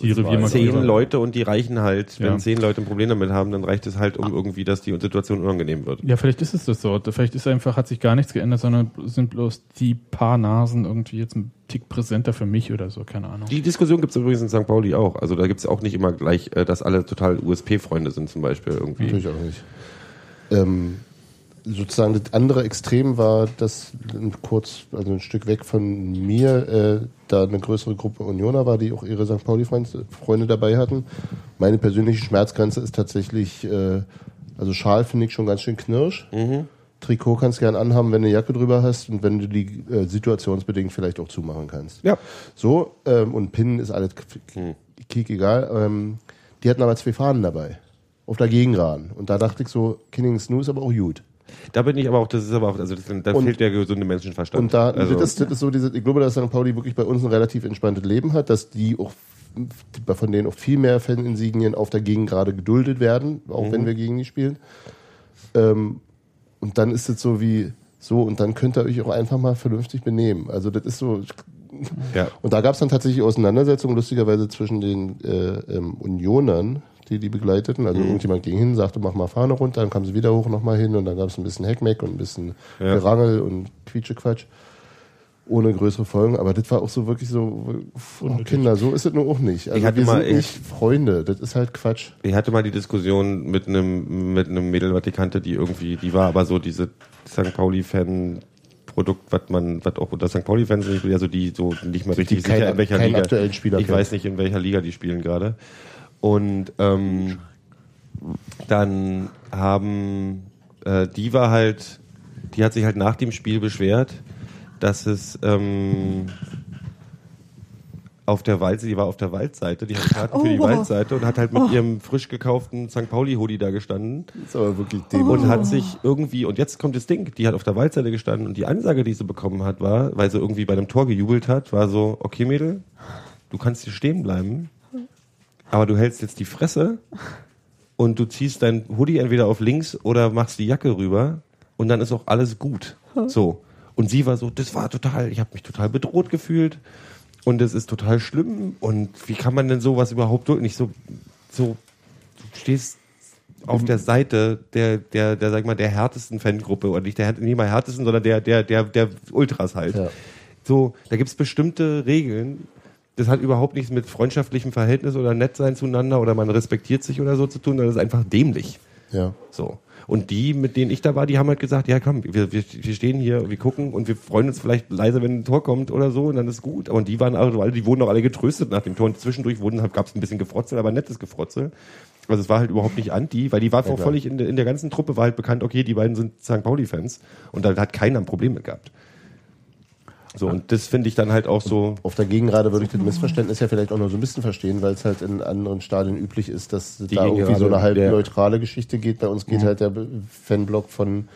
die Reviermarkierer.
zehn Leute und die reichen halt.
Ja.
Wenn zehn Leute ein Problem damit haben, dann reicht es halt, um irgendwie, dass die Situation unangenehm wird.
Ja, vielleicht ist es das so. Vielleicht ist einfach, hat sich gar nichts geändert, sondern sind bloß die paar Nasen irgendwie jetzt ein Tick präsenter für mich oder so, keine Ahnung.
Die Diskussion gibt's übrigens in St. Pauli auch. Also da gibt's auch nicht immer gleich, äh, dass alle total USP-Freunde sind zum Beispiel irgendwie.
Natürlich auch nicht. Ähm, sozusagen das andere Extrem war, dass ein kurz, also ein Stück weg von mir, äh, da eine größere Gruppe Unioner war, die auch ihre St. Pauli-Freunde Freunde dabei hatten. Meine persönliche Schmerzgrenze ist tatsächlich, äh, also Schal finde ich schon ganz schön knirsch.
Mhm.
Trikot kannst gern anhaben, wenn du eine Jacke drüber hast und wenn du die äh, situationsbedingt vielleicht auch zumachen kannst.
Ja. Mhm.
So, ähm, und Pinnen ist alles k- kiek egal. Ähm, die hatten aber zwei Fahnen dabei. Auf der Gegengeraden. Und da dachte ich so, Kinning Snooze aber auch gut.
Da bin ich aber auch, das ist aber auch, also das, da
Und-
fehlt der gesunde Menschenverstand.
Und da,
also,
das, das ist so, diese, ich glaube, dass St. Pauli wirklich bei uns ein relativ entspanntes Leben hat, dass die auch von denen auch viel mehr Faninsignien auf der Gegend gerade geduldet werden, auch wenn wir gegen die spielen. Ähm, und dann ist es so wie so, und dann könnt ihr euch auch einfach mal vernünftig benehmen. Also das ist so.
Ja.
Und da gab es dann tatsächlich Auseinandersetzungen, lustigerweise zwischen den äh, ähm, Unionern, die die begleiteten.
Mhm.
Also irgendjemand ging hin, sagte, mach mal Fahne runter, dann kam sie wieder hoch, nochmal hin und dann gab es ein bisschen Heckmeck und ein bisschen
Ja.
Gerangel und Quietschequatsch. Ohne größere Folgen, aber das war auch so wirklich so, oh, Kinder, so ist es nur auch nicht. Also
hatte
wir
mal-
sind nicht Freunde, das ist halt Quatsch.
Ich hatte mal die Diskussion mit einem mit einem Mädel, was ich kannte, die irgendwie, die war aber so diese St. Pauli-Fan. Produkt, was man, was auch unter St. Pauli-Fans nicht, also die so nicht mal richtig
keinen-
sicher in welcher
keinen
Liga.
aktuellen Spieler
ich
kennen.
weiß nicht, in welcher Liga die spielen gerade. Und ähm, dann haben äh, die war halt, die hat sich halt nach dem Spiel beschwert, dass es ähm, auf der Waldseite, die war auf der Waldseite, die hat Karten für die
Oh.
Waldseite und hat halt mit ihrem frisch gekauften St. Pauli-Hoodie da gestanden
Das ist aber wirklich
Oh.
dem.
und hat sich irgendwie, und jetzt kommt das Ding, die hat auf der Waldseite gestanden und die Ansage, die sie bekommen hat, war, weil sie irgendwie bei einem Tor gejubelt hat, war so, okay Mädel, du kannst hier stehen bleiben, aber du hältst jetzt die Fresse und du ziehst dein Hoodie entweder auf links oder machst die Jacke rüber und dann ist auch alles gut. So. Und sie war so, das war total, ich habe mich total bedroht gefühlt und es ist total schlimm und wie kann man denn sowas überhaupt durch? Nicht so, so, du stehst auf der Seite der, der, der, sag ich mal, der härtesten Fangruppe oder nicht der här- nicht mal härtesten, sondern der, der, der, der Ultras halt.
Ja.
So, da gibt's bestimmte Regeln. Das hat überhaupt nichts mit freundschaftlichem Verhältnis oder Nettsein zueinander oder man respektiert sich oder so zu tun, sondern das ist einfach dämlich.
Ja.
So. Und die, mit denen ich da war, die haben halt gesagt, ja komm, wir, wir, wir stehen hier, wir gucken und wir freuen uns vielleicht leise, wenn ein Tor kommt oder so und dann ist gut. Aber und die waren also alle, die wurden auch alle getröstet nach dem Tor und zwischendurch wurden, gab es ein bisschen Gefrotzel, aber nettes Gefrotzel. Also es war halt überhaupt nicht anti, weil die war auch
klar.
völlig in der, in der ganzen Truppe war halt bekannt, okay, die beiden sind St. Pauli-Fans und da hat keiner ein Problem mit gehabt. So, und das finde ich dann halt auch so,
Auf der Gegengerade würde ich das Missverständnis ja vielleicht auch noch so ein bisschen verstehen, weil es halt in anderen Stadien üblich ist, dass es da irgendwie
Gegengerade,
so eine halb
ja. Mhm.
neutrale Geschichte geht. Bei uns geht halt der Be- Fanblock von,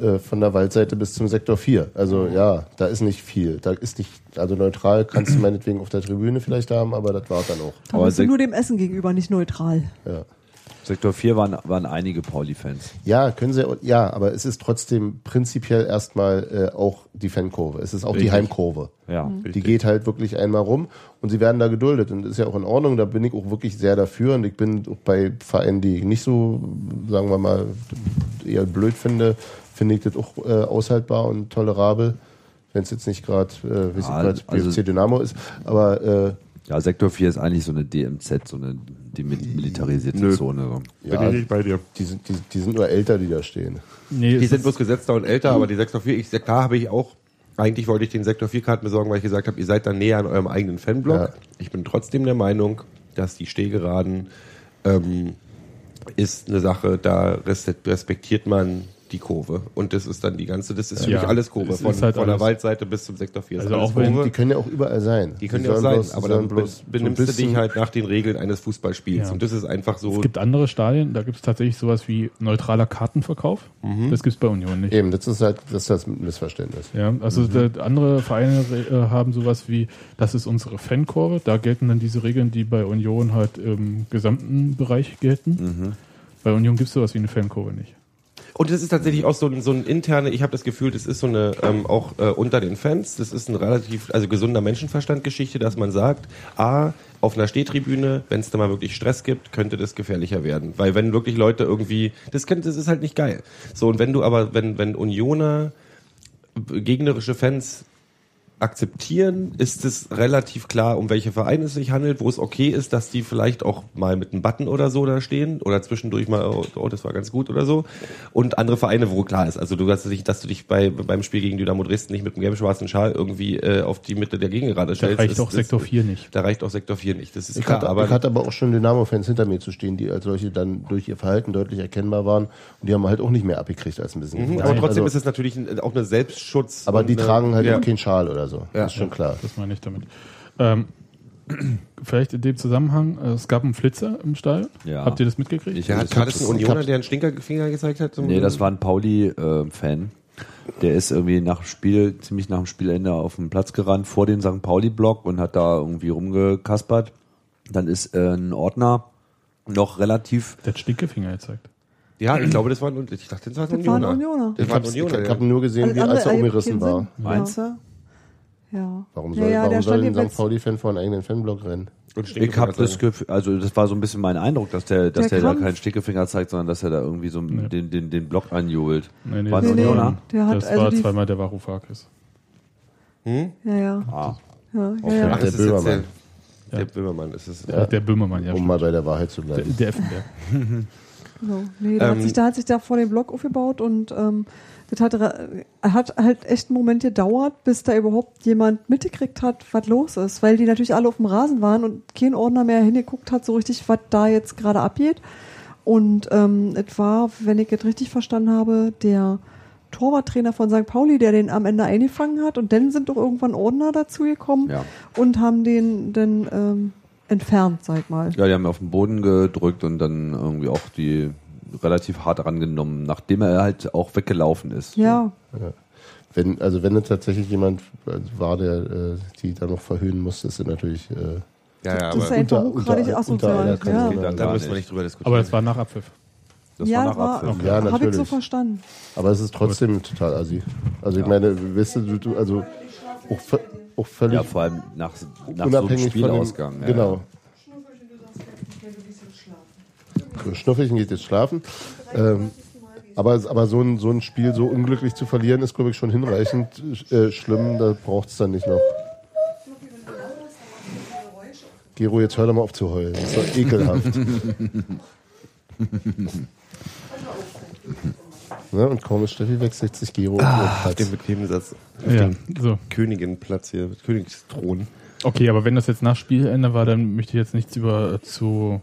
äh, von der Waldseite bis zum Sektor 4. Also ja, da ist nicht viel. Da ist nicht, also neutral kannst du meinetwegen auf der Tribüne vielleicht haben, aber das war dann auch.
Da
Aber
bist du
sek-
nur dem Essen gegenüber nicht neutral.
Ja.
Sektor 4 waren, waren einige Pauli-Fans.
Ja, können sie, ja, aber es ist trotzdem prinzipiell erstmal äh, auch die Fankurve. Es ist auch die
Richtig.
Heimkurve.
Ja.
Mhm.
Die geht halt wirklich einmal rum und sie werden da geduldet und das ist ja auch in Ordnung. Da bin ich auch wirklich sehr dafür und ich bin auch bei Vereinen, die ich nicht so, sagen wir mal, eher blöd finde, finde ich das auch äh, aushaltbar und tolerabel. Wenn es jetzt nicht gerade, äh, wie es
Ja,
gerade
also-
BFC Dynamo ist, aber äh,
Ja, Sektor 4 ist eigentlich so eine DMZ, so eine demilitarisierte
Nö.
Zone. So.
ja,
bei dir.
die, sind, die, die sind nur älter, die da stehen.
Nee,
Die
es
sind
ist-
bloß gesetzter und älter,
Mhm.
aber die Sektor 4, ich, klar habe ich auch, eigentlich wollte ich den Sektor 4 Karten besorgen, weil ich gesagt habe, ihr seid dann näher an eurem eigenen Fanblock.
Ja.
Ich bin trotzdem der Meinung, dass die Stehgeraden ähm, ist eine Sache, da res- respektiert man die Kurve. Und das ist dann die ganze, das ist für
Ja.
mich alles Kurve.
Es
Von,
ist halt
von der
alles.
Waldseite bis zum Sektor 4
Also
ist alles
auch wenn
Kurve.
Die können ja auch überall sein.
Die können
Sie
ja auch
sollen
sein,
bloß- sie
aber
sollen
dann bloß
so ein
benimmst du dich
bisschen-
halt nach den Regeln eines Fußballspiels.
Ja.
Und das ist einfach so.
Es gibt andere Stadien, da gibt es tatsächlich sowas wie neutraler Kartenverkauf.
Mhm.
Das gibt es bei Union nicht.
Eben, das ist halt das, ist das Missverständnis.
Ja, also
Mhm.
da- andere Vereine äh, haben sowas wie, das ist unsere Fankurve, da gelten dann diese Regeln, die bei Union halt im gesamten Bereich gelten. Bei Union gibt es sowas wie eine Fankurve nicht.
Und Mhm. das ist tatsächlich auch so ein, so ein interne, ich habe das Gefühl, das ist so eine, ähm, auch äh, unter den Fans, das ist ein relativ, also gesunder Menschenverstand-Geschichte, dass man sagt, A, auf einer Stehtribüne, wenn es da mal wirklich Stress gibt, könnte das gefährlicher werden. Weil wenn wirklich Leute irgendwie, das, könnte, das ist halt nicht geil. So, und wenn du aber, wenn, wenn Unioner äh, gegnerische Fans akzeptieren, ist es relativ klar, um welche Vereine es sich handelt, wo es okay ist, dass die vielleicht auch mal mit einem Button oder so da stehen oder zwischendurch mal, oh, oh das war ganz gut oder so. Und andere Vereine, wo klar ist, also du dass du dich, dass du dich bei, beim Spiel gegen Dynamo Dresden nicht mit einem gelb-schwarzen Schal irgendwie äh, auf die Mitte der Gegengerade
Da
stellst.
reicht
ist,
auch
ist,
Sektor 4 nicht.
Da reicht auch Sektor 4 nicht. Das ist
Ich,
klar,
hatte,
aber
ich hatte aber auch schon Dynamo-Fans hinter mir zu stehen, die als solche dann durch ihr Verhalten deutlich erkennbar waren. Und die haben halt auch nicht mehr abgekriegt als ein bisschen.
Mhm,
gefreut.
aber trotzdem
Also-
ist es natürlich ein, auch eine Selbstschutz.
aber
und
die
eine,
tragen halt
ja.
auch keinen Schal oder so.
Ja.
Das ist schon klar.
Das meine ich damit. Ähm, vielleicht in dem Zusammenhang, äh, es gab einen Flitzer im Stall.
Ja.
Habt ihr das mitgekriegt?
Ich-
Ja,
Ja,
hat gerade
das
ein
ist-
Unioner, der einen Stinkerfinger gezeigt hat?
Nee, das war ein Pauli-Fan. der ist irgendwie nach dem Spiel, ziemlich nach dem Spielende auf den Platz gerannt, vor den St. Pauli-Block und hat da irgendwie rumgekaspert. Dann ist äh, ein Ordner noch relativ
Der hat Stinkefinger gezeigt.
Ja, ich glaube, das war ein, ich dachte, das war ein
Das war ein
Unioner.
Unioner. Also
Das
Ich
war ein
habe ich
Unioner.
hab
ja.
nur gesehen, wie,
Alle-
als er
alle
umgerissen
ergeben
war.
sind.
Meinst
ja. Ja.
Warum
Ja,
soll,
ja, der
warum soll
stand
ein
jeweils-
St. Pauli-Fan vor einen eigenen Fanblock rennen?
Und
Ich
Stinkefinger
habe das
zeigen.
Gefühl, also das war so ein bisschen mein Eindruck, dass der, dass
Der
der, da
Kampf.
keinen Stickefinger zeigt, sondern dass er da irgendwie so den, den, den Block anjubelt.
Nee, nee,
war ein
das
Nee, nee,
Unioner?
der hat
das
also
war
die-
zweimal der Varoufakis.
Ja, ja.
Ah.
ja, ja, ja.
Hm? Ach,
Der
das ist jetzt der,
Böhmermann.
der Böhmermann. Das ist,
Der Böhmermann, ja.
Um mal bei der Wahrheit zu
Der,
bleiben.
der Effenberg.
Genau. Nee, der hat
Ähm,
sich, da hat sich da vor den Block aufgebaut und ähm, das hat, ra- hat halt echt einen Moment gedauert, bis da überhaupt jemand mitgekriegt hat, was los ist, weil die natürlich alle auf dem Rasen waren und kein Ordner mehr hingeguckt hat, so richtig, was da jetzt gerade abgeht. Und ähm, es war, wenn ich jetzt richtig verstanden habe, der Torwarttrainer von St. Pauli, der den am Ende eingefangen hat und dann sind doch irgendwann Ordner dazu gekommen
Ja.
und haben den dann ähm, entfernt, sag ich mal.
Ja, die haben ihn auf den Boden gedrückt und dann irgendwie auch die relativ hart rangenommen, nachdem er halt auch weggelaufen ist.
Ja,
Wenn, also wenn es tatsächlich jemand war, der äh, die dann noch verhöhnen musste, ist er natürlich äh,
ja, ja,
das ist
aber
ein- Einfach
unter,
hochgradig
unter,
asozial,
unter einer
ja.
Kategorie.
Geht
da
gar
müssen wir
nicht.
nicht drüber diskutieren.
Aber das war nach Abpfiff.
Das
ja,
war nach Abpfiff.
Ja,
Habe ich so
natürlich.
verstanden.
Aber es ist trotzdem total assi. Also ich meine, weißt du, du, du also auch, vö- auch völlig
Ja, vor allem nach, nach so einem
unabhängig von dem,
Spielausgang. ja,
Genau. Schnuffelchen geht jetzt schlafen. Ähm, aber, aber so, ein, so ein Spiel so unglücklich zu verlieren, ist, glaube ich, schon hinreichend äh, schlimm. Da braucht es dann nicht noch. Gero, jetzt hör doch mal auf zu heulen. Das ist doch ekelhaft. ne? Und kaum ist Steffi weg, setzt sich Gero
Ah,
auf
Den
den Platz.
bequemen Satz.
Ja, so.
Königinplatz hier, Königsthron.
Okay, aber wenn das jetzt nach Spielende war, dann möchte ich jetzt nichts über äh, zu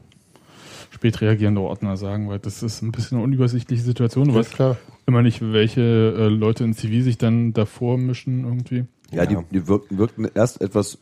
spät reagierende Ordner sagen, weil das ist ein bisschen eine unübersichtliche Situation. Du
Ja,
weißt
klar.
immer nicht, welche äh, Leute in Zivil sich dann davor mischen irgendwie.
Ja, die, die wirkten, wirkten erst etwas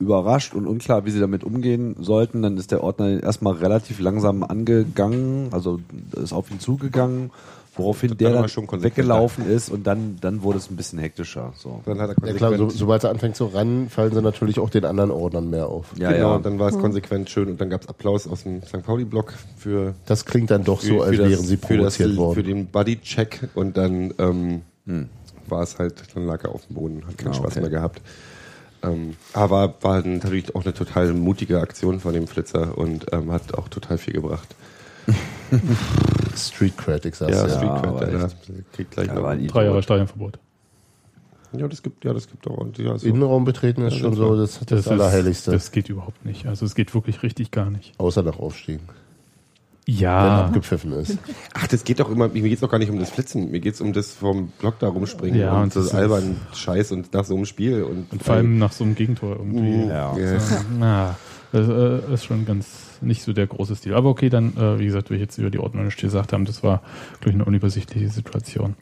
überrascht und unklar, wie sie damit umgehen sollten. Dann ist der Ordner erstmal relativ langsam angegangen, also ist auf ihn zugegangen, woraufhin der
war
dann
schon konsequent.
weggelaufen ist und dann, dann wurde es ein bisschen hektischer. So.
Dann hat er
Ja
konsequent.
klar, so, sobald sie anfängt zu rennen, fallen sie natürlich auch den anderen Ordnern mehr auf.
Ja,
genau,
ja.
und dann war es konsequent schön und dann gab es Applaus aus dem St. Pauli-Block für,
Das klingt dann doch so,
für,
als
für das-
wären sie
für, das,
provoziert worden.
für den Buddy-Check und dann ähm, war es halt, dann lag er auf dem Boden, hat keinen
Hm. Ah,
Spaß
okay.
mehr gehabt. Ähm, aber war natürlich auch eine total mutige Aktion von dem Flitzer und ähm, hat auch total viel gebracht.
Street Cred, ich sag's
Ja,
ja. Ah,
Street
aber
Cred, Alter. Kriegt gleich
Ja,
noch.
war ein
Drei Jahre
Idiot.
Stadionverbot.
Ja, das gibt, ja, das gibt auch. Ja, so.
Innenraum betreten ist schon so das, das,
ist-
Allerheiligste.
Das geht überhaupt nicht. Also es geht wirklich richtig gar nicht.
Außer nach Aufstiegen, wenn
Ah.
Ja.
abgepfiffen ist.
Ach, das geht doch immer, mir geht's doch gar nicht um das Flitzen, mir geht's um das vom Block da rumspringen
Ja,
und
und
das
das
albernen Scheiß und nach so einem Spiel und,
Und vor allem nach so einem Gegentor irgendwie.
ja.
Na, das äh, ist schon ganz nicht so der große Stil. Aber okay, dann, äh, wie gesagt, wie ich jetzt über die Ordnung nicht gesagt haben, das war, glaube ich, eine unübersichtliche Situation.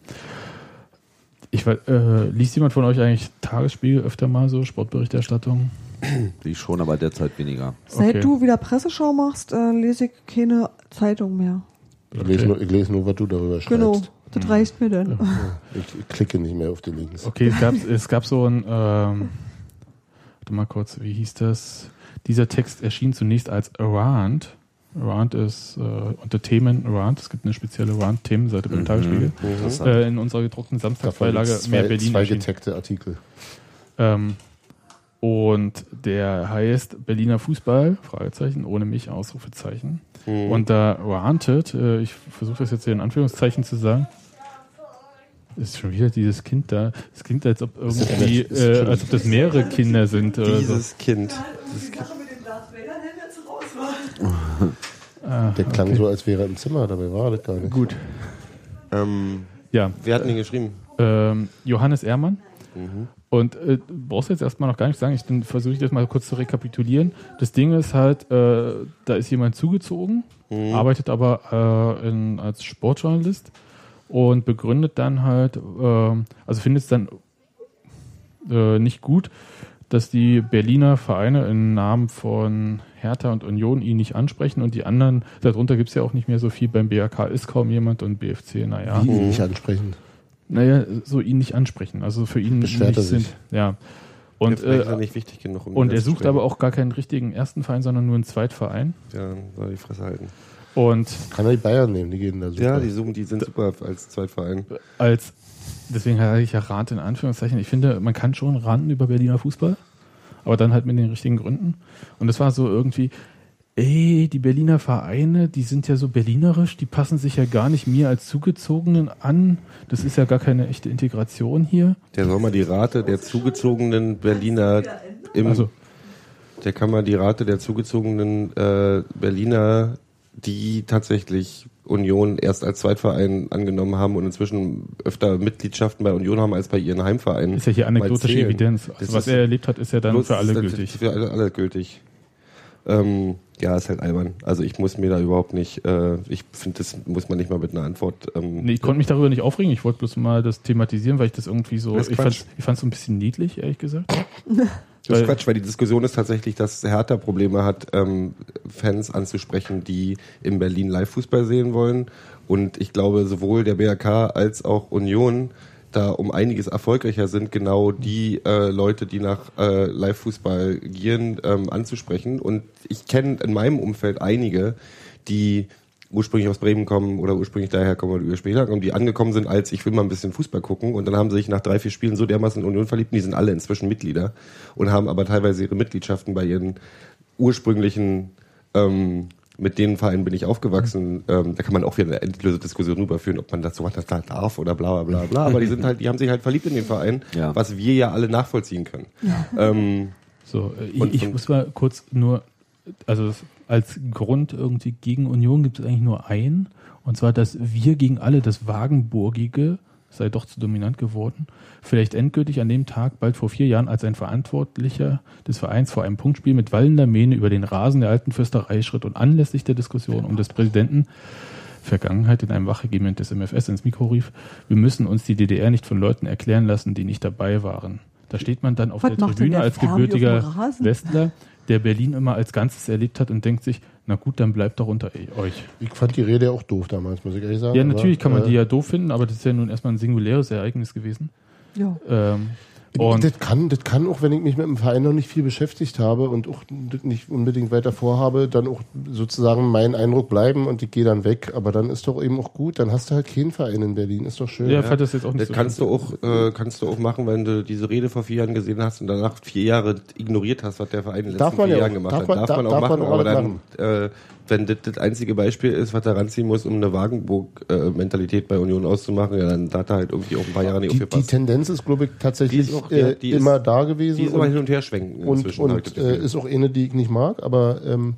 Ich weiß, äh, liest jemand von euch eigentlich Tagesspiegel öfter mal so, Sportberichterstattung?
Ich schon, aber derzeit weniger.
Seit
Okay.
du wieder Presseschau machst, äh, lese ich keine Zeitung mehr.
Ich, lese nur, ich lese nur, was du darüber
Genau,
schreibst. Hm.
das reicht mir dann.
Ich, ich klicke nicht mehr auf die Links.
Okay, es gab, es gab so ein, ähm, warte mal kurz, wie hieß das? Dieser Text erschien zunächst als Around. Around ist äh, unter Themen Around. Es gibt eine spezielle Around-Themenseite
Mhm.
beim Tagesspiegel. Äh, in unserer gedruckten Samstagsbeilage
zwei,
mehr Berlin.
zwei
erschienen.
getaggte Artikel.
Ähm, und der heißt Berliner Fußball, Fragezeichen, ohne mich, Ausrufezeichen. Und da rantet, äh, ich versuche das jetzt hier in Anführungszeichen zu sagen, ist schon wieder dieses Kind da. Es klingt, als ob irgendwie,
ist schon-
äh, als ob das mehrere Kinder sind. Oder so.
dieses Kind. Ah,
Der klang so, als wäre er im Zimmer, dabei war das gar nicht.
Gut.
Ähm,
Ja,
wer hat denn den geschrieben?
ähm, Johannes Ehrmann. Und äh, du brauchst jetzt erstmal noch gar nichts sagen. Ich dann versuche ich das mal kurz zu rekapitulieren. Das Ding ist halt, äh, da ist jemand zugezogen, arbeitet aber äh, in, als Sportjournalist und begründet dann halt, ähm, also findet es dann äh, nicht gut, dass die Berliner Vereine im Namen von Hertha und Union ihn nicht ansprechen und die anderen, darunter gibt es ja auch nicht mehr so viel. Beim BRK ist kaum jemand und BFC, naja.
Oh.
Wie ihn nicht ansprechen.
Naja, so ihn nicht ansprechen. Also für ihn
Beschwert
nicht
er sich.
sind. Ja. Und,
Vielleicht ist
äh,
nicht wichtig genug, um
und
die
er
zu
sucht
sprechen.
aber auch gar keinen richtigen ersten Verein, sondern nur einen Zweitverein.
Ja, soll die Fresse halten.
Und
Kann er die Bayern nehmen, die gehen da super.
Ja, die suchen, die sind super als Zweitverein.
als deswegen sage ich ja Rand in Anführungszeichen. Ich finde, man kann schon ranten über Berliner Fußball, aber dann halt mit den richtigen Gründen. Und es war so irgendwie, ey, die Berliner Vereine, die sind ja so berlinerisch, die passen sich ja gar nicht mir als Zugezogenen an. Das ist ja gar keine echte Integration hier.
Der soll mal die Rate der zugezogenen Berliner im,
Also,
der kann mal die Rate der zugezogenen äh, Berliner, die tatsächlich Union erst als Zweitverein angenommen haben und inzwischen öfter Mitgliedschaften bei Union haben als bei ihren Heimvereinen.
ist ja hier
mal
anekdotische
zählen.
Evidenz.
Das
Also, was
ist-
er erlebt hat, ist ja dann
bloß-
für alle
das-
gültig.
Für alle, alle gültig. Ähm, ja, ist halt albern. Also ich muss mir da überhaupt nicht, äh, ich finde, das muss man nicht mal mit einer Antwort. Ähm,
Nee, ich konnte mich darüber nicht aufregen. Ich wollte bloß mal das thematisieren, weil ich das irgendwie so.
Das ist
ich
Quatsch.
fand's, ich fand's so ein bisschen niedlich, ehrlich gesagt.
Das
Weil-
ist Quatsch, weil die Diskussion ist tatsächlich, dass Hertha Probleme hat, ähm, Fans anzusprechen, die in Berlin Live-Fußball sehen wollen. Und ich glaube, sowohl der BRK als auch Union da um einiges erfolgreicher sind, genau die äh, Leute, die nach äh, Live-Fußball gieren, ähm, anzusprechen. Und ich kenne in meinem Umfeld einige, die ursprünglich aus Bremen kommen oder ursprünglich daher kommen oder über später kommen, die angekommen sind als ich will mal ein bisschen Fußball gucken und dann haben sie sich nach drei, vier Spielen so dermaßen in Union verliebt, und die sind alle inzwischen Mitglieder und haben aber teilweise ihre Mitgliedschaften bei ihren ursprünglichen ähm, mit den Vereinen bin ich aufgewachsen. Ähm, da kann man auch wieder eine endlose Diskussion drüber führen, ob man das so da darf oder bla bla bla bla. Aber die sind halt, die haben sich halt verliebt in den Verein,
Ja.
was wir ja alle nachvollziehen können. Ähm,
So, äh,
Und-
ich, ich
und-
muss mal kurz nur, also das- als Grund irgendwie gegen Union gibt es eigentlich nur einen, und zwar, dass wir gegen alle das Wagenburgige, sei doch zu dominant geworden, vielleicht endgültig an dem Tag, bald vor vier Jahren, als ein Verantwortlicher des Vereins vor einem Punktspiel mit wallender Mähne über den Rasen der alten Fürsterei schritt und anlässlich der Diskussion um des Präsidenten Vergangenheit in einem Wachregiment des MFS ins Mikro rief, wir müssen uns die DDR nicht von Leuten erklären lassen, die nicht dabei waren. Da steht man dann auf
Was
der
macht denn
Tribüne
der
als
Fermi auf dem
gebürtiger
Rasen?
Westler, der Berlin immer als Ganzes erlebt hat und denkt sich, na gut, dann bleibt doch unter e- euch.
Ich fand die Rede auch doof damals, muss ich ehrlich sagen.
Ja, natürlich
aber,
kann man
äh,
die ja doof finden, aber das ist ja nun erstmal ein singuläres Ereignis gewesen.
Ja.
Ähm, und
das, kann, das kann auch, wenn ich mich mit dem Verein noch nicht viel beschäftigt habe und auch das nicht unbedingt weiter vorhabe, dann auch sozusagen mein Eindruck bleiben und ich gehe dann weg. Aber dann ist doch eben auch gut, dann hast du halt keinen Verein in Berlin, ist doch schön.
ja, fand das jetzt auch nicht
das
so
kannst
schlimm.
du auch, äh, kannst du auch machen, wenn du diese Rede vor vier Jahren gesehen hast und danach vier Jahre ignoriert hast, was der Verein in den
Darf
letzten
man
vier
ja
Jahren
auch.
gemacht
Darf
hat.
man-
Darf
darf-
man auch
darf man
machen,
auch
aber
alles
dann, äh, wenn das das einzige Beispiel ist, was er ranziehen muss, um eine Wagenburg-Mentalität bei Union auszumachen, ja, dann hat er halt irgendwie auch ein paar Jahre nicht
die, die
aufgepasst.
Tendenz ist, glaube ich, tatsächlich
Die ist auch-
äh,
ja, die ist-
immer da gewesen.
Die ist aber hin und her schwenken
und,
inzwischen, habe ich
und
das
äh,
Gefühl.
ist auch eine, die ich nicht mag, aber, ähm,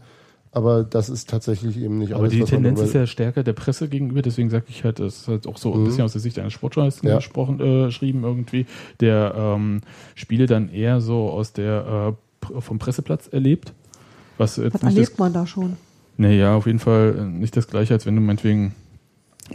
aber das ist tatsächlich eben nicht
Aber
alles,
die
was man
Tendenz
über- Mhm.
ist ja stärker der Presse gegenüber, deswegen sage ich halt, das ist halt auch so ein bisschen aus der Sicht eines Sportjournalisten
Ja.
gesprochen, äh, geschrieben irgendwie, der ähm, Spiele dann eher so aus der äh, pr- vom Presseplatz erlebt. Was jetzt
Was
nicht das,
erlebt man da schon?
naja, auf jeden Fall äh, nicht das gleiche, als wenn du meinetwegen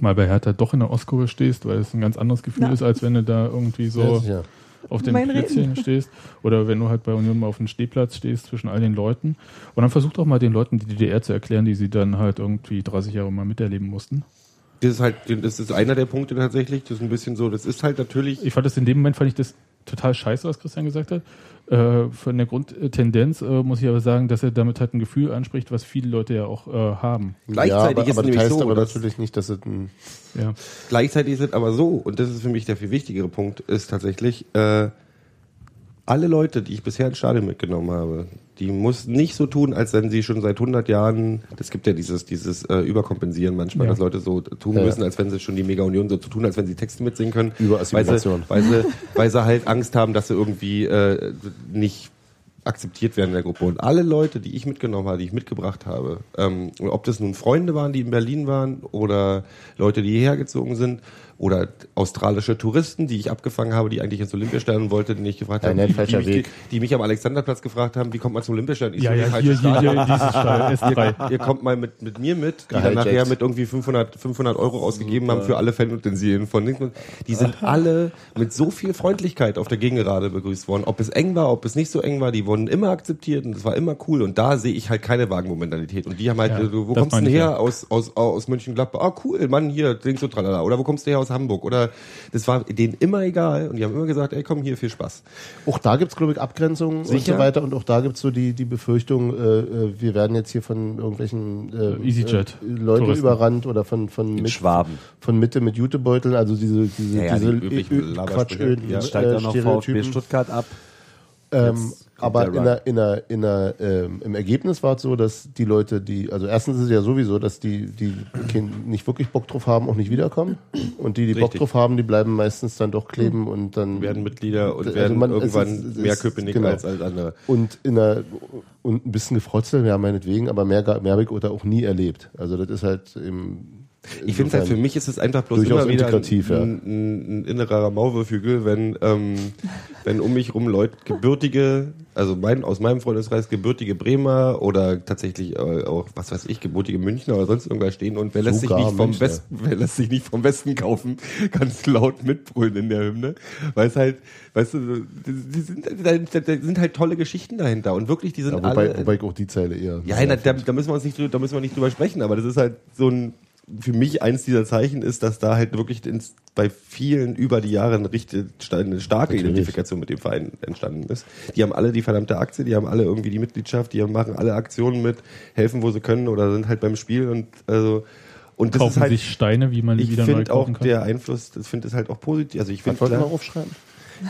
mal bei Hertha doch in der Ostkurve stehst, weil es ein ganz anderes Gefühl
Na.
ist, als wenn du da irgendwie
Ja,
so
sicher.
auf den
Mein
Plätzchen
Reden.
stehst oder wenn du halt bei Union mal auf dem Stehplatz stehst zwischen all den Leuten und dann versucht auch mal den Leuten die DDR zu erklären, die sie dann halt irgendwie 30 Jahre mal miterleben mussten.
Das ist halt, das ist einer der Punkte tatsächlich, das ist ein bisschen so, das ist halt natürlich,
Ich fand das in dem Moment fand ich das total scheiße, was Christian gesagt hat. Äh, von der Grundtendenz äh, muss ich aber sagen, dass er damit halt ein Gefühl anspricht, was viele Leute ja auch äh, haben.
Gleichzeitig ist
ja, aber,
es
aber das
nämlich
heißt
so,
aber
dass-
natürlich nicht, dass es
Hm.
ein
Ja.
Gleichzeitig ist es aber so, und das ist für mich der viel wichtigere Punkt, ist tatsächlich, äh, alle Leute, die ich bisher ins Stadion mitgenommen habe, die muss nicht so tun, als wenn sie schon seit 100 Jahren, das gibt ja dieses, dieses äh, Überkompensieren manchmal,
Ja.
dass Leute so tun
Ja, ja.
müssen, als wenn sie schon die Mega-Union so zu tun, als wenn sie Texte mitsingen können. Weil sie,
Überassimilation.
weil, sie, weil sie halt Angst haben, dass sie irgendwie äh, nicht akzeptiert werden in der Gruppe. Und alle Leute, die ich mitgenommen habe, die ich mitgebracht habe, ähm, und ob das nun Freunde waren, die in Berlin waren oder Leute, die hierher gezogen sind oder australische Touristen, die ich abgefangen habe, die eigentlich ins Olympiastadion wollten, die ich gefragt
Nein,
habe,
nein,
die, die,
falscher
mich,
Weg.
Die, die mich am Alexanderplatz gefragt haben, wie kommt man zum Olympiastadion? Ich
Ja,
so,
ja,
ich halte
hier, hier,
Stadion.
hier, dieses Stadion, S3.
Ihr kommt mal mit, mit mir mit, die dann
Gehijackt.
nachher mit irgendwie 500, 500 Euro ausgegeben haben für alle Fanutensilien von Linken. Die sind alle mit so viel Freundlichkeit auf der Gegengerade begrüßt worden. Ob es eng war, ob es nicht so eng war, die wurden immer akzeptiert und es war immer cool. Und da sehe ich halt keine Wagenmomentalität. Und die haben halt,
Ja,
so, wo
das
kommst du denn
meine ich,
her?
ja.
Aus, aus, aus München-Gladbach. Ah, cool, Mann, hier, denkst du tralala. Oder wo kommst du her? Aus Hamburg. Oder das war denen immer egal. Und die haben immer gesagt, ey, komm hier, viel Spaß.
Auch da gibt's glaub glaube ich, Abgrenzungen und
Sicher?
so weiter. Und auch da gibt's so die, die Befürchtung, äh, äh, wir werden jetzt hier von irgendwelchen äh,
EasyJet.
äh, Leuten
Touristen.
überrannt oder von, von,
In
mit,
Schwaben.
von Mitte mit Jutebeuteln. Also diese, diese,
Ja, ja,
diese
die üblichen
Ö- Ö-
Labersprüche.
Quatschöden,
Ja.
äh,
Steigt auch noch VfB
Stereotypen.
Stuttgart ab.
Ähm, aber
der
in der, in der, in der, ähm, im Ergebnis war es so, dass die Leute, die, also erstens ist es ja sowieso, dass die, die kein, nicht wirklich Bock drauf haben, auch nicht wiederkommen. Und die, die Bock
Richtig.
drauf haben, die bleiben meistens dann doch kleben und dann
Werden Mitglieder und
Also
werden
man- es
irgendwann
ist- es
mehr
ist-
Köpenick
genau.
als, als andere.
und in der, und ein bisschen gefrotzelt, ja, meinetwegen, aber mehr, ga- mehr habe ich oder auch nie erlebt. Also das ist halt im,
Ich finde halt, für mich ist es einfach bloß
Durchaus
immer wieder
integrativ,
ein,
ja.
ein, ein innerer Maulwürfügel, wenn, ähm, wenn um mich rum Leute, gebürtige, also mein, aus meinem Freundeskreis gebürtige Bremer oder tatsächlich äh, auch, was weiß ich, gebürtige Münchner oder sonst irgendwas stehen und wer lässt, sich
Sogar
nicht vom
Münchner.
Westen, wer lässt sich nicht vom Westen kaufen, ganz laut mitbrüllen in der Hymne, weil es halt, weißt du, so, die, die sind, da, da sind halt tolle Geschichten dahinter und wirklich, die sind
ja,
alle...
wobei, wobei ich auch die Zeile eher.
Ja, na, da, da, müssen wir uns nicht drüber, da müssen wir nicht drüber sprechen, aber das ist halt so ein, für mich eins dieser Zeichen ist, dass da halt wirklich ins, bei vielen über die Jahre eine, richtig, eine starke
Natürlich.
Identifikation mit dem Verein entstanden ist. Die haben alle die verdammte Aktie, die haben alle irgendwie die Mitgliedschaft, die haben- machen alle Aktionen mit, helfen, wo sie können oder sind halt beim Spiel und also und das ist
Kaufen
halt,
sich Steine, wie man die
ich
wieder neu
finde auch
kaufen kann.
der Einfluss, das finde es halt auch positiv. Also ich
Was
finde
wollten wir
klar-
aufschreiben?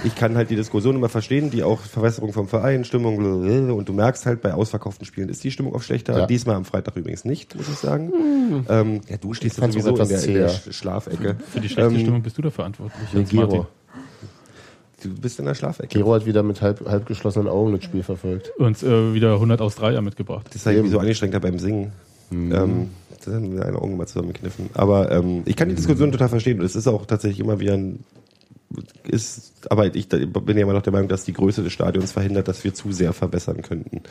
ich kann halt die Diskussion immer verstehen, die auch Verbesserung vom Verein, Stimmung, blablabla. und du merkst halt, bei ausverkauften Spielen ist die Stimmung auch schlechter.
Ja.
Diesmal am Freitag übrigens nicht, muss ich sagen. Ähm, ja, du stehst ja
fand's
sowieso
auch
in
etwas
der,
E
in der
zäher.
Sch- Schlafecke.
Für die schlechte
Ähm,
Stimmung bist du da verantwortlich.
Nee,
Hans Martin.
Gero.
Du bist in der Schlafecke.
Gero hat wieder mit halb, halb geschlossenen Augen das Spiel verfolgt.
Uns äh, wieder 100 Australier mitgebracht.
Das ist halt irgendwie so angestrengter beim Singen.
Mhm.
Ähm, das haben wir eine Augen mal zusammengekniffen. Aber ähm, ich kann die Diskussion total verstehen und es ist auch tatsächlich immer wieder ein ist, aber ich bin ja immer noch der Meinung, dass die Größe des Stadions verhindert, dass wir zu sehr verbessern könnten.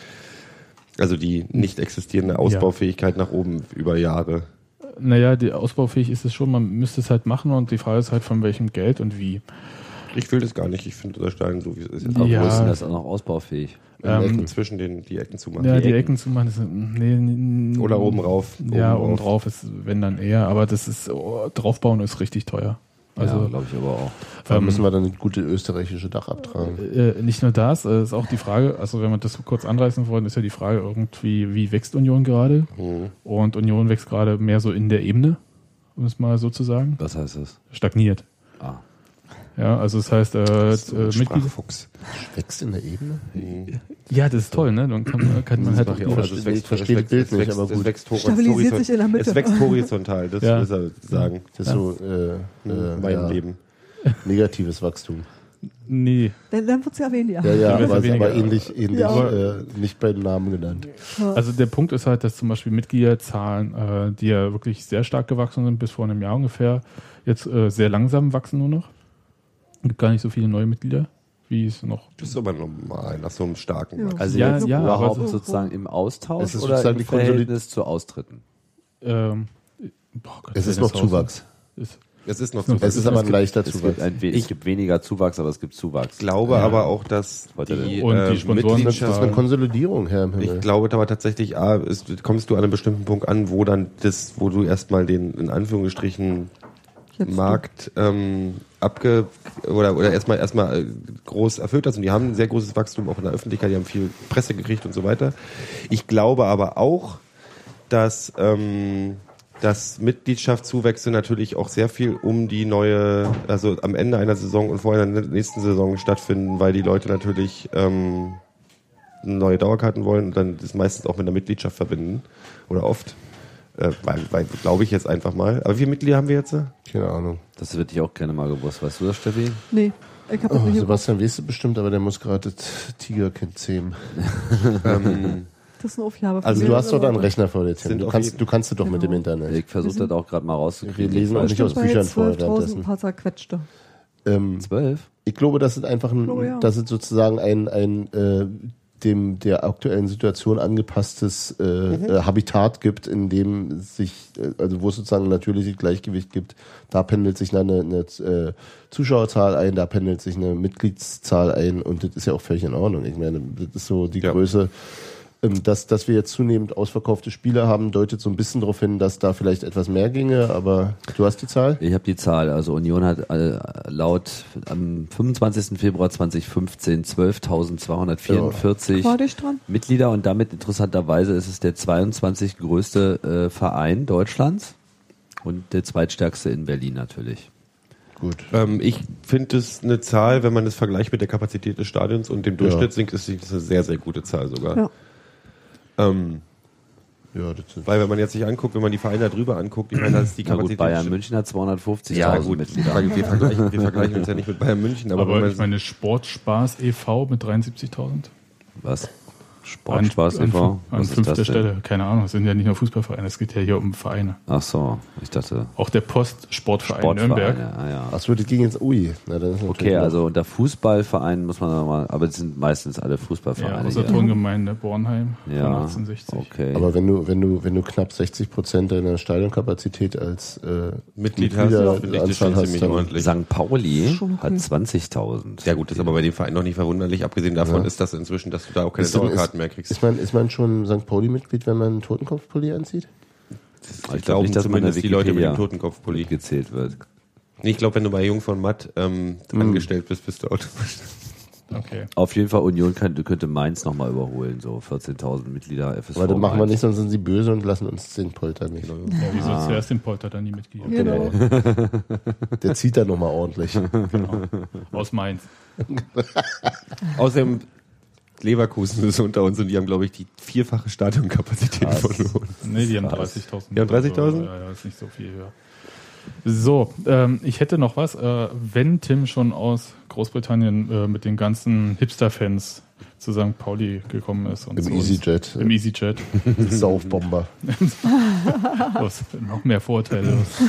Also die nicht existierende Ausbaufähigkeit nach oben über Jahre.
Naja, die, ausbaufähig ist es schon, man müsste es halt machen und die Frage ist halt, von welchem Geld und wie.
Ich will das gar nicht. Ich finde unser Stadion so, wie es ist. Jetzt
Ja.
Aber
auch
wo ist denn das auch noch ausbaufähig?
Ähm,
zwischen den die Ecken zu machen.
ja, die Ecken zu machen, ist, nee, nee,
Oder oben rauf.
Ja, oben
rauf.
drauf ist, wenn dann eher, aber das ist, oh, draufbauen ist richtig teuer.
ja,
Also ähm,
glaube ich aber auch.
Da müssen wir dann eine gute österreichische Dach abtragen.
äh, nicht nur das, äh, ist auch die Frage, also wenn wir das kurz anreißen wollen, ist ja die Frage irgendwie, wie wächst Union gerade? Und Union wächst gerade mehr so in der Ebene, um es mal so zu sagen.
Was heißt das?
Stagniert.
Ah.
Ja, also das heißt, äh,
So ein
äh, Mitglieder.
Sprachfuchs.
Äh,
Wächst in der Ebene?
Ja, das ist toll, ne? Dann kann, kann man halt auch
Mach ich
die
auch.
Versch-
Also es
Ich verstehe
es
das Bild
es
nicht,
wächst-
aber
Es
gut.
wächst hor-
Stabilisiert sich in der Mitte.
Es wächst horizontal, das
Ja.
muss er sagen. Hm,
Das ist so äh, äh,
Mein
ja,
Leben.
negatives Wachstum.
Nee.
Dann, dann wird es ja weniger.
Ja, ja,
Ja,
aber,
weniger.
aber ähnlich, ähnlich
Ja.
äh, nicht bei Namen genannt.
Also der Punkt ist halt, dass zum Beispiel Mitgliederzahlen, äh, die ja wirklich sehr stark gewachsen sind, bis vor einem Jahr ungefähr, jetzt äh, sehr langsam wachsen nur noch. Es gibt gar nicht so viele neue Mitglieder, wie es noch.
Das ist aber normal nach so einem starken
Ja.
Wachstum.
Also
Ja,
jetzt
ja, aber
überhaupt
so-
sozusagen im Austausch
Es ist
oder
sozusagen
im
die Konsolid-
Verhältnis zu Austritten?
Ähm, boah, Gott,
Es ist
Dennis
noch
Hausen
Zuwachs.
Ist,
Es ist noch
Es
so.
Es ist aber ein leichter
Es gibt,
Zuwachs.
ein, we- es gibt weniger Zuwachs, aber es gibt Zuwachs.
Ich glaube aber auch, dass
Wollte
die,
denn-
Und die
äh,
Sponsoren-
Das ist eine
Mitgliedschaft,
Konsolidierung, Herr im Himmel.
ich glaube aber tatsächlich, A, ist, kommst du an einem bestimmten Punkt an, wo dann das, wo du erstmal den, in Anführungsstrichen,
Jetzt-
Markt ähm, abge oder, oder erstmal erstmal äh, groß erfüllt hast und die haben ein sehr großes Wachstum auch in der Öffentlichkeit, die haben viel Presse gekriegt und so weiter. Ich glaube aber auch, dass, ähm, dass Mitgliedschaftszuwächse natürlich auch sehr viel um die neue, also am Ende einer Saison und vor einer nächsten Saison stattfinden, weil die Leute natürlich ähm, neue Dauerkarten wollen und dann das meistens auch mit einer Mitgliedschaft verbinden. Oder oft. Äh, weil, weil, glaube ich jetzt einfach mal. Aber wie viele Mitglieder haben wir jetzt?
Keine Ahnung.
Das hätte ich auch gerne mal gewusst. Weißt du das, Steffi?
Nee,
Ich habe das nicht
Oh,
im Kopf.
Sebastian weißt du bestimmt, aber der muss gerade das Tigerkind zähmen.
Das ist eine Aufgabe. von
Also
mir,
du hast doch
aber-
da einen Rechner vor dir, Tim.
Sind
Du
auf
kannst,
jeden-
du kannst es doch mit dem Internet.
Ich versuche das auch gerade mal rauszukriegen.
Wir lesen auch nicht
Bestimmt
aus Büchern
bei
vor
12.000
währenddessen.
paar zerquetschte.
Ähm,
Zwölf?
ich glaube, das ist einfach ein,
glaube, ja.
das ist sozusagen ein, ein äh, dem der aktuellen Situation angepasstes äh,
Mhm.
äh, Habitat gibt, in dem sich, äh, also wo es sozusagen ein natürliches Gleichgewicht gibt. Da pendelt sich dann eine, eine äh, Zuschauerzahl ein, da pendelt sich eine Mitgliedszahl ein und das ist ja auch völlig in Ordnung. Ich meine, das ist so die
Ja.
Größe. Ähm, Dass, dass wir jetzt zunehmend ausverkaufte Spiele haben, deutet so ein bisschen darauf hin, dass da vielleicht etwas mehr ginge, aber du hast die Zahl?
Ich habe die Zahl. Also Union hat äh, laut am 25. Februar 2015 12.244
War dich dran?
Mitglieder und damit interessanterweise ist es der 22. größte äh, Verein Deutschlands und der zweitstärkste in Berlin natürlich.
Gut.
Ähm, ich finde es eine Zahl, wenn man das vergleicht mit der Kapazität des Stadions und dem Durchschnitt sinkt, ist das eine sehr, sehr gute Zahl sogar.
Ja.
Ähm,
Ja, das ist
weil wenn man jetzt sich anguckt, wenn man die Vereine da drüber anguckt, ich meine, das ist die
Na gut,
Kapazität.
Bayern München hat 250.000
ja, gut,
Mitglieder.
wir vergleichen, wir vergleichen uns ja nicht mit Bayern München, aber,
Aber,
wenn man
ich meine, Sportspaß e.V. mit 73.000.
Was? Sport,
An-
Spaß,
an,
e.V.
an
e Was ist das
fünfter
denn?
Stelle. Keine Ahnung, es sind ja nicht nur Fußballvereine, es geht ja hier um Vereine.
Ach so, ich dachte
Auch der Post-Sportverein Nürnberg.
Sportvereine. Ah, ja.
Achso, das ging jetzt, ui. Na, das ist natürlich
Okay,
noch-
also unter Fußballvereinen muss man nochmal, aber es sind meistens
Ja,
alle Fußballvereine.
aus der
hier.
Turngemeinde Bornheim von
ja.
1860.
okay.
Aber wenn du, wenn du, wenn du knapp 60 Prozent deiner Stadionkapazität als äh,
Mitglied hast, finde ich das
Anzahl
schon
hast,
ziemlich
dann- ne?
ordentlich.
St. Pauli
Schon okay.
hat 20.000.
Ja gut, ist aber bei dem Verein noch nicht verwunderlich. Abgesehen davon
Ja.
ist das inzwischen, dass du da auch keine
Ist denn-
Dauerkarten
ist-
mehr kriegst.
Ist man, ist man schon St. Pauli-Mitglied, wenn man einen Totenkopfpulli anzieht?
ich
glauben
glaube nicht, dass man
zumindest
in
die
der
Leute mit dem
Wikipedia
Totenkopfpulli.
gezählt wird.
Nee, ich glaube, wenn du bei Jung von Matt ähm, angestellt bist, bist du automatisch.
Okay.
Auf jeden Fall Union könnte, könnte Mainz nochmal überholen, so 14.000 Mitglieder FSV.
Aber das machen wir
Mainz.
nicht, sonst sind sie böse und lassen uns den Polter nicht.
Genau.
Ja, wieso
Ah.
zuerst den Polter dann die Mitglieder?
Genau.
Der zieht dann nochmal ordentlich.
Aus Mainz.
Außerdem Leverkusen ist unter uns und die haben, glaube ich, die vierfache Stadionkapazität von uns.
Nee, die haben 30.000.
Die haben 30.000?
Ja, ja, ist nicht so viel höher. So, ähm, ich hätte noch was. Äh, wenn Tim schon aus Großbritannien äh, mit den ganzen Hipster-Fans zu St. Pauli gekommen ist. Und
Im
zu uns-
EasyJet.
Im EasyJet.
Saufbomber.
Was noch mehr Vorurteile. ist.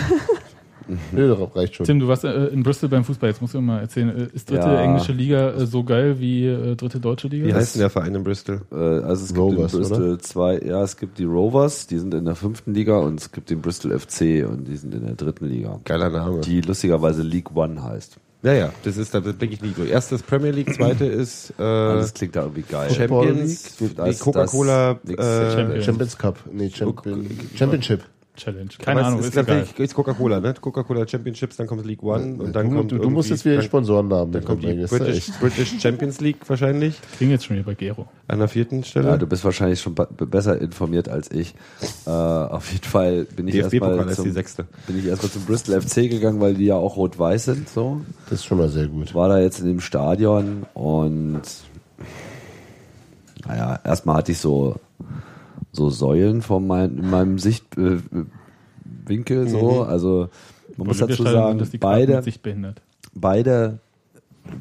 Nö, darauf reicht schon.
Tim, du warst äh, in Bristol beim Fußball. Jetzt musst du mir mal erzählen, äh, ist dritte
Ja.
englische Liga äh, so geil wie äh, dritte deutsche Liga?
Wie heißt denn der Verein in Bristol?
Äh, also es
Rovers,
gibt in Bristol zwei, ja, es gibt die Rovers, die sind in der fünften Liga und es gibt den Bristol FC und die sind in der dritten Liga.
Geiler Name.
Die lustigerweise League One heißt.
ja, ja, das ist, da blicke ich nie durch. Erstes Premier League, zweite ist äh,
Alles klingt da irgendwie geil.
Champions,
League,
die
das-
Coca-Cola,
das-
äh,
Champions.
Champions Cup. Nee, Champion, Championship.
Challenge.
aber
Keine
es
Ahnung,
ist,
ist egal.
natürlich ist Coca-Cola, ne? Coca-Cola Championships, dann kommt League One und dann
du,
kommt
du, du musst
irgendwie-
jetzt wieder den
dann-
Sponsorennamen
Dann kommt die
mitbringen, ist ja
British,
echt.
British Champions League wahrscheinlich
Klingt jetzt schon wieder bei Gero.
an der vierten
Ja,
Stelle.
du bist wahrscheinlich schon be- besser informiert als ich. Äh, auf jeden Fall bin ich
DFB-Pokal
erstmal
ist
zum,
die sechste.
bin ich erstmal zum Bristol FC gegangen, weil die ja auch rot-weiß sind. So
Das ist schon mal sehr gut.
war da jetzt in dem Stadion und naja, erstmal hatte ich so so Säulen vor mein, in meinem Sichtwinkel äh, Winkel, so. Also man muss dazu
Mhm. Olympiastadion sind
sagen,
das die Karten
beide
mit sich behindert.
beide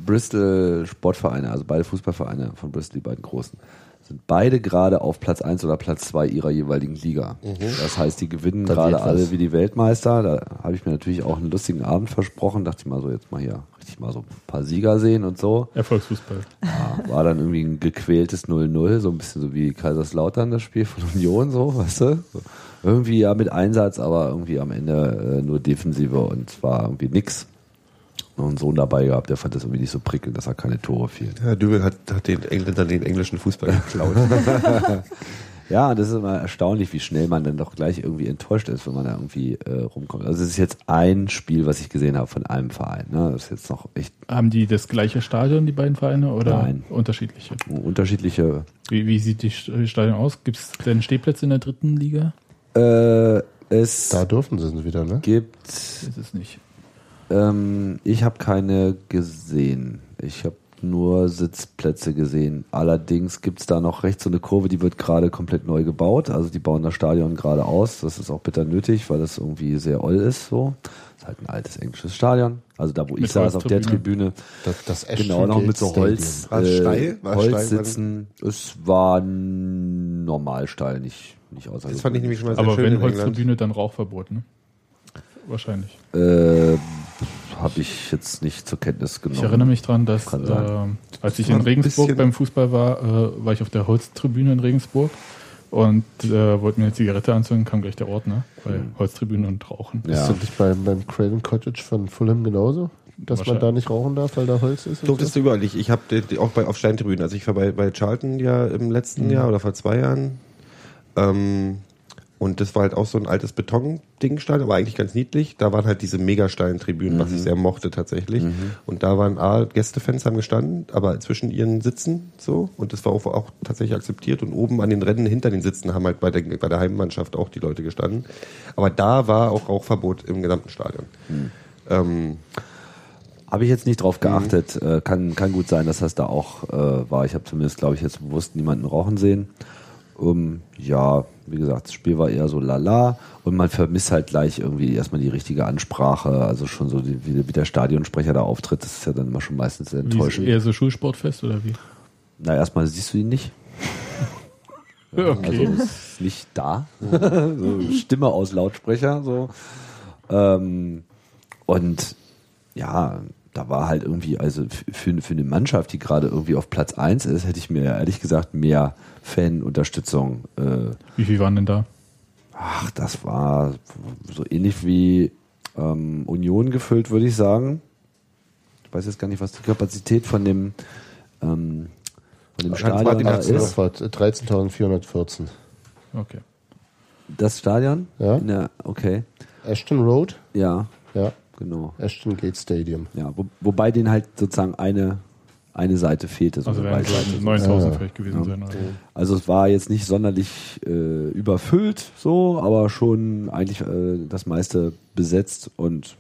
Bristol Sportvereine, also beide Fußballvereine von Bristol, die beiden großen, sind beide gerade auf Platz 1 oder Platz 2 ihrer jeweiligen Liga. Das heißt, die gewinnen
Da
gerade
geht was.
alle wie die Weltmeister. Da habe ich mir natürlich auch einen lustigen Abend versprochen. Dachte ich mal so, jetzt mal hier richtig mal so ein paar Sieger sehen und so.
Erfolgsfußball.
Ja, war dann irgendwie ein gequältes 0-0, so ein bisschen so wie Kaiserslautern das Spiel von Union, so, weißt du? So, irgendwie ja mit Einsatz, aber irgendwie am Ende äh, nur Defensive und war irgendwie nix. Noch einen Sohn dabei gehabt, der fand das irgendwie nicht so prickelnd, dass er keine Tore fiel.
Ja, Dübel hat, hat den Engländern den englischen Fußball geklaut.
Ja, das ist immer erstaunlich, wie schnell man dann doch gleich irgendwie enttäuscht ist, wenn man da irgendwie äh, rumkommt. Also es ist jetzt ein Spiel, was ich gesehen habe von einem Verein. Ne? Das ist jetzt noch echt
Haben die das gleiche Stadion, die beiden Vereine, oder
Nein.
unterschiedliche?
unterschiedliche
Wie, wie sieht die St- Stadion aus? Gibt es denn Stehplätze in der dritten Liga?
äh, es
Da dürfen sie wieder, ne?
gibt
Das ist es nicht.
Ähm, ich habe keine gesehen. Ich habe nur Sitzplätze gesehen. Allerdings gibt es da noch rechts so eine Kurve, die wird gerade komplett neu gebaut. Also die bauen das Stadion gerade aus. Das ist auch bitter nötig, weil das irgendwie sehr oll ist. So. Das ist halt ein altes englisches Stadion. Also da, wo
Mit
ich saß, auf der
Holztribüne.
Tribüne.
Das, das
Genau, noch mit so Holz,
War's steil? War's steil?
Holzsitzen. Es war n- normal steil, nicht, nicht außer.
Das fand ich nämlich schon mal sehr
Aber
schön
wenn
in England.
Holztribüne, dann Rauchverbot, ne? Wahrscheinlich.
Äh, Habe ich jetzt nicht zur Kenntnis genommen.
Ich erinnere mich dran, dass
Kann
äh,
sein.
als ich
War
in
ein
Regensburg
bisschen-
beim Fußball war, äh, war ich auf der Holztribüne in Regensburg und äh, wollte mir eine Zigarette anzünden, kam gleich der Ordner, weil Holztribüne und Rauchen.
Ja.
Ist das nicht beim, beim Craven Cottage von Fulham genauso? Dass man
Wahrscheinlich.
da nicht rauchen darf, weil da Holz ist? und
Durftest du überall nicht. Ich habe auch bei auf Steintribünen, also ich war bei, bei Charlton ja im letzten
Mhm.
Jahr oder vor zwei Jahren. Ähm, und das war halt auch so ein altes Betondingstein, aber eigentlich ganz niedlich. Da waren halt diese Megasteintribünen, was
Mhm.
ich sehr mochte tatsächlich. Und da waren A, Gästefans haben gestanden, aber zwischen ihren Sitzen so. Und das war auch, auch tatsächlich akzeptiert. Und oben an den Rennen hinter den Sitzen haben halt bei der, bei der Heimmannschaft auch die Leute gestanden. Aber da war auch Rauchverbot im gesamten Stadion.
Hm.
Ähm,
Habe ich jetzt nicht
Mhm.
drauf geachtet. Äh, kann, kann gut sein, dass das da auch äh, war. Ich habe zumindest, glaube ich, jetzt bewusst niemanden rauchen sehen. Ähm, ja, wie gesagt, das Spiel war eher so lala und man vermisst halt gleich irgendwie erstmal die richtige Ansprache. Also schon so, die, wie, wie der Stadionsprecher da auftritt, das ist ja dann immer schon meistens sehr
Wie ist
enttäuschend.
eher so Schulsportfest oder wie?
Na, erstmal siehst du ihn nicht.
Okay.
Also ist nicht da. so Stimme aus Lautsprecher. So. Ähm, und ja, da war halt irgendwie, also f- für, für eine Mannschaft, die gerade irgendwie auf Platz 1 ist, hätte ich mir ehrlich gesagt mehr Fanunterstützung. Äh,
Wie viel waren denn da?
ach, das war so ähnlich wie ähm, Union gefüllt, würde ich sagen. Ich weiß jetzt gar nicht, was die Kapazität von dem, ähm, von dem Stadion
Hans-Martin
da
hat's
ist.
noch.
Das war 13.414.
Okay.
Das Stadion?
Ja.
In der, okay.
Ashton Road?
Ja,
Ja,
genau.
Ashton Gate Stadium.
Ja, wo, wobei denen halt sozusagen eine, eine Seite fehlte. So
Also
eine
werden
Waldseite.
es 9000
Ja.
vielleicht gewesen sein. Oder?
also es war jetzt nicht sonderlich äh, überfüllt, so, aber schon eigentlich äh, das meiste besetzt und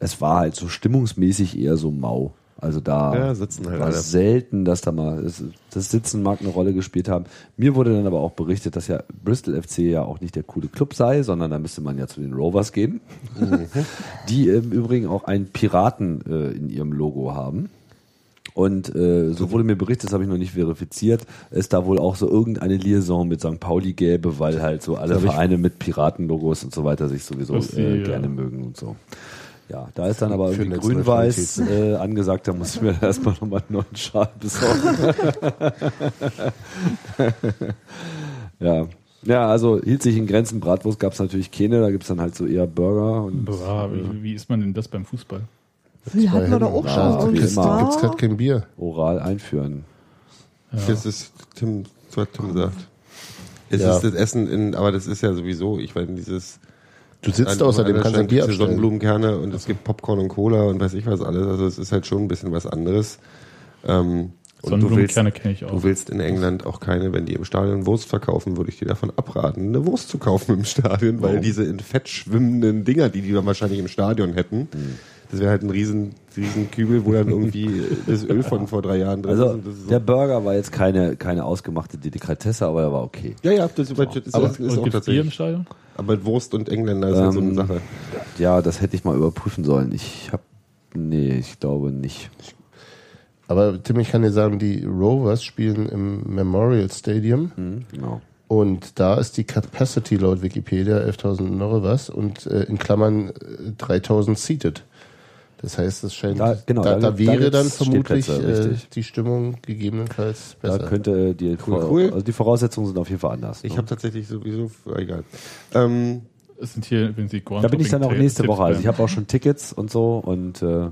es war halt so stimmungsmäßig eher so mau. Also da
Ja, sitzen halt
war
alle.
selten, dass da mal es- das Sitzen mag eine Rolle gespielt haben. Mir wurde dann aber auch berichtet, dass ja Bristol FC ja auch nicht der coole Club sei, sondern da müsste man ja zu den Rovers gehen, die im Übrigen auch einen Piraten äh, in ihrem Logo haben. Und äh, so wurde mir berichtet, das habe ich noch nicht verifiziert, es da wohl auch so irgendeine Liaison mit St. Pauli gäbe, weil halt so alle Vereine mit Piratenlogos und so weiter sich sowieso
Dass die,
äh,
ja.
gerne mögen und so. Ja, da ist dann aber
Für
irgendwie grün-weiß
Netzneutralität.
äh, angesagt, da muss ich mir erstmal nochmal einen neuen Schal besorgen. ja. ja, also hielt sich in Grenzen. Bratwurst gab es natürlich keine, da gibt es dann halt so eher Burger und
Bra, wie, wie ist man denn das beim Fußball?
Die hatten wir doch auch
Ja,
schon.
okay,
Und
gibt's-
da-
Gibt's gerade kein Bier.
oral einführen.
Das ist Tim, das hat Tim gesagt. Es
Ja.
ist das Essen in, aber das ist ja sowieso, ich meine, dieses.
Du sitzt
an-
außerdem,
an-
kannst ein
gibt's
Bier
ja
abstellen.
Sonnenblumenkerne und es gibt Popcorn und Cola und weiß ich was alles. Also es ist halt schon ein bisschen was anderes. Ähm, und du willst,
Sonnenblumenkerne kenne ich auch.
du willst in England auch keine, wenn die im Stadion Wurst verkaufen, würde ich dir davon abraten, eine Wurst zu kaufen im Stadion, weil diese in Fett schwimmenden Dinger, die die dann wahrscheinlich im Stadion hätten,
Hm.
das wäre halt ein riesen, riesen Kübel, wo dann irgendwie das Öl von vor drei Jahren drin ist.
Also
und das ist so-
der Burger war jetzt keine, keine ausgemachte Delikatesse, aber er war okay.
Ja, ja, das, aber, das
Aber
ist, ist auch
gibt es Bier im
tatsächlich.
Stadion?
Aber Wurst und Engländer ist halt so eine
Ähm,
Sache.
Ja, das hätte ich mal überprüfen sollen. Ich habe, nee, ich glaube nicht.
Aber Tim, ich kann dir sagen, die Rovers spielen im Memorial Stadium
Mhm.
Hm, genau.
und da ist die Capacity laut Wikipedia 11.000 noch was und äh, in Klammern äh, 3.000 seated. Das heißt, es scheint,
Da- genau,
da,
da
da,
gibt's- da
wäre dann
gibt's
vermutlich
Stehplätze,
äh,
richtig.
die Stimmung gegebenenfalls
Da
besser.
könnte die,
halt Cool, cool.
Also die Voraussetzungen sind auf jeden Fall anders.
Ich
ne?
habe tatsächlich sowieso, egal. Ähm,
Es sind hier, wenn sie Grand
da bin ich dann auch
Topping
nächste
Tipps
Woche. Also
beim-
ich habe auch schon Tickets und so und äh,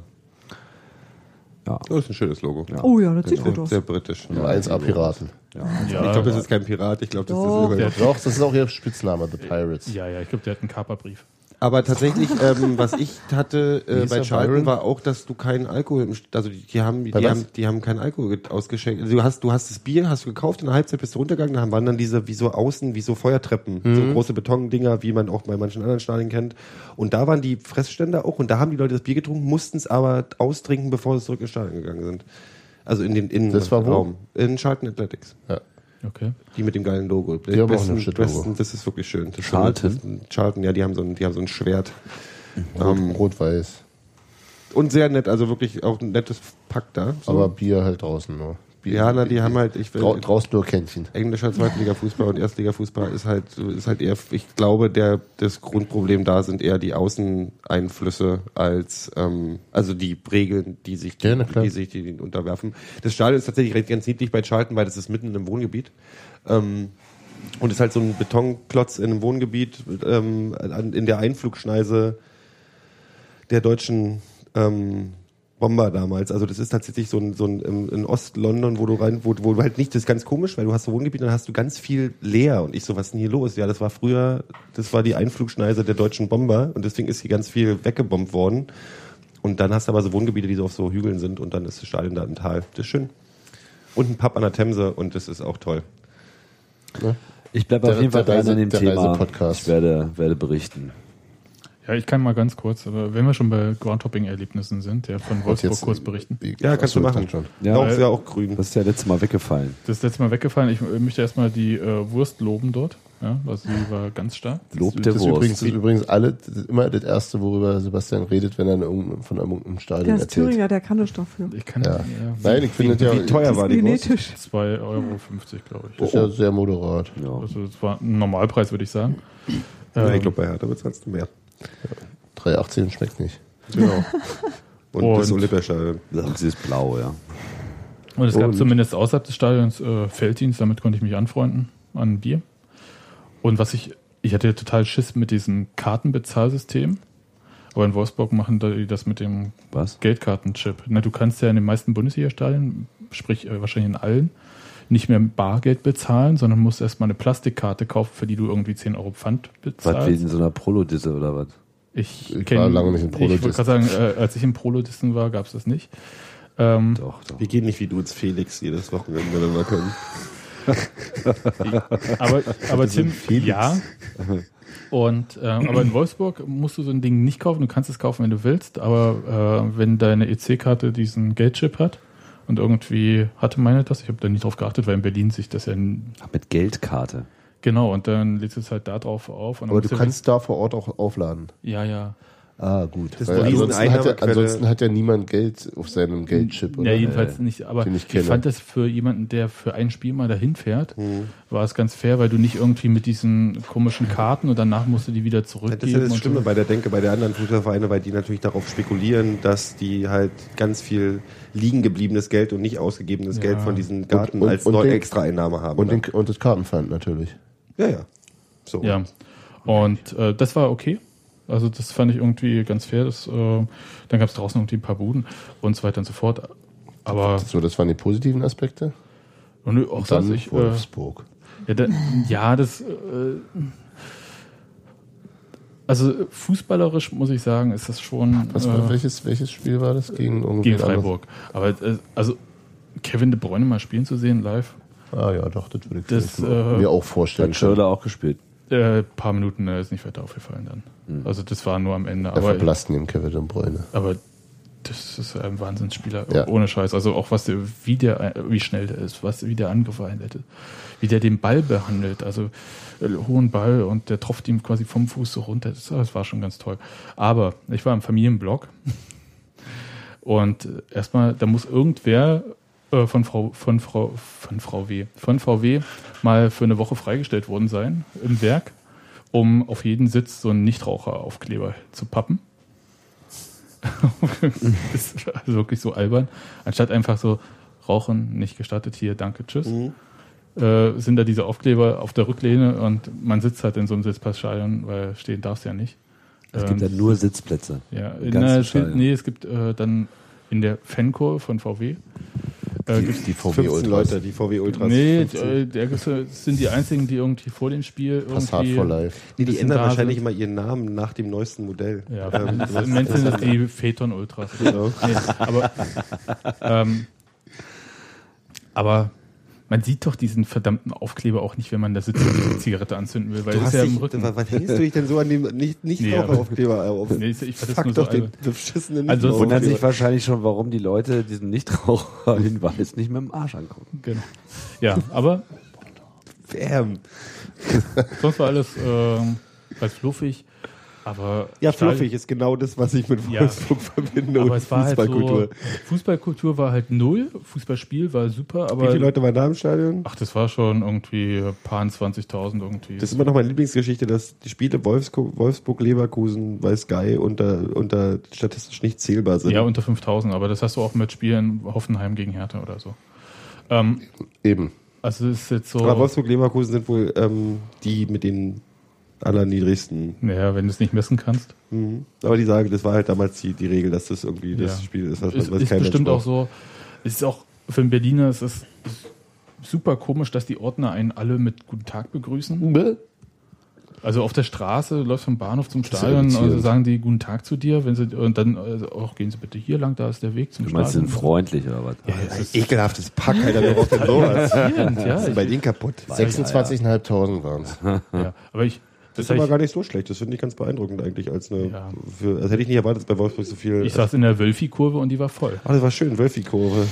ja.
oh, das ist ein schönes Logo. Ja.
Oh ja, das sieht gut
Sehr,
aus.
sehr britisch.
Ja, 1A Piraten.
ja,
Ich glaube, das ist kein Pirat. Ich glaube, das
Doch.
ist
Der-
überall.
Doch, das ist auch ihr Spitzname, The Pirates.
ja, ja, ich glaube, der hat einen Kaperbrief.
Aber tatsächlich, ähm, was ich hatte äh,
hieß
bei
der
Charlton
Byron?
war auch, dass du keinen Alkohol, im, St- also die, die haben, die
Bei was?
haben, die haben keinen Alkohol get- ausgeschenkt. Also du hast, du hast das Bier, hast du gekauft, in der Halbzeit bist du runtergegangen, da waren dann diese, wie so außen, wie so Feuertreppen, so große Betondinger, wie man auch bei manchen anderen Stadien kennt. Und da waren die Fressstände auch und da haben die Leute das Bier getrunken, mussten es aber austrinken, bevor sie zurück ins Stadion gegangen sind. Also in dem Innen
Das war wo?
Raum. In Charlton Athletics.
Okay.
Die mit dem geilen Logo.
Die haben auch
Besten-
ein Shit-Logo.
besten- Das ist wirklich schön. Das ist
Charlton?
so ein- Charlton, ja, die haben so ein, die haben so ein Schwert. Ähm,
Rot-Weiß.
und sehr nett, also wirklich auch ein nettes Pack da. ne, So.
Aber Bier halt draußen nur. Bier,
ja, na, die haben halt, ich
Drau draußen nur Kännchen.
englischer Zweitliga-Fußball und Erstliga-Fußball ist halt, ist halt eher, ich glaube, der, das Grundproblem da sind eher die Außeneinflüsse als, ähm, also die Regeln, die sich,
Ja, na klar.
die sich die unterwerfen. Das Stadion ist tatsächlich recht- ganz niedlich bei Charlton, weil das ist mitten im Wohngebiet. Ähm, und ist halt so ein Betonklotz in einem Wohngebiet, ähm, an- in der Einflugschneise der deutschen ähm, Bomber damals. Also das ist tatsächlich so ein, so ein im- in Ost-London, wo du rein, wo, wo du halt nicht, das ist ganz komisch, weil du hast so Wohngebiet, dann hast du ganz viel leer und ich so, was ist denn hier los? Ja, das war früher, das war die Einflugschneise der deutschen Bomber und deswegen ist hier ganz viel weggebombt worden. Und dann hast du aber so Wohngebiete, die so auf so Hügeln sind und dann ist das Stadion da im Tal. Das ist schön. Und ein Pub an der Themse und das ist auch toll.
Ich bleibe auf
Der-
jeden Fall
der
dran an dem
Reise- der
Thema.
Reisepodcast.
Ich werde, werde berichten.
Ja, ich kann mal ganz kurz, aber wenn wir schon bei Groundtopping-Erlebnissen sind, ja, von
Und
Wolfsburg kurz berichten.
Ja, kannst
Achso,
du machen.
dann Schon.
Ja,
auch,
weil-
ja, auch grün.
Das ist ja letztes Mal weggefallen.
Das letzte Mal weggefallen. Ich äh, möchte erstmal die äh, Wurst loben dort. Ja, also die war ganz stark.
Lob
Das
der
ist,
Wurst.
übrigens, das ist übrigens alle, das ist immer das Erste, worüber Sebastian redet, wenn er in irgendeinem- von irgendeinem Stadion
Der ist
erzählt.
Thüringer, der kann nicht dafür.
Ich kann
Ja.
ja,
Nein, ich finde das ja,
Wie teuer war die Wurst?
Genetisch.
2,50 Euro, glaube ich.
das ist ja sehr moderat.
Ja.
Also das war ein Normalpreis, würde ich sagen.
Ja,
Ähm,
ich glaube, bei Hertha bezahlst du mehr.
3,18 schmeckt nicht.
Genau. Und,
Und-
das Olympiastadion.
Sie ist blau, ja.
Und es gab zumindest außerhalb des Stadions äh, Felddienst, damit konnte ich mich anfreunden an ein Bier. Und was ich, ich hatte total Schiss mit diesem Kartenbezahlsystem. Aber in Wolfsburg machen die das mit dem
Was?
Geldkartenchip. Na, du kannst ja in den meisten Bundesliga-Stadien, sprich äh, wahrscheinlich in allen, nicht mehr Bargeld bezahlen, sondern musst erstmal eine Plastikkarte kaufen, für die du irgendwie 10 Euro Pfand
Was, wie
bezahlst.
in so einer Prolodisse oder was?
Ich,
Ich
kenn-
war lange nicht in
Ich wollte gerade sagen, äh, als ich im Prolodissen war, gab es das nicht. Ähm,
Doch, doch.
Wir gehen nicht wie du ins Felix jedes Wochenende, wenn wir können.
Aber, aber Tim, ja. Und, ähm, aber in Wolfsburg musst du so ein Ding nicht kaufen. Du kannst es kaufen, wenn du willst. Aber äh, wenn deine EC-Karte diesen Geldchip hat und irgendwie hatte meine das, ich habe da nicht drauf geachtet, weil in Berlin sich das ja n-
Mit Geldkarte.
genau und dann lädst du es halt da drauf auf. Und dann
Aber
musst
du kannst da vor Ort auch aufladen.
ja ja.
Ah, gut.
ist
Weil
eine riesen
ansonsten, hat ja,
Einnahmequelle.
ansonsten hat ja niemand Geld auf seinem Geldchip.
Ja,
Oder?
jedenfalls
äh,
nicht. Aber
den ich
ich,
kenne.
fand das für jemanden, der für ein Spiel mal dahin fährt,
Mhm.
war es ganz fair, weil du nicht irgendwie mit diesen komischen Karten und danach musst du die wieder zurückgeben.
Das ist ja das
und
Schlimme
so.
bei der Denke, bei der anderen Fußballvereine, weil die natürlich darauf spekulieren, dass die halt ganz viel liegen gebliebenes Geld und nicht ausgegebenes
Ja.
Geld von diesen Garten
Und- und-
als
und
neue
den-
Extra-Einnahme haben.
und,
ne?
den, und das Kartenpfand natürlich.
ja, ja. So.
Ja. Und äh, das war okay. Also das fand ich irgendwie ganz fair. Das, äh, dann gab es draußen irgendwie ein paar Buden und so weiter und so fort. Aber
So, das waren die positiven Aspekte.
und auch sonst,
Dann
ich, äh,
Wolfsburg.
ja, da, ja, das. Äh, also fußballerisch muss ich sagen, ist das schon
Was,
äh,
welches, welches Spiel war das? Gegen, irgendwen
gegen
anderes?
Freiburg. Aber äh, also Kevin de Bruyne mal spielen zu sehen live,
Ah ja, doch, das würde ich
Das,
vielleicht
äh,
mir auch vorstellen.
Hat Schirrle auch gespielt.
äh, paar Minuten äh, ist nicht weiter aufgefallen dann. Also das war nur am Ende.
Da
Aber
verblasst neben Kevin De Bruyne.
Aber das ist ein Wahnsinnsspieler,
Ja.
ohne Scheiß. Also auch was der, wie der, wie schnell der ist, was, wie der Angriff einleitet, wie der den Ball behandelt, also äh, hohen Ball und der tropft ihm quasi vom Fuß so runter. Das, das war schon ganz toll. Aber ich war im Familienblock und äh, erstmal, da muss irgendwer äh, von Frau, von Frau, von Frau W, von VW mal für eine Woche freigestellt worden sein im Werk, um auf jeden Sitz so einen Nichtraucheraufkleber zu pappen. das ist also wirklich so albern. Anstatt einfach so Rauchen nicht gestattet, hier, danke, tschüss. Äh, sind da diese Aufkleber auf der Rücklehne und man sitzt halt in so einem Sitzplatzstadion, weil stehen darfst du ja nicht.
Es gibt ja nur Sitzplätze.
Ähm, Ja, äh,
Im ganzen
na, es gibt,
Stadion.
nee, es gibt äh, dann in der Fancore von VW. Äh, gibt's,
Die VW
15
Ultras.
Leute, die VW Ultras.
nee,
15.
äh, der gibt's, das sind die einzigen, die irgendwie vor dem Spiel
Passat
irgendwie.
for Life.
Nee,
ein
die
bisschen
ändern
da
wahrscheinlich
sind.
immer ihren Namen nach dem neuesten Modell.
Ja,
Ähm,
das
was-
im Moment sind das die Phaeton Ultras. Nee, aber, ähm, aber Man sieht doch diesen verdammten Aufkleber auch nicht, wenn man da sitzt und eine Zigarette anzünden will, weil das ist ja im Rücken.
was hängst du dich denn so an dem nicht, nicht
Nee, aber-
Aufkleber auf?
Nee, ich- ich fand das
Fuck
nur so
doch den
albern.
beschissenen
Also es
Wundern
Nichtraucher.
sich wahrscheinlich schon, warum die Leute diesen Nichtraucher-Hinweis nicht mit dem Arsch angucken.
Genau. Ja, aber
Bam.
sonst war alles ähm, ganz fluffig. Aber
Ja,
Stahl-
fluffig ist genau das, was ich mit
Ja.
Wolfsburg verbinde
Aber
und
es war halt so,
Fußballkultur.
Fußballkultur war halt null, Fußballspiel war super,
Wie viele
aber
Leute waren da im Stadion?
ach, das war schon irgendwie paar 20.000 irgendwie.
Das ist immer noch meine Lieblingsgeschichte, dass die Spiele Wolfs Wolfsburg, Leverkusen bei Sky unter, unter statistisch nicht zählbar sind.
ja, unter 5.000, aber das hast du auch mit Spielen Hoffenheim gegen Hertha oder so. Ähm,
Eben.
Also es ist jetzt so,
Aber Wolfsburg, Leverkusen sind wohl ähm, die mit den allerniedrigsten.
naja, wenn du es nicht messen kannst.
Mhm. Aber die sagen, das war halt damals die, die Regel, dass das irgendwie das
Ja.
Spiel ist, was,
ist,
was
ist
kein Mensch
bestimmt auch
braucht.
so. Es ist auch für einen Berliner es ist es ist super komisch, dass die Ordner einen alle mit Guten Tag begrüßen. Also auf der Straße läuft vom Bahnhof zum
ist
Stadion, also
irritierend.
sagen die Guten Tag zu dir, wenn sie und dann also auch gehen sie bitte hier lang, da ist der Weg zum
Du meinst, sie
Stadion.
sind freundlich oder was?
ja, es ist
Ekelhaftes Pack, Alter, wer braucht denn sowas?
irritierend,
Was
ja,
ist denn bei
ich,
denen kaputt?
26.500 waren es.
ja. Aber ich das
Das ist aber
hab
gar nicht so schlecht. Das finde ich ganz beeindruckend eigentlich. Als eine,
Ja.
für, also hätte ich nicht erwartet, dass bei Wolfsburg so viel.
ich, ich saß in der Wölfi-Kurve und die war voll.
Ah, das war schön, Wölfi-Kurve.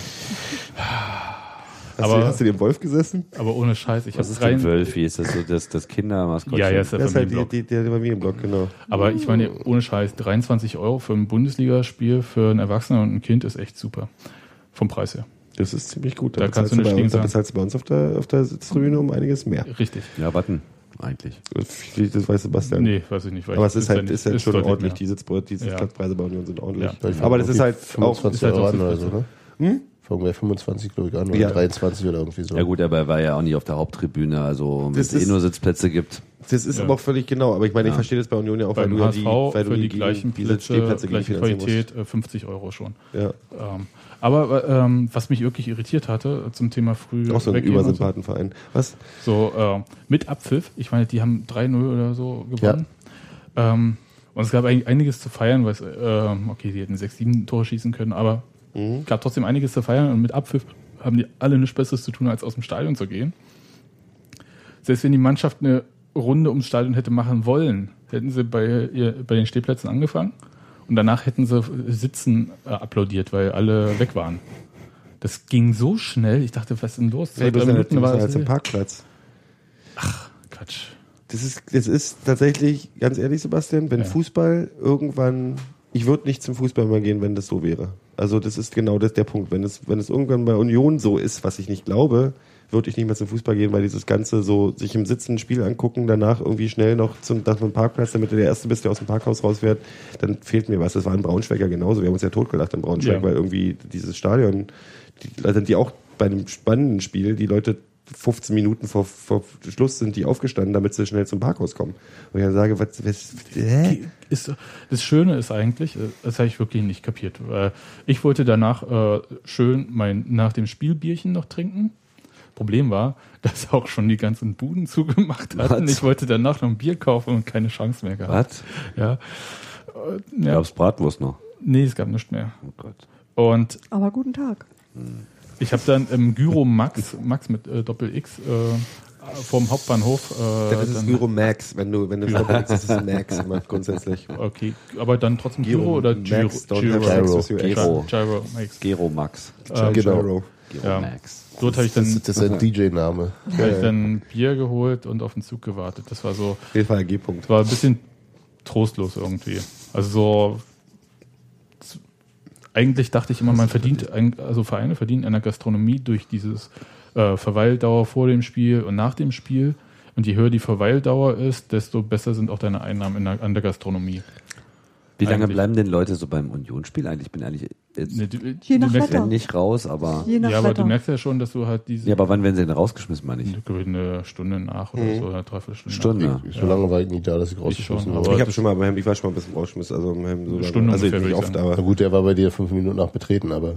Hast,
Aber-
du, hast du den Wolf gesessen?
Aber ohne Scheiß, ich habe
Was ist
rein.
denn Wölfi? Ist das so das, das Kindermaskottchen?
Ja, ja, ist der
Das ist halt die,
Familienblock.
die, der Familienblock, genau.
Aber ich meine, ohne Scheiß, 23 Euro für ein Bundesligaspiel für einen Erwachsenen und ein Kind ist echt super. Vom Preis her.
Das ist ziemlich gut.
Da kannst
bezahlst
du nicht
bei
gegen
uns, da
sagen.
bezahlst du bei uns auf der, auf der Sitztribüne um einiges mehr.
Richtig.
Ja, warten. Eigentlich.
Das weiß Sebastian.
Nee, weiß ich nicht. Weil
Aber
ich-
es ist
ja
halt,
nicht-
ist halt schon
deutlich
ordentlich,
mehr.
die Sitzpre- die Sitzplatzpreise bei Union sind ordentlich.
Ja.
Aber das ist halt auch, Hm?
25
ist halt
Euro
auch
an
so
oder
viel
so, ne? Fangen wir 25, glaube ich, an. Oder
Ja.
23 oder irgendwie so.
Ja gut, aber er war ja auch nicht auf der Haupttribüne, also wenn
Das
es eh
ist-
nur Sitzplätze gibt.
das ist aber auch völlig genau. Aber ich meine, ich verstehe das bei Union ja auch,
Beim
ja
HSV für
ja
die
gegen
gleichen
diese
Plätze,
Stehplätze
gleiche
gegenfinanzieren musst.
Qualität, äh, 50 Euro schon.
Ja,
Ähm, aber ähm, was mich wirklich irritiert hatte äh, zum Thema früh
auch so ein
weggehen und so,
Übersympathenverein. Was?
so ähm, mit Abpfiff, ich meine, die haben 3-0 oder so gewonnen. Ähm, und es gab eigentlich einiges zu feiern, weil es, ähm, okay, die hätten 6-7 Tore schießen können, aber es gab trotzdem einiges zu feiern und mit Abpfiff haben die alle nichts Besseres zu tun, als aus dem Stadion zu gehen. Selbst wenn die Mannschaft eine Runde ums Stadion hätte machen wollen, hätten sie bei, ihr, bei den Stehplätzen angefangen und danach hätten sie Sitzen äh, applaudiert, weil alle weg waren. Das ging so schnell, ich dachte, was ist denn los?
Hey, du bist ja du bist ja jetzt
das-
im halt Parkplatz.
Quatsch.
Das ist, das ist tatsächlich, ganz ehrlich, Sebastian, wenn
Ja.
Fußball irgendwann, ich würde nicht zum Fußball mehr gehen, wenn das so wäre. Also das ist genau das der Punkt. Wenn es, wenn es irgendwann bei Union so ist, was ich nicht glaube, würde ich nicht mehr zum Fußball gehen, weil dieses Ganze so sich im Sitzen ein Spiel angucken, danach irgendwie schnell noch zum nach dem Parkplatz, damit du der Erste bist, der aus dem Parkhaus rausfährt, dann fehlt mir was. Das war in Braunschweig ja genauso. Wir haben uns ja totgelacht in Braunschweig,
Ja.
weil irgendwie dieses Stadion, die, also die auch bei einem spannenden Spiel, die Leute 15 Minuten vor, vor Schluss sind die aufgestanden, damit sie schnell zum Parkhaus kommen. Und ich dann sage, was, was hä?
ist, das Schöne ist eigentlich, äh, das habe ich wirklich nicht kapiert. weil Ich wollte danach äh, schön mein nach dem Spielbierchen noch trinken. Problem war, dass auch schon die ganzen Buden zugemacht hatten.
Was?
Ich wollte danach noch ein Bier kaufen und keine Chance mehr gehabt.
Was?
Ja. Äh, ja.
Gab's Bratwurst noch?
Nee, es gab nichts mehr.
Oh Gott.
Und
Aber guten Tag.
ich habe dann im Gyro Max, Max mit äh, Doppel X, äh, vorm Hauptbahnhof. Äh,
Das ist
dann-
Gyro Max, wenn du, wenn du verbrennst, das ist Max immer grundsätzlich.
Okay, aber dann trotzdem Gyro,
Gyro
oder Gyro?
Max, don't have sex with your ex.
Gyro.
Gyro Max.
Gero Max.
Ah,
Gyro.
Ja.
Max.
Dort habe ich
Das,
dann
ist- das ist ein DJ-Name.
habe ich dann ein Bier geholt und auf den Zug gewartet. Das war so,
Auf jeden Fall G-Punkt.
das war ein bisschen trostlos irgendwie. Also so, z- eigentlich dachte ich immer, man verdient, ein- also Vereine verdienen in der Gastronomie durch dieses äh, Verweildauer vor dem Spiel und nach dem Spiel. Und je höher die Verweildauer ist, desto besser sind auch deine Einnahmen in der, an der Gastronomie.
Wie lange
Eigentlich.
bleiben denn Leute so beim Unionsspiel eigentlich? Ich bin eigentlich jetzt
Ne, du-
Je
du
nach
merkst,
Wetter.
wenn nicht raus, aber.
Je nach
ja, aber du
Wetter.
merkst ja schon, dass du halt diese
Ja, aber wann werden sie denn rausgeschmissen, meine ich?
eine Stunde nach oder so, eine Dreiviertelstunde nach.
Stunde.
So lange war ich nicht da, dass ich rausgeschmissen
schon,
wurde.
aber-
Ich habe schon mal beim Hemd, ich war schon mal ein bisschen rausgeschmissen. Also, beim Hemd so lange.
Stunde
also
ungefähr,
nicht
würde ich
oft,
sagen.
Na
aber
gut, der war bei dir fünf Minuten nach Betreten, aber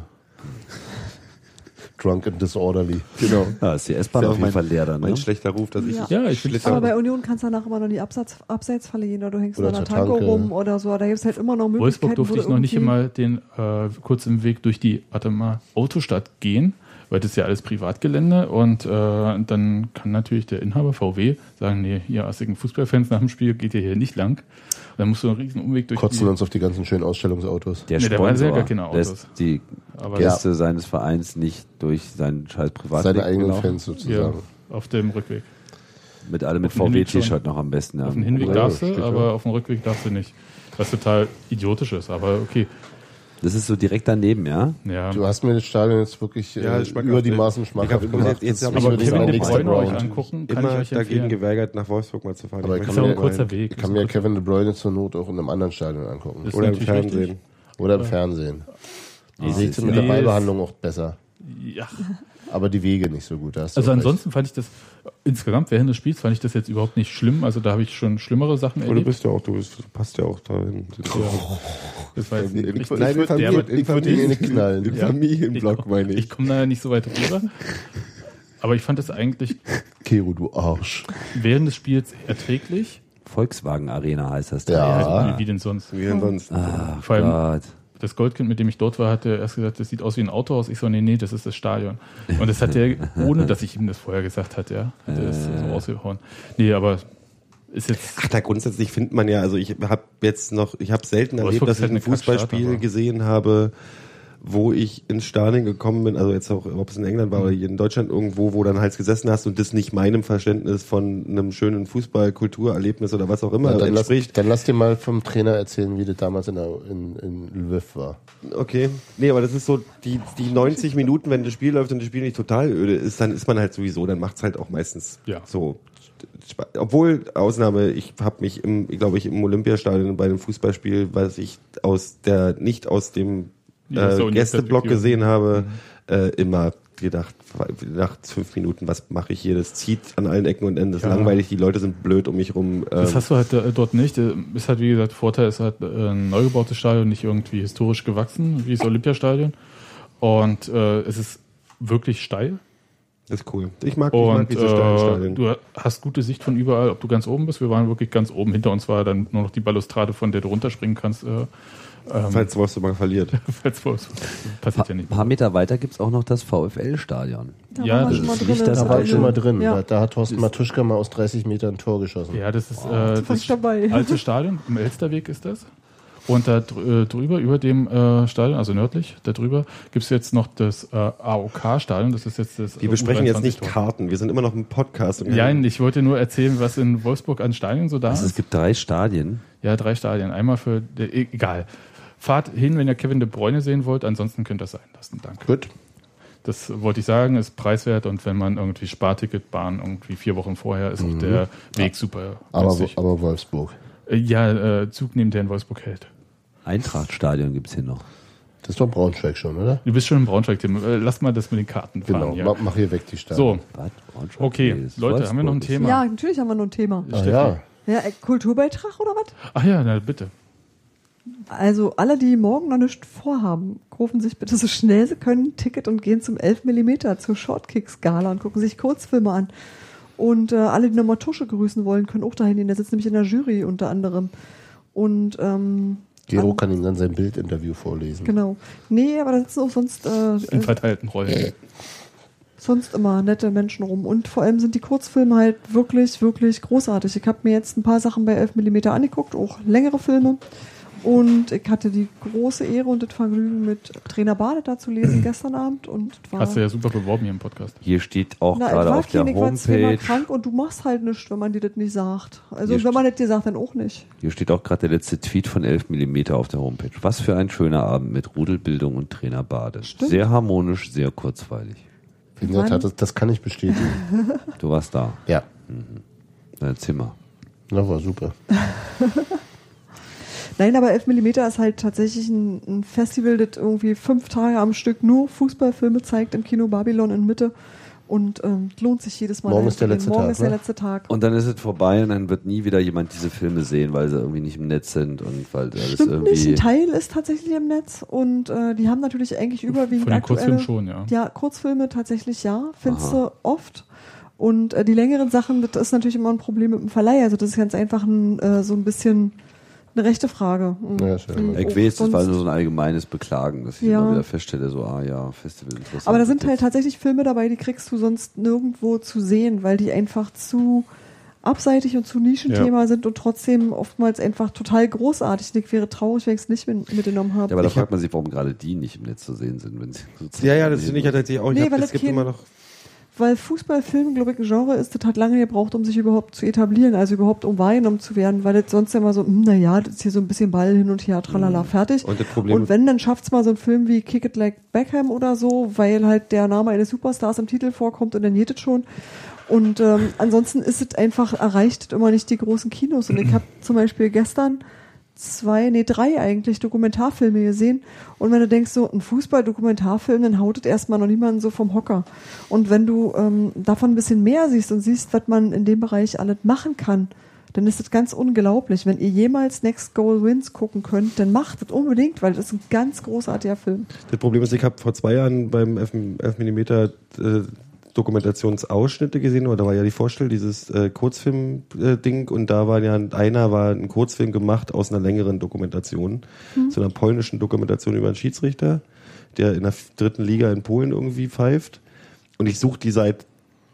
drunk and disorderly.
genau.
Ja, ist die S-Bahn
Ist ja
auf
auch
jeden Fall leer dann, ne?
Mein schlechter Ruf, dass ich.
Ja.
Ja, ich finde
Aber bei Union kannst du danach immer noch in die Absatz, Abseitsfalle gehen oder äh, du hängst
Oder
an der
zur
Tanke
Tanke.
rum oder so. Da gibt es halt immer noch Möglichkeiten.
Wolfsburg durfte
wo
ich
du
noch nicht
irgendwie-
immer den äh, kurzen Weg durch die, warte mal, Autostadt gehen, weil das ist ja alles Privatgelände und äh, dann kann natürlich der Inhaber VW sagen, nee, ihr assigen Fußballfans nach dem Spiel geht ihr hier nicht lang. Und dann musst du einen riesen Umweg durch
kotzen
die,
uns auf die ganzen schönen Ausstellungsautos.
Der
Nee, da waren
Sponsor
sehr gar keine Autos.
lässt die
aber
Ja.
Gäste seines Vereins nicht durch seinen scheiß Privatweg
Seine eigenen
laufen.
Fans
das, ja,
sozusagen.
auf dem Rückweg.
Mit allem mit
Auf dem Hinweg schon.
VW-T-Shirt noch am besten.
Auf dem Hinweg
Ja,
darfst
steht
du,
ja.
aber auf dem Rückweg darfst du nicht. Was total idiotisch ist, aber okay.
Das ist so direkt daneben, ja?
Ja.
Du hast mir das Stadion jetzt wirklich
Ja,
äh,
das schmackhaft,
über die
ja.
Maßen
Ich hab-
schmackhaft
jetzt-
gemacht.
jetzt
Das
hab ich
aber
ist
mir
wirklich
das
Kevin
mein
De
nächster
Bruyne euch
Ground.
angucken, kann
Immer
ich euch
dagegen
empfehlen.
geweigert, nach Wolfsburg mal zu fahren.
Aber
Ich
ich äh,
Das
möchte
ist auch ein
mal
kurzer Weg.
Ich kann mir Kevin De Bruyne zur Not auch in einem anderen Stadion angucken.
Das ist
Oder im
natürlich
Fernsehen. Ah,
Oder im Fernsehen. Die sieht
Ah, ist-
mit der
nee,
Ballbehandlung auch besser.
richtig. Ja.
Aber die Wege nicht so gut. da hast du
Also
auch recht.
ansonsten fand ich das, insgesamt während des Spiels fand ich das jetzt überhaupt nicht schlimm. Also da habe ich schon schlimmere Sachen
Oder
erlebt. Oh,
bist du auch, du bist, du passt ja auch dahin.
Das war
Ich-
jetzt nicht
Nein, in
richtig-
Familien-
der-
in
Ich würde ihn nicht knallen.
Im Familienblock
komm-
meine ich.
Ich komme da nicht so weit rüber. Aber ich fand das eigentlich
Kero, du Arsch.
während des Spiels erträglich. Also
Volkswagen Arena heißt das.
Ja.
Wie, wie denn sonst?
Wie ansonsten.
Vor allem
Gott.
das Goldkind, mit dem ich dort war, hatte erst gesagt, das sieht aus wie ein Autohaus. Ich so, nee, nee, das ist das Stadion. Und das hat er, ohne dass ich ihm das vorher gesagt hatte, ja, hat er das so rausgehauen. Nee, aber ist jetzt
Ach, da grundsätzlich findet man ja, also ich habe jetzt noch, ich habe selten erlebt,
Wolfsburg
dass
ist
ich
halt
ein
eine Kackstadt,
Fußballspiel
aber-
gesehen habe, wo ich ins Stadion gekommen bin, also jetzt auch, ob es in England war oder hier in Deutschland irgendwo, wo dann halt gesessen hast und das nicht meinem Verständnis von einem schönen Fußballkulturerlebnis oder was auch immer
Ja, dann, lass,
entspricht.
dann lass dir mal vom Trainer erzählen, wie das damals in, der, in, in Lviv war.
Okay. Nee, aber das ist so, die, die 90 Minuten, wenn das Spiel läuft und das Spiel nicht total öde ist, dann ist man halt sowieso, dann macht's halt auch meistens
Ja.
so. Spa- Obwohl, Ausnahme, ich habe mich im, glaube ich, im Olympiastadion bei einem Fußballspiel, was ich aus der, nicht aus dem
Ja,
äh,
so in der
Gästeblock
Perspektive.
gesehen habe,
Mhm.
äh, immer gedacht, nach fünf Minuten, was mache ich hier? Das zieht an allen Ecken und Enden, das ist
Ja.
langweilig, die Leute sind blöd um mich rum.
Das
ähm,
hast du halt äh, dort nicht. Äh, Ist halt, wie gesagt, Vorteil ist halt äh, ein neu gebautes Stadion, nicht irgendwie historisch gewachsen, wie das Olympiastadion. Und äh, es ist wirklich steil.
das ist cool. Ich mag, ich mag
Und
diese steilen
äh,
Stadien.
du hast gute Sicht von überall, ob du ganz oben bist. Wir waren wirklich ganz oben. Hinter uns war dann nur noch die Balustrade, von der du runterspringen kannst. Äh,
Falls Wolfsburg mal verliert.
falls was- passiert ja
Ein
nicht.
paar Meter weiter gibt es auch noch das VfL-Stadion.
Da
Ja,
waren wir
das
schon mal
ist
drin.
nicht das
in
Da war ich schon mal
Berlin.
drin. Da,
Ja.
da hat Horst Matuschka mal aus 30 Metern ein Tor geschossen.
Ja, das ist äh,
Oh, war ich
das
dabei.
alte Stadion, im Elsterweg ist das. Und da drü- äh, drüber, über dem äh, Stadion, also nördlich, da drüber, gibt es jetzt noch das äh, AOK-Stadion. Das ist jetzt das.
Wir
äh,
besprechen jetzt nicht
U23-Tor.
Karten, wir sind immer noch im Podcast. Und
Ja, ich wollte nur erzählen, was in Wolfsburg an Stadien so da
Also es
ist.
gibt drei Stadien.
Ja, drei Stadien. Einmal für, e- egal. Fahrt hin, wenn ihr Kevin de Bruyne sehen wollt. Ansonsten könnt ihr es sein lassen. Danke.
Gut.
Das wollte ich sagen, ist preiswert. Und wenn man irgendwie Sparticket, Bahn irgendwie vier Wochen vorher, ist auch der Weg super.
Mhm. Aber,
günstig.
aber Wolfsburg.
Äh, ja, äh, Zug nehmen, der in Wolfsburg hält.
Eintracht-Stadion gibt es hier noch.
Das ist doch Braunschweig schon, oder?
Du bist schon in Braunschweig, Tim. Äh, Lass mal das mit den Karten
Genau.
fahren.
Mach,
Hier.
mach hier weg die Stadt.
So,
Was? Braunschweig?
okay.
Nee, das ist
Leute, haben wir noch ein
Wolfsburg.
Thema?
Ja, natürlich haben wir noch ein Thema.
Ah, ja.
Ja, äh, Kulturbeitrag oder was?
Ach ja, na bitte.
Also alle, die morgen noch nichts vorhaben, rufen sich bitte so schnell sie können ein Ticket und gehen zum 11 mm zur Shortkick-Skala und gucken sich Kurzfilme an. Und äh, alle, die nochmal Tusche grüßen wollen, können auch dahin gehen. Der sitzt nämlich in der Jury unter anderem. Und ähm,
Gero
an-
kann ihm dann sein Bildinterview vorlesen.
genau. Nee, aber da sitzen auch sonst äh,
In
äh,
verteilten Rollen.
sonst immer nette Menschen rum. Und vor allem sind die Kurzfilme halt wirklich, wirklich großartig. Ich habe mir jetzt ein paar Sachen bei 11 mm angeguckt, auch längere Filme. Und ich hatte die große Ehre und das Vergnügen, mit Trainer Badeter zu lesen gestern Abend. Und das war,
Hast du ja super beworben hier im Podcast.
Hier steht auch
na, es
gerade
war
auf der
Klinik, war zweimal
Homepage.
krank und du machst halt nichts, wenn man dir das nicht sagt. Also
Hier
wenn man das dir sagt, dann auch nicht.
Hier steht auch gerade der letzte Tweet von 11 mm auf der Homepage. Was für ein schöner Abend mit Rudelbildung und Trainer Bade. Sehr harmonisch, sehr kurzweilig.
Wie gesagt,
Mann.
hat das, das kann ich bestätigen.
Du warst da,
ja.
dein Zimmer.
Das war super.
Nein, aber 11 mm ist halt tatsächlich ein, ein Festival, das irgendwie fünf Tage am Stück nur Fußballfilme zeigt im Kino Babylon in Mitte. Und ähm, lohnt sich jedes Mal.
Morgen
dahin
ist
zu
der
gehen.
letzte
Morgen
Tag,
ist der
ne?
letzte Tag.
Und dann ist es vorbei und dann wird nie wieder jemand diese Filme sehen, weil sie irgendwie nicht im Netz sind und weil alles
Stimmt nicht,
irgendwie.
ein
halt
Teil ist tatsächlich im Netz und äh, die haben natürlich eigentlich überwiegend
Von den
aktuelle...
Kurzfilmen schon, ja.
Ja, Kurzfilme tatsächlich ja, findest du oft. Und äh, die längeren Sachen, das ist natürlich immer ein Problem mit dem Verleih. Also das ist ganz einfach ein, äh, so ein bisschen
Eine rechte Frage. Mhm.
Ja, ist ja
Mhm.
Ich weiß, das
Sonst-
war nur so ein allgemeines Beklagen, dass ich
Ja.
immer wieder feststelle, so, ah ja, Festival interessant.
Aber da sind halt tatsächlich Filme dabei, die kriegst du sonst nirgendwo zu sehen, weil die einfach zu abseitig und zu Nischenthema sind und trotzdem oftmals einfach total großartig. Und Ich wäre traurig, wenn ich es nicht mit, mitgenommen habe.
Ja, aber da fragt man sich, warum gerade die nicht im Netz zu sehen sind, wenn sie sozusagen.
Ja, ja, das finde ich ja tatsächlich auch. Ich
Nee,
hab,
weil
es
das
gibt
kein-
immer noch.
Weil Fußballfilm, glaube ich, ein Genre ist, das hat lange gebraucht, um sich überhaupt zu etablieren, also überhaupt um wahrgenommen zu werden, weil das sonst immer so, naja, das ist hier so ein bisschen Ball hin und her, tralala, fertig.
Und das Problem-
Und wenn, dann schafft's mal so ein Film wie Kick It Like Beckham oder so, weil halt der Name eines Superstars im Titel vorkommt und dann geht es schon. Und ähm, ansonsten ist es einfach, erreicht es immer nicht die großen Kinos. Und ich habe zum Beispiel gestern zwei, nee, drei eigentlich Dokumentarfilme gesehen. Und wenn du denkst, so ein Fußball-Dokumentarfilm, dann hautet erstmal noch niemanden so vom Hocker. Und wenn du ähm, davon ein bisschen mehr siehst und siehst, was man in dem Bereich alles machen kann, dann ist das ganz unglaublich. Wenn ihr jemals Next Goal Wins gucken könnt, dann macht das unbedingt, weil das ist ein ganz großartiger Film.
Das Problem ist, ich habe vor zwei Jahren beim 11mm äh, Dokumentationsausschnitte gesehen, oder da war ja die Vorstellung, dieses äh, Kurzfilm-Ding, und da war ja einer war ein Kurzfilm gemacht aus einer längeren Dokumentation, zu einer polnischen Dokumentation über einen Schiedsrichter, der in der f- dritten Liga in Polen irgendwie pfeift. Und ich suche die seit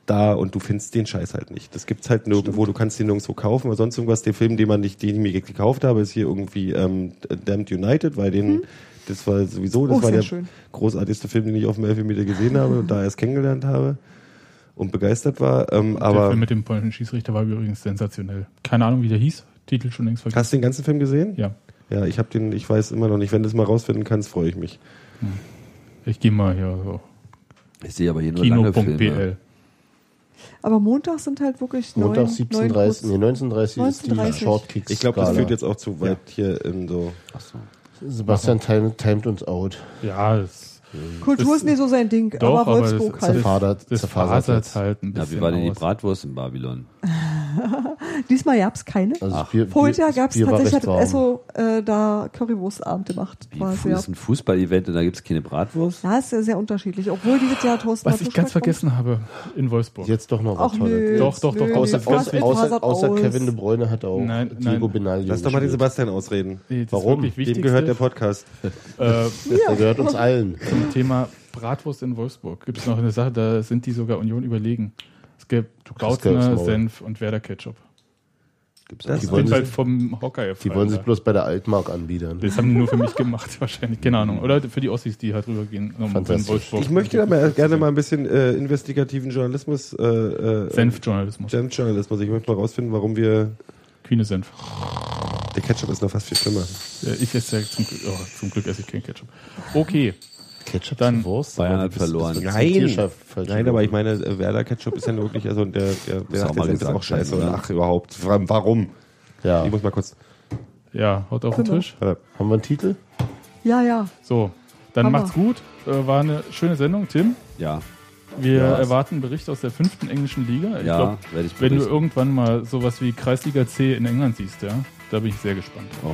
da und du findest den Scheiß halt nicht. Das gibt's halt nirgendwo, du kannst den nirgendwo kaufen oder sonst irgendwas. Der Film, den man nicht, den ich mir gekauft habe, ist hier irgendwie ähm, Damned United, weil den, das war sowieso,
Mhm.
das
Oh,
war
sehr
der
schön.
großartigste Film, den ich auf dem Elfmeter gesehen habe und da erst kennengelernt habe und begeistert war. Ähm,
der
aber
Film mit dem polnischen Schießrichter war übrigens sensationell. Keine Ahnung, wie der hieß. Titel schon längst vergessen.
hast du den ganzen Film gesehen?
Ja,
Ja, ich habe den, ich weiß immer noch nicht. Wenn du es mal rausfinden kannst, freue ich mich.
ich gehe mal hier so.
Ich sehe aber hier nur lange Filme.
Kino.pl.
Aber montags sind halt wirklich
Montag
neun, neun
17.30 nee, 19.30 ist die
19.30.
Shortkicks.
Ich glaube, das führt jetzt auch zu weit hier in so.
Ach so.
Sebastian timet, timet uns out.
Ja, das,
kurz- Kultur ist nicht so sein Ding,
Doch,
aber
aber das-
Wolfsburg
das-
halt.
Zerfadert,
das
zerfasert
fasert
jetzt.
halt ein
Ja,
bisschen.
wie war denn die
aus.
Bratwurst in Babylon?
Diesmal gab's keine.
Also das Bier,
Vorher Jahr gab es
Bier war
tatsächlich, hat
recht warm.
Esso äh, da Currywurstabend gemacht.
Wie
War
Fu-
sehr,
ist ein Fußball-Event und da gibt es keine Bratwurst?
ja, ist ja sehr unterschiedlich. Obwohl dieses Jahr Thorsten
Was ich
Matuschka
ganz
kommt.
vergessen habe in Wolfsburg.
Jetzt doch noch was
Ach nö.
Tolles.
Doch, doch, doch.
Nö,
Außer,
Fußball
außer, außer,
fasert
außer
aus.
Kevin de Bruyne hat auch
Nein,
Diego
nein.
Benaglio.
Lass doch mal den
gespielt.
Sebastian ausreden.
Nee, das
Warum?
Wirklich
Dem gehört der
Wichtigste,
Podcast.
äh,
Der gehört uns allen.
zum Thema Bratwurst in Wolfsburg gibt es noch eine Sache, da sind die sogar Union überlegen. Es gibt Gautzner,
Maul.
Senf und Werder Ketchup.
Gibt's
Das
auch
ist
nicht.
Wollen
Sind
sich-
halt vom Hocker
Die
gefallen,
wollen
ja.
sich bloß bei der Altmark anbiedern.
Das haben die nur für mich gemacht, wahrscheinlich. Keine Ahnung. Oder für die Ossis, die halt rübergehen. um in
Fantastisch.
Wolfsburg.
Ich möchte aber gerne mal ein bisschen äh, investigativen Journalismus, äh, äh,
Senfjournalismus.
Senfjournalismus. Ich möchte mal rausfinden, warum wir.
Kühne Senf.
Der Ketchup ist noch fast viel schlimmer.
Äh, Ich esse ja zum, Glück- oh, zum Glück esse ich keinen Ketchup. Okay.
Ketchup
Dann-
zu Wurst?
Bayern
Aber
hat
du bist-
verloren.
bist ein
Nein.
Tierschaf- falscher
Nein, aber
Logo.
ich meine, äh, Werder Ketchup ist ja nun wirklich, also der, der, der
auch
sagt,
mal
der Senf ist
gesagt,
auch scheiße.
oder?
Und ach, überhaupt. Fra- Warum?
Ja.
Ich muss mal kurz.
Ja, haut auf den
Genau.
Tisch.
Äh,
Haben wir einen Titel?
Ja, ja.
So, dann
Hammer.
macht's gut. Äh, war eine schöne Sendung, Tim.
Ja,
Wir
Ja.
erwarten einen Bericht aus der fünften englischen Liga. Ich
Ja,
glaub,
werde ich
wenn du
berichten.
irgendwann mal sowas wie Kreisliga C in England siehst, ja, da bin ich sehr gespannt.
oh.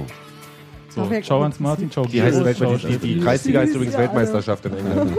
So,
Ach, ja,
ciao
gut.
Hans Martin, ciao
die
Kiro,
heißt
ciao
Weltmeisterschaft. Die,
Steffi.
die Kreisliga heißt übrigens
Ja, alle.
Weltmeisterschaft in England.